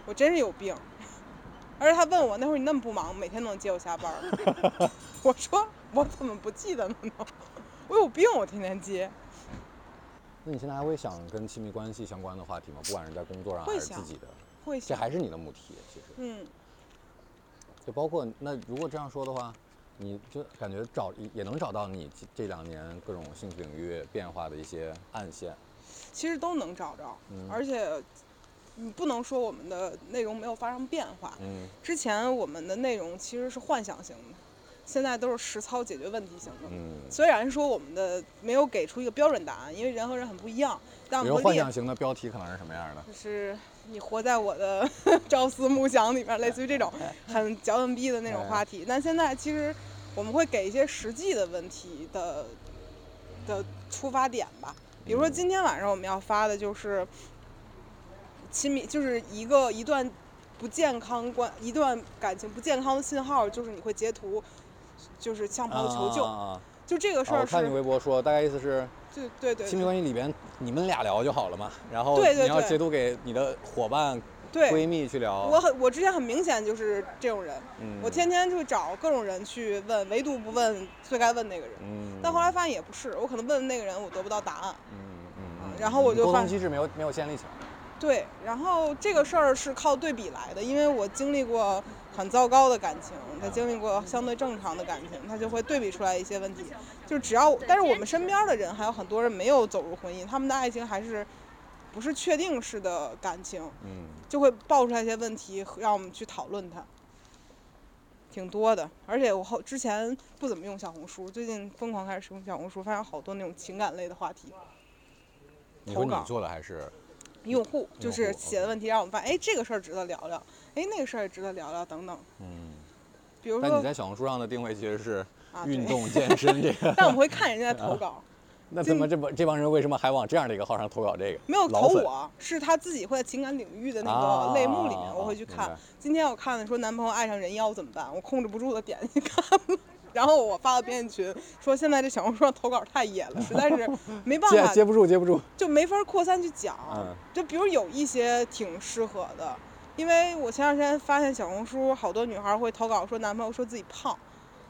[SPEAKER 2] 我真是有病。而且他问我那会儿你那么不忙，每天都能接我下班儿，
[SPEAKER 1] [laughs]
[SPEAKER 2] 我说我怎么不记得了呢？我有病，我天天接。
[SPEAKER 1] 那你现在还会想跟亲密关系相关的话题吗？不管是在工作上还
[SPEAKER 2] 会
[SPEAKER 1] 是
[SPEAKER 2] 想
[SPEAKER 1] 自己的，
[SPEAKER 2] 会
[SPEAKER 1] 这
[SPEAKER 2] 想，
[SPEAKER 1] 还是你的母题，其实
[SPEAKER 2] 嗯，
[SPEAKER 1] 就包括那如果这样说的话，你就感觉找也能找到你这这两年各种兴趣领域变化的一些暗线。
[SPEAKER 2] 其实都能找着，
[SPEAKER 1] 嗯
[SPEAKER 2] 而且你不能说我们的内容没有发生变化，
[SPEAKER 1] 嗯，
[SPEAKER 2] 之前我们的内容其实是幻想型的，现在都是实操解决问题型的。
[SPEAKER 1] 嗯，
[SPEAKER 2] 虽然说我们的没有给出一个标准答案，因为人和人很不一样，但
[SPEAKER 1] 比如
[SPEAKER 2] 我们
[SPEAKER 1] 幻
[SPEAKER 2] 会列
[SPEAKER 1] 想型的标题可能是什么样的？
[SPEAKER 2] 就是你活在我的 [laughs] 朝思暮想里面，类似于
[SPEAKER 1] [laughs]
[SPEAKER 2] 这种很脚本逼的
[SPEAKER 1] 哎
[SPEAKER 2] 那种话题。但现在其实我们会给一些实际的问题的的出发点吧，比如说
[SPEAKER 1] 嗯
[SPEAKER 2] 今天晚上我们要发的就是亲密，就是一个一段不健康关一段感情不健康的信号，就是你会截图，就是向朋友求救。
[SPEAKER 1] 啊啊啊啊
[SPEAKER 2] 就这个事
[SPEAKER 1] 哦，我
[SPEAKER 2] 儿是，
[SPEAKER 1] 看你微博说，大概意思是
[SPEAKER 2] 对对对
[SPEAKER 1] 亲密关系里边你们俩聊就好了嘛，然后
[SPEAKER 2] 对对
[SPEAKER 1] 你要
[SPEAKER 2] 对
[SPEAKER 1] 截图给你的伙伴、
[SPEAKER 2] 对，
[SPEAKER 1] 闺蜜去聊。
[SPEAKER 2] 我很我之前很明显就是这种人。
[SPEAKER 1] 嗯
[SPEAKER 2] 我天天就找各种人去问，唯独不问最该问那个人。
[SPEAKER 1] 嗯，
[SPEAKER 2] 但后来发现也不是，我可能问那个人，我得不到答案。
[SPEAKER 1] 嗯嗯嗯，
[SPEAKER 2] 啊然后我就
[SPEAKER 1] 沟
[SPEAKER 2] 发
[SPEAKER 1] 通机制没有没有建立起来。
[SPEAKER 2] 对，然后这个事儿是靠对比来的，因为我经历过很糟糕的感情，他经历过相对正常的感情，他就会对比出来一些问题。就是只要，但是我们身边的人还有很多人没有走入婚姻，他们的爱情还是不是确定式的感情，
[SPEAKER 1] 嗯，
[SPEAKER 2] 就会爆出来一些问题，让我们去讨论它，挺多的。而且我后之前不怎么用小红书，最近疯狂开始使用小红书，发现好多那种情感类的话题，
[SPEAKER 1] 你
[SPEAKER 2] 投
[SPEAKER 1] 说你
[SPEAKER 2] 稿
[SPEAKER 1] 做的还是
[SPEAKER 2] 用户就
[SPEAKER 1] 用
[SPEAKER 2] 是
[SPEAKER 1] 户
[SPEAKER 2] 写的问题，让我们发现，哎，这个事儿值得聊聊，哎，那个事儿也值得聊聊，等等。
[SPEAKER 1] 嗯？
[SPEAKER 2] 比如
[SPEAKER 1] 但你
[SPEAKER 2] 说
[SPEAKER 1] 在小红书上的定位其实是
[SPEAKER 2] 啊，
[SPEAKER 1] 运
[SPEAKER 2] 对，
[SPEAKER 1] 动健身这
[SPEAKER 2] [laughs]
[SPEAKER 1] 个，
[SPEAKER 2] 但我们会看人家的投稿，
[SPEAKER 1] 那怎么这帮这帮人为什么还往这样的一个号上投稿这个？
[SPEAKER 2] 没有
[SPEAKER 1] 老
[SPEAKER 2] 投
[SPEAKER 1] 粉啊
[SPEAKER 2] 我，是他自己会在情感领域的那个类目里面，我会去看。今天我看了说男朋友爱上人妖怎么办，我控制不住的点进去看了，然后我发到编辑群说现在这小红书上投稿太野了，实在是没
[SPEAKER 1] [laughs]
[SPEAKER 2] 办
[SPEAKER 1] 接
[SPEAKER 2] 法，
[SPEAKER 1] 接不住，接不住。
[SPEAKER 2] 就没法扩散去讲
[SPEAKER 1] 嗯。
[SPEAKER 2] 就比如有一些挺适合的，因为我前两天发现小红书好多女孩会投稿说男朋友说自己胖，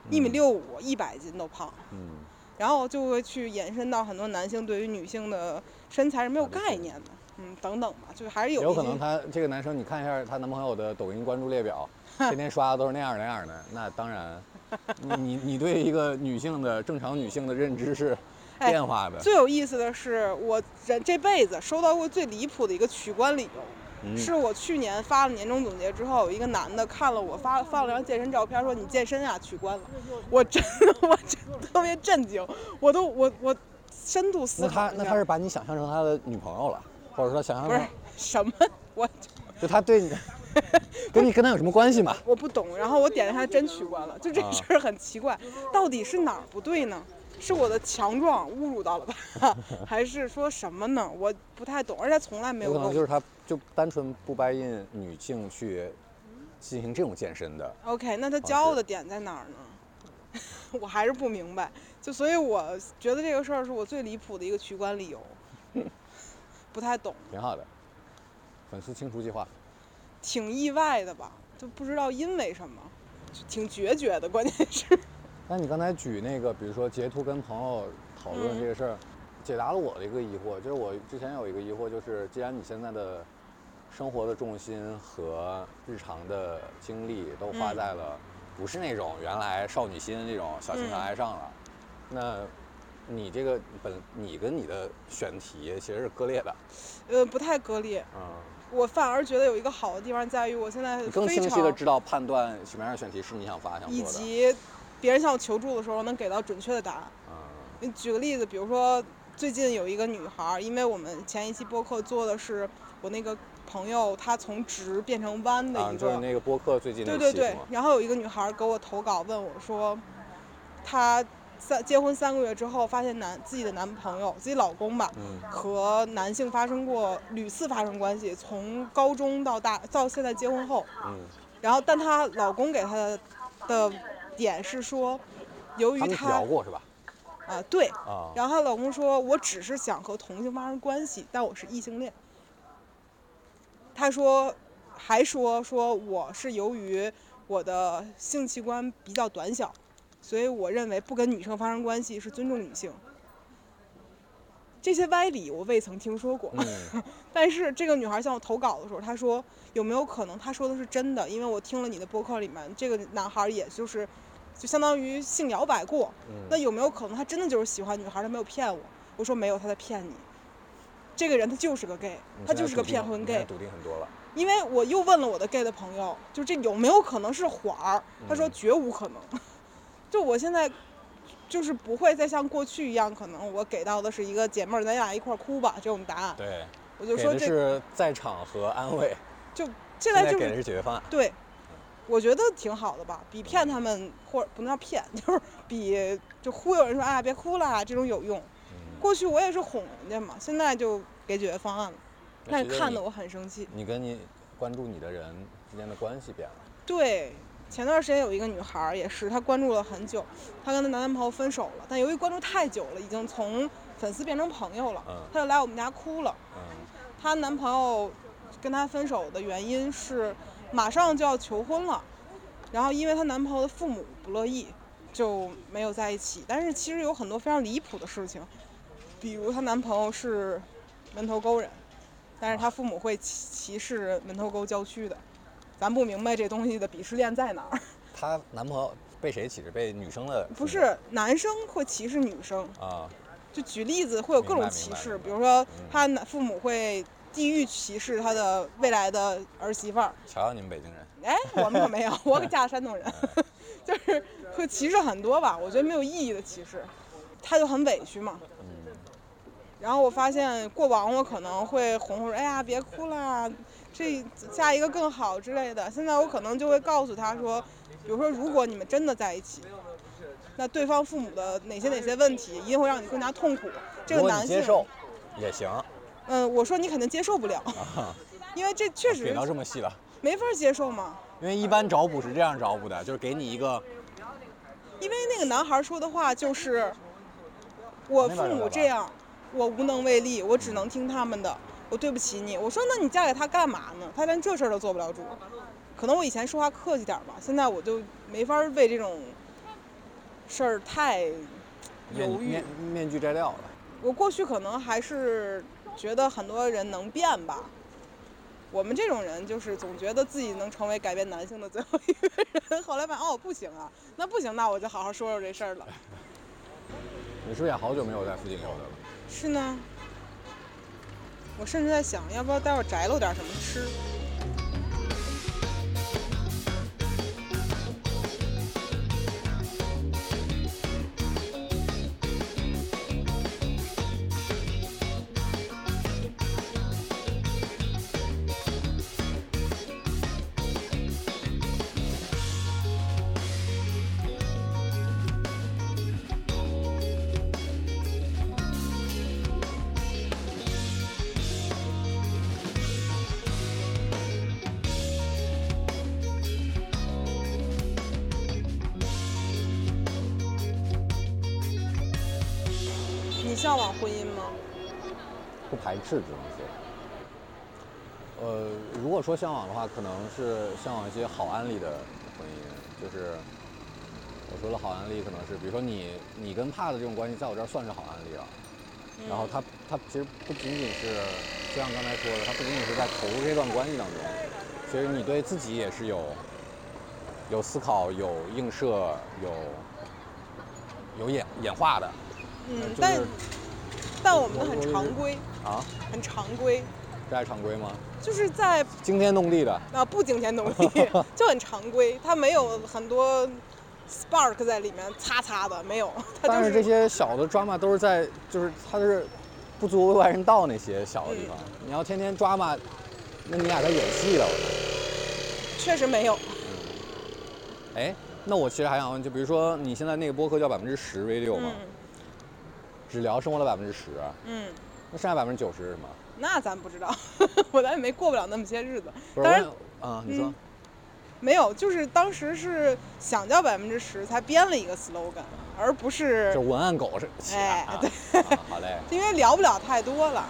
[SPEAKER 2] 一米
[SPEAKER 1] 嗯
[SPEAKER 2] 六五，一百斤都胖，
[SPEAKER 1] 嗯，
[SPEAKER 2] 然后就会去延伸到很多男性对于女性的身材是没有
[SPEAKER 1] 啊对
[SPEAKER 2] 概念的，嗯，等等吧，就还是有
[SPEAKER 1] 也有
[SPEAKER 2] 一
[SPEAKER 1] 可
[SPEAKER 2] 些
[SPEAKER 1] 能她这个男生，你看一下她男朋友的抖音关注列
[SPEAKER 2] [laughs]
[SPEAKER 1] 表，天天刷的都是那样那样的。那当然，你你你对一个女性的正常女性的认知是
[SPEAKER 2] 哎
[SPEAKER 1] 变化的，
[SPEAKER 2] 最有意思的是，我人这辈子收到过最离谱的一个取关理由，
[SPEAKER 1] 嗯
[SPEAKER 2] 是我去年发了年终总结之后，有一个男的看了我发放了张健身照片，说你健身啊，取关了。我真的， [laughs] 我真的特别震惊，我都我我深度思
[SPEAKER 1] 那
[SPEAKER 2] 考
[SPEAKER 1] 他
[SPEAKER 2] 一下
[SPEAKER 1] 那他是把你想象成他的女朋友了，或者说想象
[SPEAKER 2] 不是
[SPEAKER 1] 成
[SPEAKER 2] 什么？我
[SPEAKER 1] 就他对
[SPEAKER 2] [laughs]
[SPEAKER 1] 你，跟你跟他有什么关系嘛？
[SPEAKER 2] 我不懂。然后我点了他真取关了，就这
[SPEAKER 1] 啊
[SPEAKER 2] 事儿很奇怪，到底是哪儿不对呢？是我的强壮侮辱到了他， [laughs] 还是说什么呢？我不太懂，而且他从来没有
[SPEAKER 1] 有可能
[SPEAKER 2] 跟我
[SPEAKER 1] 就是他就单纯不掰印女性去进行这种健身的，
[SPEAKER 2] OK，那他
[SPEAKER 1] 方
[SPEAKER 2] 骄傲
[SPEAKER 1] 式
[SPEAKER 2] 的点在哪儿呢？ [laughs] 我还是不明白，就所以我觉得这个事儿是我最离谱的一个取关
[SPEAKER 1] [laughs]
[SPEAKER 2] 理由，不太懂，
[SPEAKER 1] 挺好的。粉丝清除计划，
[SPEAKER 2] 挺意外的吧，就不知道因为什么，就挺决绝的，关键是， [laughs]
[SPEAKER 1] 那你刚才举那个，比如说截图跟朋友讨论
[SPEAKER 2] 嗯
[SPEAKER 1] 这个事儿，解答了我的一个疑惑，就是我之前有一个疑惑，就是既然你现在的生活的重心和日常的精力都花
[SPEAKER 2] 嗯
[SPEAKER 1] 在了不是那种原来少女心这种小情小
[SPEAKER 2] 嗯
[SPEAKER 1] 爱上了，那你这个本你跟你的选题其实是割裂的，
[SPEAKER 2] 呃，不太割裂。
[SPEAKER 1] 嗯。
[SPEAKER 2] 我反而觉得有一个好的地方在于，我现在
[SPEAKER 1] 你更
[SPEAKER 2] 非
[SPEAKER 1] 清晰的
[SPEAKER 2] 常
[SPEAKER 1] 知道判断什么样的选题是你想发想
[SPEAKER 2] 以
[SPEAKER 1] 做的。
[SPEAKER 2] 及别人向我求助的时候能给到准确的答案。
[SPEAKER 1] 嗯
[SPEAKER 2] 你举个例子，比如说最近有一个女孩儿，因为我们前一期播客做的是我那个朋友她从直变成弯的
[SPEAKER 1] 啊，
[SPEAKER 2] 一
[SPEAKER 1] 就是
[SPEAKER 2] 个，
[SPEAKER 1] 那个播客最近那
[SPEAKER 2] 对
[SPEAKER 1] 个啊
[SPEAKER 2] 对
[SPEAKER 1] 戏
[SPEAKER 2] 对
[SPEAKER 1] 是吗。
[SPEAKER 2] 然后有一个女孩给我投稿问我说，她三结婚三个月之后发现男自己的男朋友自己老公吧，
[SPEAKER 1] 嗯
[SPEAKER 2] 和男性发生过屡次发生关系，从高中到大到现在结婚后，
[SPEAKER 1] 嗯，
[SPEAKER 2] 然后但她老公给她的的点是说，由于
[SPEAKER 1] 他们
[SPEAKER 2] 她
[SPEAKER 1] 聊
[SPEAKER 2] 啊、
[SPEAKER 1] 过是吧？
[SPEAKER 2] 对，
[SPEAKER 1] 啊，
[SPEAKER 2] 然后她老公说：“我只是想和同性发生关系，但我是异性恋。”她说，还说说我是由于我的性器官比较短小，所以我认为不跟女生发生关系是尊重女性。这些歪理我未曾听说 [laughs] 过，
[SPEAKER 1] 嗯
[SPEAKER 2] 但是这个女孩向我投稿的时候，她说有没有可能她说的是真的？因为我听了你的播客里面，这个男孩也就是就相当于性摇摆过，那
[SPEAKER 1] 嗯，
[SPEAKER 2] 有没有可能他真的就是喜欢女孩，他没有骗我？我说没有，他在骗你。这个人他就是个 gay，
[SPEAKER 1] 你
[SPEAKER 2] 他
[SPEAKER 1] 现在
[SPEAKER 2] 就是个
[SPEAKER 1] 笃定
[SPEAKER 2] 骗婚
[SPEAKER 1] 你现在
[SPEAKER 2] gay。
[SPEAKER 1] 笃定很多了。
[SPEAKER 2] 因为我又问了我的 gay 的朋友，就这有没有可能是谎儿？他说
[SPEAKER 1] 嗯
[SPEAKER 2] 绝无可能。 [laughs] 就我现在就是不会再像过去一样，可能我给到的是一个姐妹儿，咱俩一块儿哭吧这种答案。
[SPEAKER 1] 对，
[SPEAKER 2] 我就
[SPEAKER 1] 给
[SPEAKER 2] 说
[SPEAKER 1] 的
[SPEAKER 2] 这
[SPEAKER 1] 是在场和安慰，
[SPEAKER 2] 就 [laughs] 现
[SPEAKER 1] 现
[SPEAKER 2] 在
[SPEAKER 1] 在
[SPEAKER 2] 就
[SPEAKER 1] 给的
[SPEAKER 2] 是
[SPEAKER 1] 是解决方案。
[SPEAKER 2] 对，我觉得挺好的吧，比骗他们或者不能叫骗， [laughs] 就是比就忽悠人说啊别哭啦这种有用。
[SPEAKER 1] 嗯
[SPEAKER 2] 过去我也是哄人家嘛，现在就给解决方案了，但
[SPEAKER 1] 其实
[SPEAKER 2] 是看
[SPEAKER 1] 你
[SPEAKER 2] 得我很生气。
[SPEAKER 1] 你跟你关注你的人之间的关系变了。
[SPEAKER 2] 对，前段时间有一个女孩儿也是，她关注了很久，她跟她男朋友分手了，但由于关注太久了，已经从粉丝变成朋友了，
[SPEAKER 1] 嗯
[SPEAKER 2] 她就来我们家哭了。
[SPEAKER 1] 嗯
[SPEAKER 2] 她男朋友跟她分手的原因是马上就要求婚了，然后因为她男朋友的父母不乐意，就没有在一起。但是其实有很多非常离谱的事情，比如她男朋友是门头沟人，但是她父母会歧歧视门头沟郊区的，咱不明白这东西的鄙视链在哪儿。 [laughs]
[SPEAKER 1] 她男朋友被谁歧视？被女生的父母？
[SPEAKER 2] 不是男生会歧视女生，
[SPEAKER 1] 啊，
[SPEAKER 2] 就举例子会有各
[SPEAKER 1] 明白明
[SPEAKER 2] 种歧
[SPEAKER 1] 白
[SPEAKER 2] 视，
[SPEAKER 1] 明白
[SPEAKER 2] 比如说
[SPEAKER 1] 嗯
[SPEAKER 2] 他男父母会地域歧视他的未来的儿媳妇儿，
[SPEAKER 1] 瞧瞧你们北京人，
[SPEAKER 2] 哎，我们可没有，我可嫁山东人，
[SPEAKER 1] [laughs]
[SPEAKER 2] 就是会歧视很多吧，我觉得没有意义的歧视，他就很委屈嘛。
[SPEAKER 1] 嗯，
[SPEAKER 2] 然后我发现过往我可能会哄哄说，哎呀别哭啦，这下一个更好之类的。现在我可能就会告诉他说，比如说如果你们真的在一起，那对方父母的哪些哪些问题一定会让你更加痛苦。这
[SPEAKER 1] 如
[SPEAKER 2] 个
[SPEAKER 1] 果你
[SPEAKER 2] 男性，
[SPEAKER 1] 接受啊也行，
[SPEAKER 2] 嗯，我说你肯定接受不了，因为这确
[SPEAKER 1] 给
[SPEAKER 2] 实
[SPEAKER 1] 到这么细了。
[SPEAKER 2] 没法接受嘛。
[SPEAKER 1] 因为一般找补是这样找补的，就是给你一个
[SPEAKER 2] 因为那个男孩说的话就是，我父母这样，我无能为力，我只能听他们的，我对不起你。我说那你嫁给他干嘛呢？他连这事儿都做不了主。可能我以前说话客气点儿吧，现在我就没法为这种事儿太
[SPEAKER 1] 面
[SPEAKER 2] 犹豫
[SPEAKER 1] 面。面具摘掉了。
[SPEAKER 2] 我过去可能还是觉得很多人能变吧。我们这种人就是总觉得自己能成为改变男性的最后一个人，后来发现哦不行啊，那不行，那我就好好说说这事儿了。
[SPEAKER 1] 你是不是也好久没有在附近溜达了？
[SPEAKER 2] 是呢，我甚至在想，要不要待会儿摘露点什么吃。你向往婚姻吗？
[SPEAKER 1] 不排斥，只能说。呃，如果说向往的话，可能是向往一些好案例的婚姻，就是我说的好案例，可能是比如说你你跟帕的这种关系，在我这儿算是好案例了。
[SPEAKER 2] 嗯
[SPEAKER 1] 然后他他其实不仅仅是，就像刚才说的，他不仅仅是在投入这段关系当中，其实你对自己也是有有思考、有映射、有有演演化的。
[SPEAKER 2] 嗯，
[SPEAKER 1] 就是
[SPEAKER 2] 但但我们的
[SPEAKER 1] 我
[SPEAKER 2] 很常规，
[SPEAKER 1] 啊，
[SPEAKER 2] 很常规，
[SPEAKER 1] 这还常规吗？
[SPEAKER 2] 就是在
[SPEAKER 1] 惊天动地的。
[SPEAKER 2] 啊不惊天动地，
[SPEAKER 1] [laughs]
[SPEAKER 2] 就很常规，它没有很多 spark 在里面擦擦的，
[SPEAKER 1] [laughs]
[SPEAKER 2] 没有，它
[SPEAKER 1] 但
[SPEAKER 2] 就是
[SPEAKER 1] 这些小的 drama 都是在，就是它是不足为外人道那些小的地方。你要天天 drama，那你俩在演戏了？我
[SPEAKER 2] 确实没有。
[SPEAKER 1] 看哎，那我其实还想问，就比如说你现在那个播客叫百分之十 radio 嘛，
[SPEAKER 2] 嗯
[SPEAKER 1] 只聊生活的百分之十，啊
[SPEAKER 2] 嗯，
[SPEAKER 1] 那剩下百分之九十是什么？
[SPEAKER 2] 那咱不知道， [laughs] 我咱也没过不了那么些日子。
[SPEAKER 1] 不是，
[SPEAKER 2] 当然
[SPEAKER 1] 我想啊，你说
[SPEAKER 2] 嗯没有，就是当时是想叫百分之十，才编了一个 slogan，而不是
[SPEAKER 1] 这文案狗是起来
[SPEAKER 2] 哎
[SPEAKER 1] 啊，啊好嘞
[SPEAKER 2] 因为聊不了太多了。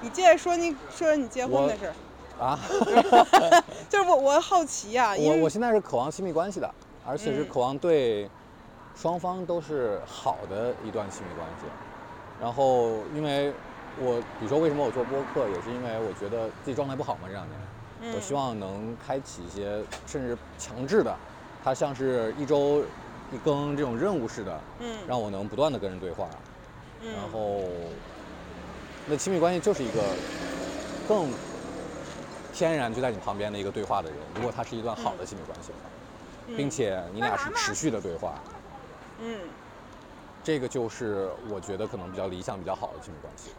[SPEAKER 2] 你接着说你，说说你结婚的事儿，
[SPEAKER 1] 啊，
[SPEAKER 2] [laughs] 就是我我好奇呀、啊因
[SPEAKER 1] 我
[SPEAKER 2] 为
[SPEAKER 1] 我现在是渴望亲密关系的，而且是
[SPEAKER 2] 嗯
[SPEAKER 1] 渴望对双方都是好的一段亲密关系。然后，因为我比如说为什么我做播客，也是因为我觉得自己状态不好嘛，这两年。
[SPEAKER 2] 嗯
[SPEAKER 1] 我希望能开启一些甚至强制的，它像是一周一更这种任务似的，
[SPEAKER 2] 嗯，嗯
[SPEAKER 1] 让我能不断的跟人对话。
[SPEAKER 2] 嗯
[SPEAKER 1] 然后，那亲密关系就是一个更天然就在你旁边的一个对话的人。如果它是一段好
[SPEAKER 2] 嗯
[SPEAKER 1] 的亲密关系的话，并且你俩是持续的对话，
[SPEAKER 2] 嗯
[SPEAKER 1] 这个就是我觉得可能比较理想、比较好的亲密关系。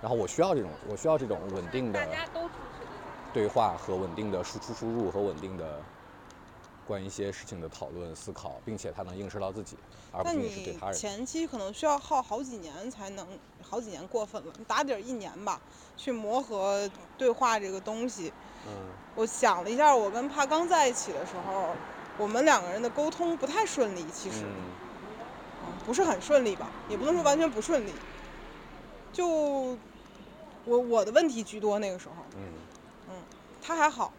[SPEAKER 1] 然后我需要这种，我需要这种稳定的
[SPEAKER 3] 大家都支持
[SPEAKER 1] 对话和稳定的输出输入和稳定的关于一些事情的讨论思考，并且它能映射到自己，而不
[SPEAKER 2] 那
[SPEAKER 1] 仅仅是对
[SPEAKER 2] 你
[SPEAKER 1] 他人。
[SPEAKER 2] 前期可能需要耗好几年才能，好几年过分了，你打底儿一年吧，去磨合对话这个东西。
[SPEAKER 1] 嗯
[SPEAKER 2] 我想了一下，我跟帕刚在一起的时候，我们两个人的沟通不太顺利，其实、
[SPEAKER 1] 嗯
[SPEAKER 2] 嗯不是很顺利吧，也不能说完全不顺利。就我我的问题居多那个时候，
[SPEAKER 1] 嗯。
[SPEAKER 2] 他还好，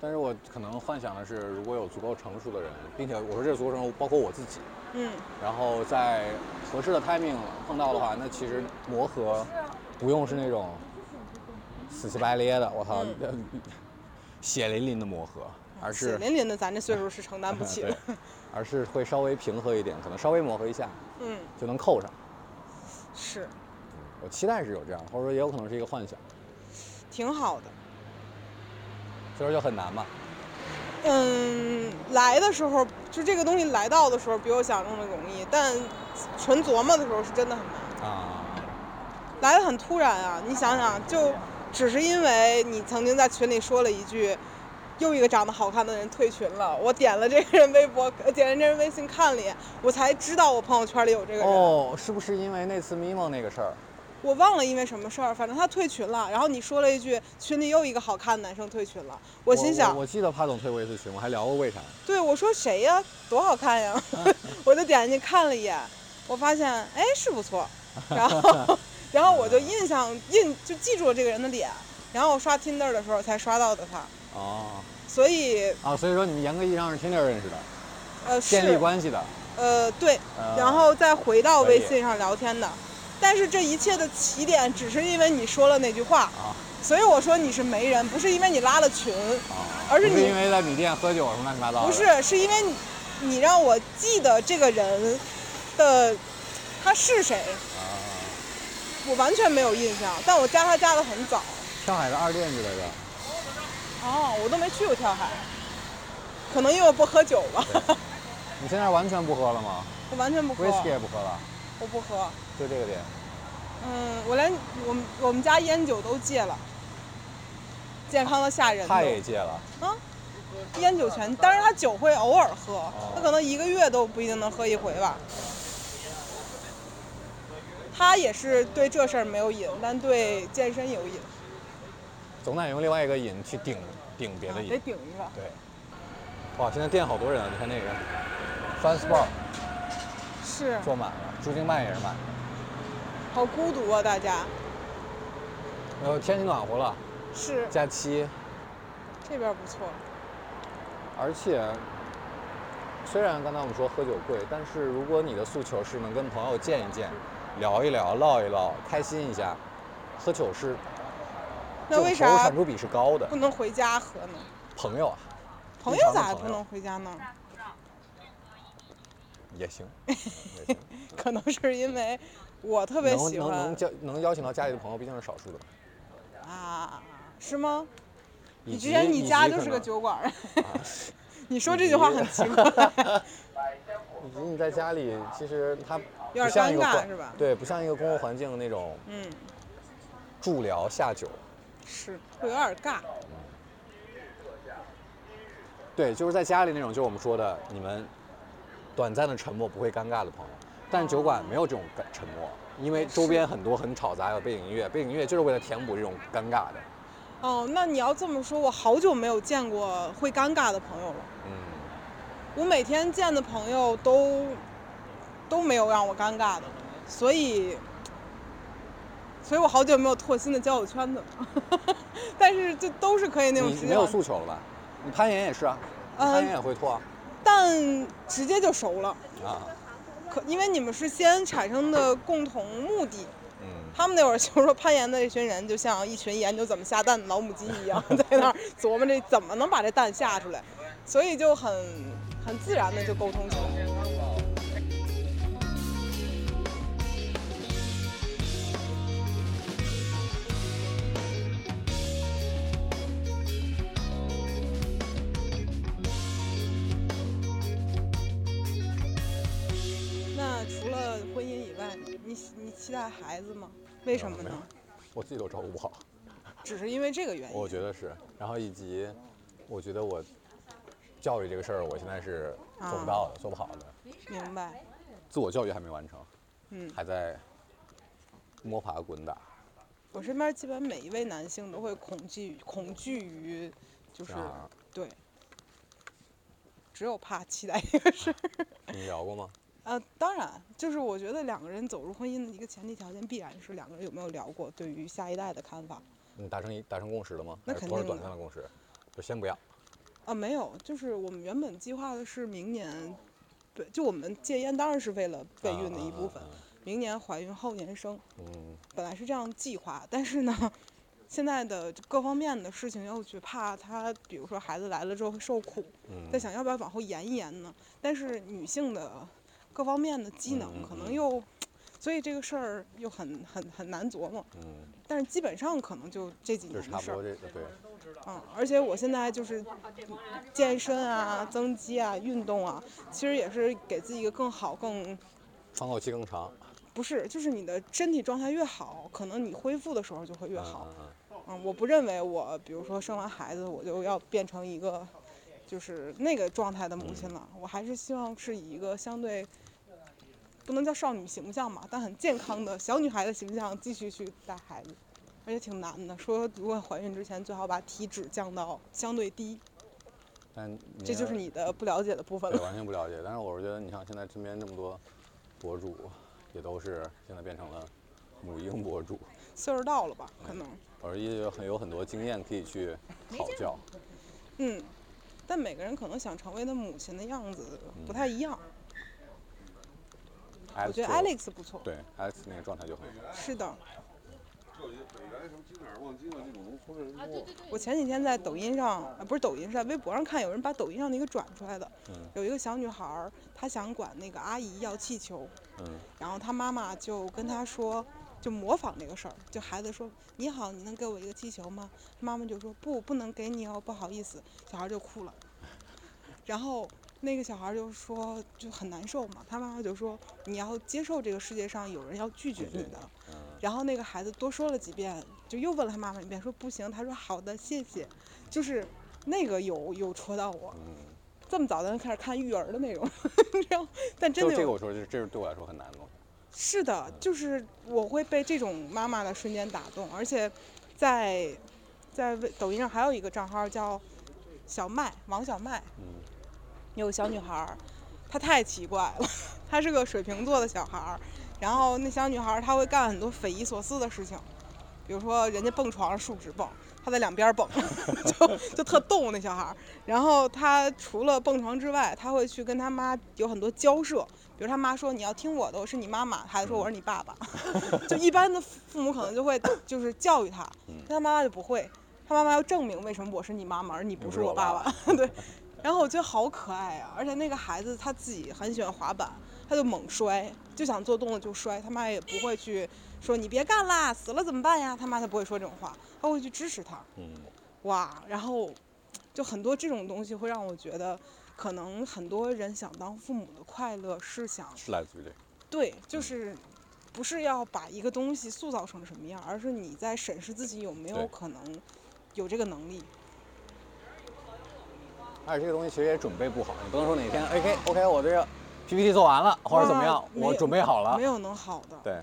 [SPEAKER 1] 但是我可能幻想的是，如果有足够成熟的人，并且我说这个足够成熟，包括我自己，
[SPEAKER 2] 嗯
[SPEAKER 1] 然后在合适的 timing 碰到的话，那其实磨合
[SPEAKER 2] 啊
[SPEAKER 1] 不用是那种死乞白咧的，我操，血淋淋的磨合，而
[SPEAKER 2] 嗯血
[SPEAKER 1] 是呃
[SPEAKER 2] 淋淋的，咱这岁数是承担不起
[SPEAKER 1] 对
[SPEAKER 2] 的。
[SPEAKER 1] 而是会稍微平和一点，可能稍微磨合一下
[SPEAKER 2] 嗯，
[SPEAKER 1] 就能扣上。
[SPEAKER 2] 是
[SPEAKER 1] 我期待是有这样，或者说也有可能是一个幻想，
[SPEAKER 2] 挺好的。
[SPEAKER 1] 所以说就很难嘛。
[SPEAKER 2] 嗯，来的时候就这个东西来到的时候比我想象中的容易，但纯琢磨的时候是真的很难。
[SPEAKER 1] 啊，
[SPEAKER 2] 来的很突然啊！你想想，就只是因为你曾经在群里说了一句，又一个长得好看的人退群了，我点了这个人微博，呃点了这人微信看了一眼，我才知道我朋友圈里有这个人。
[SPEAKER 1] 哦，是不是因为那次 Mimo 那个事儿？
[SPEAKER 2] 我忘了因为什么事儿，反正他退群了。然后你说了一句，群里又一个好看的男生退群了，我心想，
[SPEAKER 1] 我记得帕总退过一次群，我还聊过为啥。
[SPEAKER 2] 对我说谁呀，多好看呀！
[SPEAKER 1] 嗯
[SPEAKER 2] [laughs] 我就点进去看了一眼，我发现哎是
[SPEAKER 1] [laughs]
[SPEAKER 2] 不错，然后然后我就印象印就记住了这个人的脸，然后我刷 Tinder 的时候才刷到的他，
[SPEAKER 1] 哦，
[SPEAKER 2] 所以
[SPEAKER 1] 啊，所以说你们严格意义上是 Tinder 认识的，
[SPEAKER 2] 呃
[SPEAKER 1] 建立
[SPEAKER 2] 是
[SPEAKER 1] 关系的。
[SPEAKER 2] 呃对，
[SPEAKER 1] 呃
[SPEAKER 2] 然后再回到
[SPEAKER 1] 可以
[SPEAKER 2] 微信上聊天的，但是这一切的起点只是因为你说了那句话，
[SPEAKER 1] 啊
[SPEAKER 2] 所以我说你是媒人，不是因为你拉了群，
[SPEAKER 1] 啊，
[SPEAKER 2] 而是
[SPEAKER 1] 不是
[SPEAKER 2] 你
[SPEAKER 1] 因为在米店喝酒什么乱七八糟的。
[SPEAKER 2] 不是，是因为你你让我记得这个人的他是谁。
[SPEAKER 1] 啊，
[SPEAKER 2] 我完全没有印象，但我加他加的很早。
[SPEAKER 1] 上海的二店之类的。
[SPEAKER 2] 哦，我都没去过跳海，可能因为我不喝酒吧，
[SPEAKER 1] 你现在完全不喝了吗
[SPEAKER 2] 我完全不喝，
[SPEAKER 1] ？Whisky 也不喝了，
[SPEAKER 2] 我不喝。
[SPEAKER 1] 就这个店。
[SPEAKER 2] 嗯，我连我们我们家烟酒都戒了，健康的吓人
[SPEAKER 1] 菜也
[SPEAKER 2] 的。
[SPEAKER 1] 戒了。
[SPEAKER 2] 烟酒全，当然他酒会偶尔喝，
[SPEAKER 1] 哦
[SPEAKER 2] 他可能一个月都不一定能喝一回吧。他也是对这事儿没有瘾，但对健身有瘾，
[SPEAKER 1] 总得用另外一个瘾去顶顶别的
[SPEAKER 2] 啊得
[SPEAKER 1] 瘾。
[SPEAKER 2] 顶一个。
[SPEAKER 1] 对。哇，现在店好多人啊！你看那个，Fun Sport
[SPEAKER 2] 是，
[SPEAKER 1] 坐满了，朱经曼也是满的。
[SPEAKER 2] 好孤独啊，大家。
[SPEAKER 1] 然后天气暖和了，
[SPEAKER 2] 是，
[SPEAKER 1] 假期，
[SPEAKER 2] 这边不错。
[SPEAKER 1] 而且虽然刚才我们说喝酒贵，但是如果你的诉求是能跟朋友见一见、聊一聊、唠一唠、开心一下，喝酒是这
[SPEAKER 2] 那
[SPEAKER 1] 种投
[SPEAKER 2] 为
[SPEAKER 1] 入
[SPEAKER 2] 啥
[SPEAKER 1] 产出比是高的
[SPEAKER 2] 不。能回家喝呢？
[SPEAKER 1] 朋友啊，
[SPEAKER 2] 朋
[SPEAKER 1] 正
[SPEAKER 2] 友
[SPEAKER 1] 常的
[SPEAKER 2] 咋
[SPEAKER 1] 朋
[SPEAKER 2] 不
[SPEAKER 1] 友
[SPEAKER 2] 能回家呢？
[SPEAKER 1] 也行，也行
[SPEAKER 2] [laughs] 可能是因为我特别
[SPEAKER 1] 能
[SPEAKER 2] 喜
[SPEAKER 1] 能能
[SPEAKER 2] 欢
[SPEAKER 1] 交能邀请到家里的朋友，毕竟是少数的。
[SPEAKER 2] 啊，是吗？
[SPEAKER 1] 以
[SPEAKER 2] 你
[SPEAKER 1] 及啊
[SPEAKER 2] 之前你家就是个，酒馆儿， [laughs] 你说这句话很奇怪。
[SPEAKER 1] [laughs] 以及可能以及你在家里，其实它
[SPEAKER 2] 有点
[SPEAKER 1] 不像一个
[SPEAKER 2] 尴尬
[SPEAKER 1] 环
[SPEAKER 2] 是吧
[SPEAKER 1] 对，不像一个公共环境那种
[SPEAKER 2] 嗯，
[SPEAKER 1] 助聊下酒，
[SPEAKER 2] 是会有点尬。
[SPEAKER 1] 对，就是在家里那种，就是我们说的，你们短暂的沉默不会尴尬的朋友。但酒馆没有这种尴沉默，因为周边很多很吵杂，有背景音乐，背景音乐就是为了填补这种尴尬的。
[SPEAKER 2] 哦，那你要这么说，我好久没有见过会尴尬的朋友了。
[SPEAKER 1] 嗯，
[SPEAKER 2] 我每天见的朋友都都没有让我尴尬的，所以，所以我好久没有拓新的交友圈子了。 [laughs] 但是就都是可以那种直
[SPEAKER 1] 你
[SPEAKER 2] 接
[SPEAKER 1] 没有
[SPEAKER 2] 往
[SPEAKER 1] 诉求了吧？你攀岩也是啊，你
[SPEAKER 2] 嗯
[SPEAKER 1] 攀岩也会拓啊。
[SPEAKER 2] 但直接就熟了。
[SPEAKER 1] 啊，
[SPEAKER 2] 可因为你们是先产生的共同目的，
[SPEAKER 1] 嗯，
[SPEAKER 2] 他们那会儿就是说攀岩的这群人，就像一群研究怎么下蛋的老母鸡一样，在那儿琢磨这怎么能把这蛋下出来，所以就很很自然的就沟通起来。那除了婚姻以外，你你期待孩子吗？为什么
[SPEAKER 1] 没有
[SPEAKER 2] 呢？
[SPEAKER 1] 我自己都照顾不好，
[SPEAKER 2] 只是因为这个原因。
[SPEAKER 1] 我觉得是。然后以及，我觉得我教育这个事儿，我现在是做不到的，做不好的，
[SPEAKER 2] 啊明白，
[SPEAKER 1] 自我教育还没完成，
[SPEAKER 2] 嗯，
[SPEAKER 1] 还在摸爬滚打。
[SPEAKER 2] 我身边基本每一位男性都会恐惧恐惧于，就是
[SPEAKER 1] 然而，
[SPEAKER 2] 对，只有怕期待这个事儿。
[SPEAKER 1] 你聊过吗？
[SPEAKER 2] 呃，当然，就是我觉得两个人走入婚姻的一个前提条件，必然是两个人有没有聊过对于下一代的看法。
[SPEAKER 1] 你达成一达成共识了吗？
[SPEAKER 2] 那
[SPEAKER 1] 还是
[SPEAKER 2] 肯
[SPEAKER 1] 都是
[SPEAKER 2] 定
[SPEAKER 1] 短
[SPEAKER 2] 的
[SPEAKER 1] 暂的共识，就先不要。
[SPEAKER 2] 啊，没有，就是我们原本计划的是明年，对，就我们戒烟当然是为了备孕的一部分，
[SPEAKER 1] 啊
[SPEAKER 2] 明年怀孕后年生，
[SPEAKER 1] 嗯，
[SPEAKER 2] 本来是这样计划，但是呢，现在的各方面的事情又去怕他，比如说孩子来了之后会受苦，
[SPEAKER 1] 嗯
[SPEAKER 2] 在想要不要往后延一延呢？但是女性的各方面的机
[SPEAKER 1] 嗯嗯
[SPEAKER 2] 能可能
[SPEAKER 1] 嗯
[SPEAKER 2] 又，所以这个事儿又很很很难琢磨。
[SPEAKER 1] 嗯，
[SPEAKER 2] 但是基本上可能就这几
[SPEAKER 1] 就
[SPEAKER 2] 年
[SPEAKER 1] 差
[SPEAKER 2] 的
[SPEAKER 1] 不
[SPEAKER 2] 事儿
[SPEAKER 1] 多。这个对，
[SPEAKER 2] 嗯，而且我现在就是健身啊、增肌啊、运动啊，其实也是给自己一个更好、更
[SPEAKER 1] 窗口期更长，
[SPEAKER 2] 不是，就是你的身体状态越好，可能你恢复的时候就会越
[SPEAKER 1] 嗯
[SPEAKER 2] 好。
[SPEAKER 1] 嗯嗯
[SPEAKER 2] 嗯，我不认为我，比如说生完孩子，我就要变成一个就是那个状态的母亲了。我还是希望是以一个相对不能叫少女形象吧，但很健康的小女孩的形象继续去带孩子，而且挺难的。说如果怀孕之前，最好把体脂降到相对低，
[SPEAKER 1] 但
[SPEAKER 2] 这就是你的不了解的部分
[SPEAKER 1] 对
[SPEAKER 2] [laughs] 了。
[SPEAKER 1] 完全不了解。但是我是觉得，你像现在身边这么多博主，也都是现在变成了母婴博主，
[SPEAKER 2] 岁数到了吧，可能
[SPEAKER 1] 而也很有很多经验可以去讨教。
[SPEAKER 2] 嗯，但每个人可能想成为的母亲的样子不太一样。
[SPEAKER 1] 我
[SPEAKER 2] 我觉得 Alex 嗯不错，
[SPEAKER 1] 对 Alex 那个状态就很好。
[SPEAKER 2] 是的。
[SPEAKER 3] 这里北原什么金耳望京啊，这种农村人多。
[SPEAKER 2] 我前几天在抖音上，啊，不是抖音上，微博上看有人把抖音上的一个转出来的，
[SPEAKER 1] 嗯
[SPEAKER 2] 有一个小女孩儿，她想管那个阿姨要气球，
[SPEAKER 1] 嗯
[SPEAKER 2] 然后她妈妈就跟她说，就模仿这个事儿，就孩子说：“你好，你能给我一个气球吗？”妈妈就说：“不，不能给你哦，不好意思。”小孩就哭了，然后那个小孩就说就很难受嘛，他妈妈就说：“你要接受这个世界上有人要拒绝
[SPEAKER 1] 拒绝
[SPEAKER 2] 你
[SPEAKER 1] 你
[SPEAKER 2] 的。”
[SPEAKER 1] 嗯，
[SPEAKER 2] 然后那个孩子多说了几遍，就又问了他妈妈一遍，说不行，他说好的，谢谢。就是那个有有戳到我，
[SPEAKER 1] 嗯，
[SPEAKER 2] 这么早咱就开始看育儿的内容， [laughs] 你知道吗？但真
[SPEAKER 1] 就
[SPEAKER 2] 的有
[SPEAKER 1] 这个我说，这这是对我来说很难的东西。
[SPEAKER 2] 是的，就是我会被这种妈妈的瞬间打动，而且在在微抖音上还有一个账号叫小麦王小麦，
[SPEAKER 1] 嗯
[SPEAKER 2] 有个小女孩儿，她太奇怪了， [laughs] 她是个水瓶座的小孩儿，然后那小女孩儿她会干很多匪夷所思的事情，比如说人家蹦床上竖直蹦，她在两边儿蹦， [laughs] 就就特逗那小孩儿。然后她除了蹦床之外，她会去跟她妈有很多交涉，比如她妈说你要听我的，我是你妈妈，孩子说我是你爸爸，就一般的父母可能就会就是教育她，但她妈妈就不会。她妈妈要证明为什么我是你妈妈，而你不是我爸爸。 [laughs] 对，然后我觉得好可爱啊！而且那个孩子他自己很喜欢滑板，他就猛摔，就想做动作就摔，他妈也不会去说你别干啦，死了怎么办呀？他妈他不会说这种话，他会去支持他。
[SPEAKER 1] 嗯，
[SPEAKER 2] 哇，然后就很多这种东西会让我觉得，可能很多人想当父母的快乐是想
[SPEAKER 1] 是来自于这个。
[SPEAKER 2] 对，就是不是要把一个东西塑造成什么样，而是你在审视自己有没有
[SPEAKER 1] 对
[SPEAKER 2] 可能有这个能力。
[SPEAKER 1] 而且这个东西其实也准备不好，你不能说哪天 OK OK 我这个 PPT 做完了或者怎么样
[SPEAKER 2] 哇，没有
[SPEAKER 1] 我准备好了
[SPEAKER 2] 没。有能好的。
[SPEAKER 1] 对，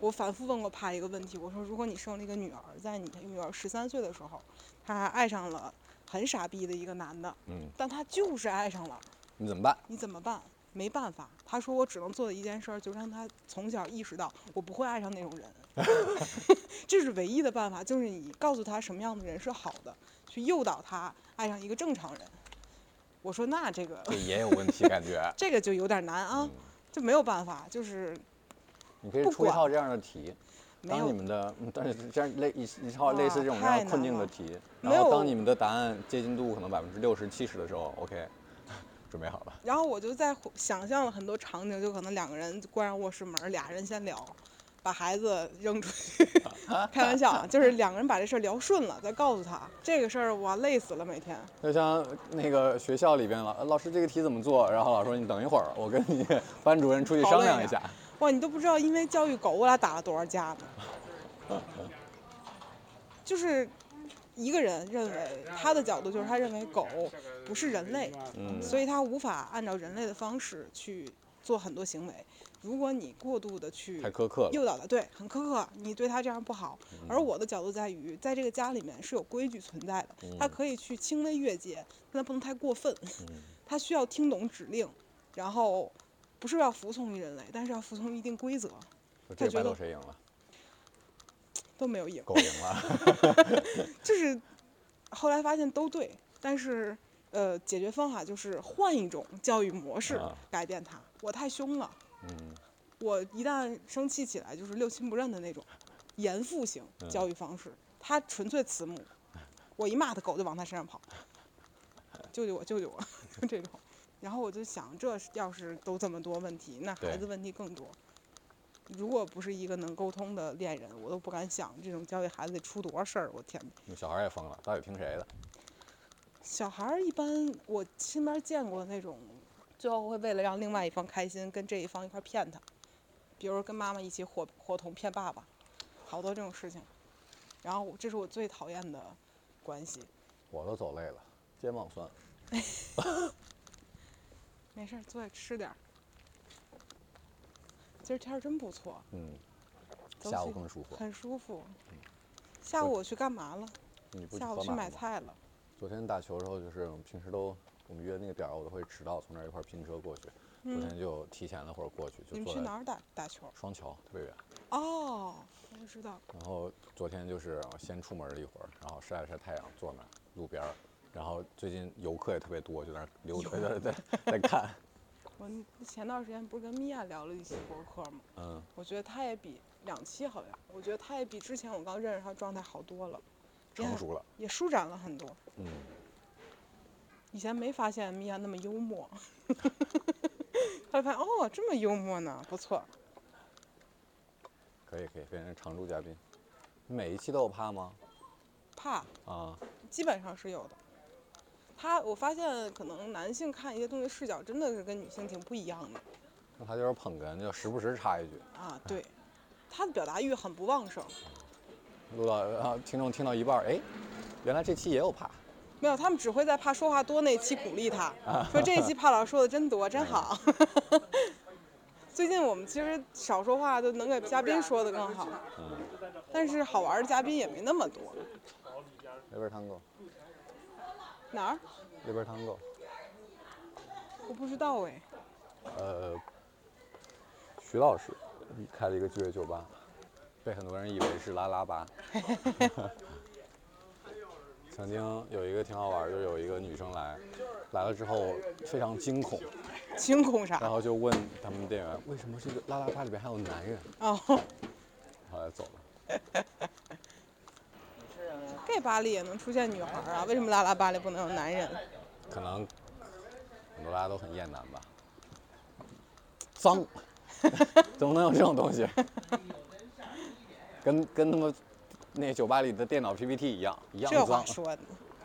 [SPEAKER 2] 我反复问过帕一个问题，我说如果你生了一个女儿，在你女儿十三岁的时候，她还爱上了很傻逼的一个男的，
[SPEAKER 1] 嗯，
[SPEAKER 2] 但她就是爱上了，
[SPEAKER 1] 你怎么办？
[SPEAKER 2] 你怎么办？没办法，他说我只能做的一件事儿，就让他从小意识到我不会爱上那种
[SPEAKER 1] [laughs]
[SPEAKER 2] 人，这是唯一的办法，就是你告诉他什么样的人是好的，去诱导他爱上一个正常人。我说那这个
[SPEAKER 1] 这也有问题感觉。
[SPEAKER 2] 这个就有点难啊
[SPEAKER 1] 嗯，
[SPEAKER 2] 就没有办法，就是
[SPEAKER 1] 你可以
[SPEAKER 2] 不
[SPEAKER 1] 出一
[SPEAKER 2] 管
[SPEAKER 1] 套这样的题，
[SPEAKER 2] 没
[SPEAKER 1] 当你
[SPEAKER 2] 有
[SPEAKER 1] 们的，嗯但是这样类一一套类似这种
[SPEAKER 2] 哇
[SPEAKER 1] 这样
[SPEAKER 2] 太
[SPEAKER 1] 的困
[SPEAKER 2] 难
[SPEAKER 1] 境的
[SPEAKER 2] 了
[SPEAKER 1] 题，
[SPEAKER 2] 没
[SPEAKER 1] 然后
[SPEAKER 2] 有
[SPEAKER 1] 当你们的答案接近度可能百分之六十七十的时候，OK，准备好了。
[SPEAKER 2] 然后我就在回想象了很多场景，就可能两个人关上卧室门儿，俩人先聊，把孩子扔
[SPEAKER 1] [laughs]
[SPEAKER 2] 出去，开玩笑啊，就是两个人把这事儿聊顺了，再告诉他这个事儿，哇，累死了每天。
[SPEAKER 1] 就像那个学校里边了，呃老师这个题怎么做？然后老师说你等一会儿，我跟你 [laughs] 班主任出去
[SPEAKER 2] 讨
[SPEAKER 1] 商
[SPEAKER 2] 论
[SPEAKER 1] 量
[SPEAKER 2] 一
[SPEAKER 1] 一
[SPEAKER 2] 下
[SPEAKER 1] 下。
[SPEAKER 2] 哇，你都不知道因为教育狗我俩打了多少架呢。
[SPEAKER 1] [laughs]
[SPEAKER 2] 就是一个人认为他的角度就是他认为狗不是人类，
[SPEAKER 1] 嗯，
[SPEAKER 2] 所以他无法按照人类的方式去做很多行为。如果你过度的去
[SPEAKER 1] 太苛刻了。
[SPEAKER 2] 诱导的，对，很苛刻，你对他这样不好。而我的角度在于，在这个家里面是有规矩存在的，
[SPEAKER 1] 嗯
[SPEAKER 2] 他可以去轻微越界，但他不能太过分，
[SPEAKER 1] 嗯
[SPEAKER 2] 他需要听懂指令，然后不是要服从于人类，但是要服从于一定规则，
[SPEAKER 1] 这
[SPEAKER 2] 他
[SPEAKER 1] 个
[SPEAKER 2] 觉
[SPEAKER 1] 白
[SPEAKER 2] 得
[SPEAKER 1] 头谁赢了？
[SPEAKER 2] 都没有赢。
[SPEAKER 1] 狗赢了。 [laughs]
[SPEAKER 2] 就是后来发现都对，但是呃，解决方法就是换一种教育模式
[SPEAKER 1] 啊
[SPEAKER 2] 改变他。我太凶了，
[SPEAKER 1] 嗯，
[SPEAKER 2] 我一旦生气起来就是六亲不认的那种，严父型教育方式，他纯粹慈母，我一骂他狗就往他身上跑，救救我，救救我， [laughs] 就这种。然后我就想，这要是都这么多问题，那孩
[SPEAKER 1] 对
[SPEAKER 2] 子问题更多。如果不是一个能沟通的恋人，我都不敢想这种教育孩子得出多少事儿。我天哪！
[SPEAKER 1] 那小孩也疯了，到底听谁的？
[SPEAKER 2] 小孩儿一般我身边见过那种，最后会为了让另外一方开心，跟这一方一块儿骗他，比如跟妈妈一起伙伙同骗爸爸，好多这种事情。然后我这是我最讨厌的关系。
[SPEAKER 1] 我都走累了，肩膀酸。
[SPEAKER 2] 没事儿，坐下吃点儿。今儿天儿真不错，
[SPEAKER 1] 嗯，
[SPEAKER 2] 都
[SPEAKER 1] 下午
[SPEAKER 2] 是
[SPEAKER 1] 更舒服。
[SPEAKER 2] 很舒服。下午我去干嘛了？
[SPEAKER 1] 你嗯不
[SPEAKER 2] 下午
[SPEAKER 1] 河
[SPEAKER 2] 去
[SPEAKER 1] 马
[SPEAKER 2] 买
[SPEAKER 1] 吗。
[SPEAKER 2] 菜了。
[SPEAKER 1] 昨天打球的时候，就是我们平时都我们约那个点儿，我都会迟到，从那儿一块儿拼车过去。昨天就提前了会儿过去，
[SPEAKER 2] 嗯你
[SPEAKER 1] 就
[SPEAKER 2] 们
[SPEAKER 1] 坐
[SPEAKER 2] 去
[SPEAKER 1] 在
[SPEAKER 2] 哪儿打打球？
[SPEAKER 1] 双桥，特别远。
[SPEAKER 2] 哦，我就知道。
[SPEAKER 1] 然后昨天就是啊先出门了一会儿，然后晒了晒太阳，坐那儿路边儿。然后最近游客也特别多，就在那儿溜达， [laughs] 在在在看。
[SPEAKER 2] 我前段时间不是跟米娅聊了一期博客吗？
[SPEAKER 1] 嗯，
[SPEAKER 2] 我觉得他也比两期好像，我觉得他也比之前我刚认识他状态好多了，也
[SPEAKER 1] 成
[SPEAKER 2] 很
[SPEAKER 1] 熟了。
[SPEAKER 2] 也舒展了很多。
[SPEAKER 1] 嗯，
[SPEAKER 2] 以前没发现米娅那么幽
[SPEAKER 1] [laughs]
[SPEAKER 2] 默，后来发现哦这么幽默呢，不错。
[SPEAKER 1] 可以可以，变成常驻嘉宾。每一期都有趴吗？
[SPEAKER 2] 怕
[SPEAKER 1] 啊，
[SPEAKER 2] 基本上是有的。他我发现可能男性看一些东西视角真的是跟女性挺不一样的
[SPEAKER 1] 那他就是捧哏，就时不时插一句。
[SPEAKER 2] 啊，对，
[SPEAKER 1] 哎
[SPEAKER 2] 他的表达欲很不旺盛。
[SPEAKER 1] 录到然后听众听到一半儿，哎，原来这期也有趴。
[SPEAKER 2] 没有，他们只会在怕说话多那期鼓励他，
[SPEAKER 1] 啊
[SPEAKER 2] 说这一期怕老师说的真多，真好。 [laughs] 最近我们其实少说话，就能给嘉宾说的更好，
[SPEAKER 1] 嗯，
[SPEAKER 2] 但是好玩的嘉宾也没那么多。
[SPEAKER 1] 那边 tango，
[SPEAKER 2] 哪儿？
[SPEAKER 1] 那边 tango，
[SPEAKER 2] 我不知道哎。
[SPEAKER 1] 呃，徐老师开了一个剧烈酒吧，被很多人以为是拉拉吧。曾经有一个挺好玩儿，就有一个女生来，来了之后非常惊恐，
[SPEAKER 2] 惊恐
[SPEAKER 1] 然
[SPEAKER 2] 啥？
[SPEAKER 1] 后就问他们店员为什么这个拉拉吧里边还有男人，
[SPEAKER 2] 哦
[SPEAKER 1] 后来走了。
[SPEAKER 2] ，gay 吧里也能出现女孩儿啊？为什么拉拉吧里不能有男人？
[SPEAKER 1] 可能很多大家都很厌男吧。脏， [laughs] 怎么能有这种东西？跟跟他们那酒吧里的电脑 PPT 一样，一
[SPEAKER 2] 这
[SPEAKER 1] 样
[SPEAKER 2] 话
[SPEAKER 1] 脏。
[SPEAKER 2] 说的。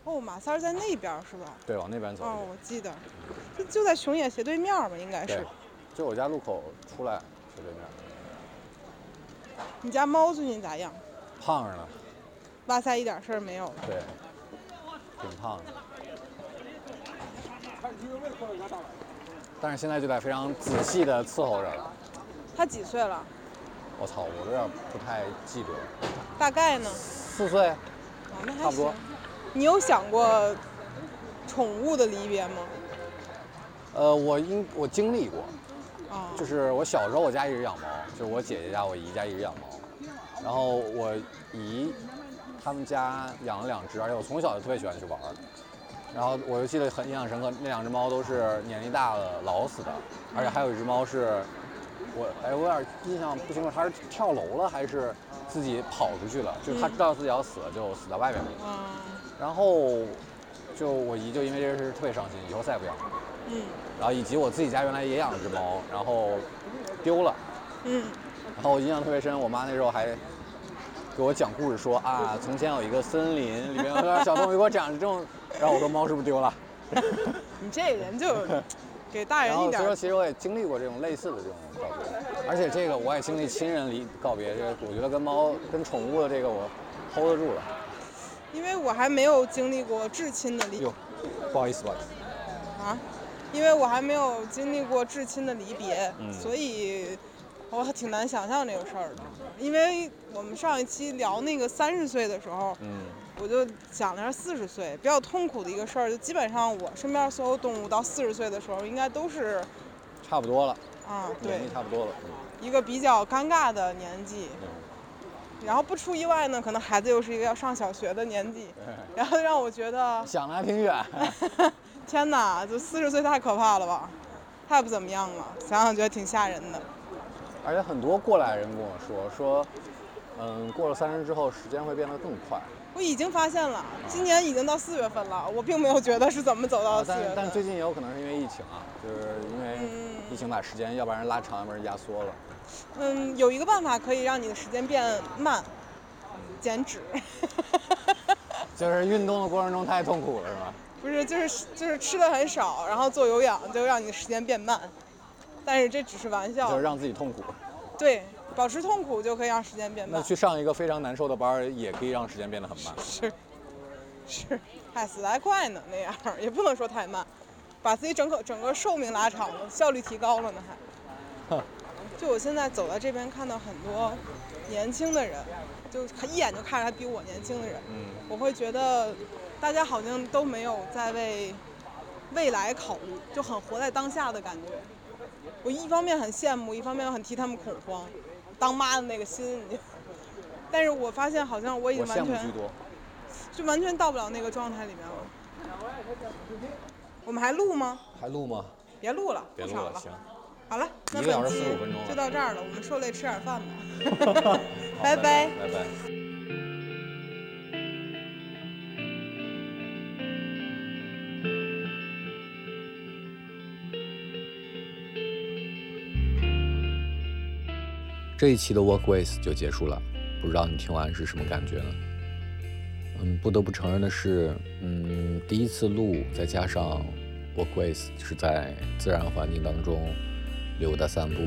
[SPEAKER 2] 哦，马三儿在那边儿是吧？
[SPEAKER 1] 对，往那边走
[SPEAKER 2] 哦
[SPEAKER 1] 一，
[SPEAKER 2] 我记得，就就在熊野斜对面儿吧，应该
[SPEAKER 1] 点。
[SPEAKER 2] 是
[SPEAKER 1] 对。，就我家路口出来斜对面。
[SPEAKER 2] 你家猫最近咋样？
[SPEAKER 1] 胖着呢，
[SPEAKER 2] 哇塞，一点事儿没有了。
[SPEAKER 1] 对，挺胖的。但是现在就得非常仔细的伺候着了。
[SPEAKER 2] 它几岁了？
[SPEAKER 1] 我操，我有点不太记得，
[SPEAKER 2] 大概呢？
[SPEAKER 1] 四岁，
[SPEAKER 2] 哦，那还
[SPEAKER 1] 差不多
[SPEAKER 2] 行。你有想过宠物的离别吗？
[SPEAKER 1] 呃，我应我经历过，
[SPEAKER 2] 啊、
[SPEAKER 1] 就是我小时候我家一直养猫，就是我姐姐家我姨家一直养猫，然后我姨他们家养了两只，而且我从小就特别喜欢去玩儿。然后我就记得很印象深刻，那两只猫都是年龄大了老死的，而且还有一只猫是，我哎我有点印象不清楚，它是跳楼了还是自己跑出去了，就是它知道自己要死了就死在外面了。
[SPEAKER 2] 嗯
[SPEAKER 1] 然后就我姨就因为这事特别伤心，以后再也不养了。
[SPEAKER 2] 嗯
[SPEAKER 1] 然后以及我自己家原来也养了只猫，然后丢了。
[SPEAKER 2] 嗯
[SPEAKER 1] 然后我印象特别深，我妈那时候还给我讲故事说啊，从前有一个森林，里面有个小动物给我长着这种，然后我说猫是不是丢
[SPEAKER 2] [laughs]
[SPEAKER 1] 了？
[SPEAKER 2] 你这
[SPEAKER 1] [laughs]
[SPEAKER 2] 人就给大
[SPEAKER 1] 然
[SPEAKER 2] 人一
[SPEAKER 1] 后所
[SPEAKER 2] 点
[SPEAKER 1] 以说
[SPEAKER 2] 儿
[SPEAKER 1] 其实我也经历过这种类似的这种告别，而且这个我也经历亲人离告别，这个我觉得跟猫跟宠物的这个我 hold 得住了。
[SPEAKER 2] 因为我还没有经历过至亲的离
[SPEAKER 1] 哟，不好意思，不好意思。
[SPEAKER 2] 啊，因为我还没有经历过至亲的离别，
[SPEAKER 1] 嗯
[SPEAKER 2] 所以我还挺难想象这个事儿的。因为我们上一期聊那个三十岁的时候，
[SPEAKER 1] 嗯
[SPEAKER 2] 我就讲了下四十岁比较痛苦的一个事儿，就基本上我身边所有动物到四十岁的时候，应该都是
[SPEAKER 1] 差不多了，
[SPEAKER 2] 啊、
[SPEAKER 1] 年
[SPEAKER 2] 对
[SPEAKER 1] 纪差不多了。嗯
[SPEAKER 2] 一个比较尴尬的年纪。
[SPEAKER 1] 嗯
[SPEAKER 2] 然后不出意外呢，可能孩子又是一个要上小学的年纪，
[SPEAKER 1] 嗯
[SPEAKER 2] 然后让我觉
[SPEAKER 1] [laughs]
[SPEAKER 2] 得
[SPEAKER 1] 想的还挺远。
[SPEAKER 2] 天哪，就四十岁太可怕了吧，太不怎么样了，想想觉得挺吓人的。
[SPEAKER 1] 而且很多过来人跟我说说，嗯，过了三十之后，时间会变得更快。
[SPEAKER 2] 我已经发现了，今年已经到四月份了，我并没有觉得是怎么走到
[SPEAKER 1] 啊，
[SPEAKER 2] 四
[SPEAKER 1] 但
[SPEAKER 2] 月
[SPEAKER 1] 是
[SPEAKER 2] 份。
[SPEAKER 1] 但最近也有可能是因为疫情啊，就是因为
[SPEAKER 2] 嗯
[SPEAKER 1] 疫情把时间，要不然拉长，要不然压缩了。
[SPEAKER 2] 嗯，有一个办法可以让你的时间变慢，减脂。 [laughs]
[SPEAKER 1] 就是运动的过程中太痛苦了，是吧？
[SPEAKER 2] 不是，就是就是吃的很少，然后做有氧，就让你的时间变慢。但是这只是玩笑
[SPEAKER 1] 就是，让自己痛苦。
[SPEAKER 2] 对，保持痛苦就可以让时间变
[SPEAKER 1] 那
[SPEAKER 2] 慢。
[SPEAKER 1] 去上一个非常难受的班儿，也可以让时间变得很慢。
[SPEAKER 2] 是是，嗨，死得还快呢，那样儿也不能说太慢，把自己整个整个寿命拉长了，效率提高了呢还
[SPEAKER 1] 哼。
[SPEAKER 2] 就我现在走到这边，看到很多年轻的人，就一眼就看着他比我年轻的人，
[SPEAKER 1] 嗯，
[SPEAKER 2] 我会觉得大家好像都没有在为未来考虑，就很活在当下的感觉。我一方面很羡慕，一方面又很替他们恐慌，当妈的那个心。 [laughs] 你但是我发现好像我已
[SPEAKER 1] 我
[SPEAKER 2] 经完
[SPEAKER 1] 羡
[SPEAKER 2] 全
[SPEAKER 1] 慕居多。
[SPEAKER 2] 就完全到不了那个状态里面了。我们还录吗？
[SPEAKER 1] 还录吗？
[SPEAKER 2] 别录了，
[SPEAKER 1] 别
[SPEAKER 2] 不
[SPEAKER 1] 录
[SPEAKER 2] 吵
[SPEAKER 1] 了，
[SPEAKER 2] 了。
[SPEAKER 1] 行。
[SPEAKER 2] 好了，那
[SPEAKER 1] 一个小
[SPEAKER 2] 本
[SPEAKER 1] 时
[SPEAKER 2] 期
[SPEAKER 1] 45分钟了
[SPEAKER 2] 就到这儿了。我们受累吃点饭吧。
[SPEAKER 1] [laughs]
[SPEAKER 2] [laughs]
[SPEAKER 1] 好
[SPEAKER 2] 拜
[SPEAKER 1] 拜拜
[SPEAKER 2] 拜
[SPEAKER 1] 拜。这一期的 Workways 就结束了，不知道你听完是什么感觉呢？嗯，不得不承认的是，嗯，第一次录再加上 Workways 是在自然环境当中溜达散步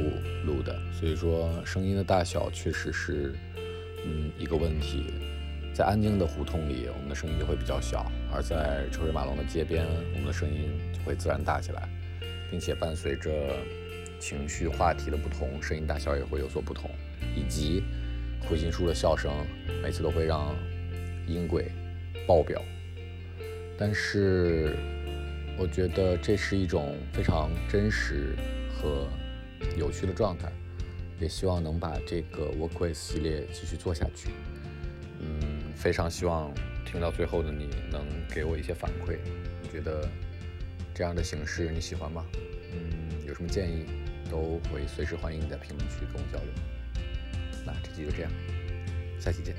[SPEAKER 1] 录的，所以说声音的大小确实是，嗯，一个问题。在安静的胡同里，我们的声音就会比较小；而在车水马龙的街边，我们的声音就会自然大起来，并且伴随着情绪、话题的不同，声音大小也会有所不同，以及回形书的笑声，每次都会让音轨爆表。但是我觉得这是一种非常真实和有趣的状态，也希望能把这个 Workways 系列继续做下去。嗯，非常希望听到最后的你能给我一些反馈，你觉得这样的形式你喜欢吗？嗯，有什么建议都会随时欢迎你在评论区跟我交流。那这期就这样，下期见。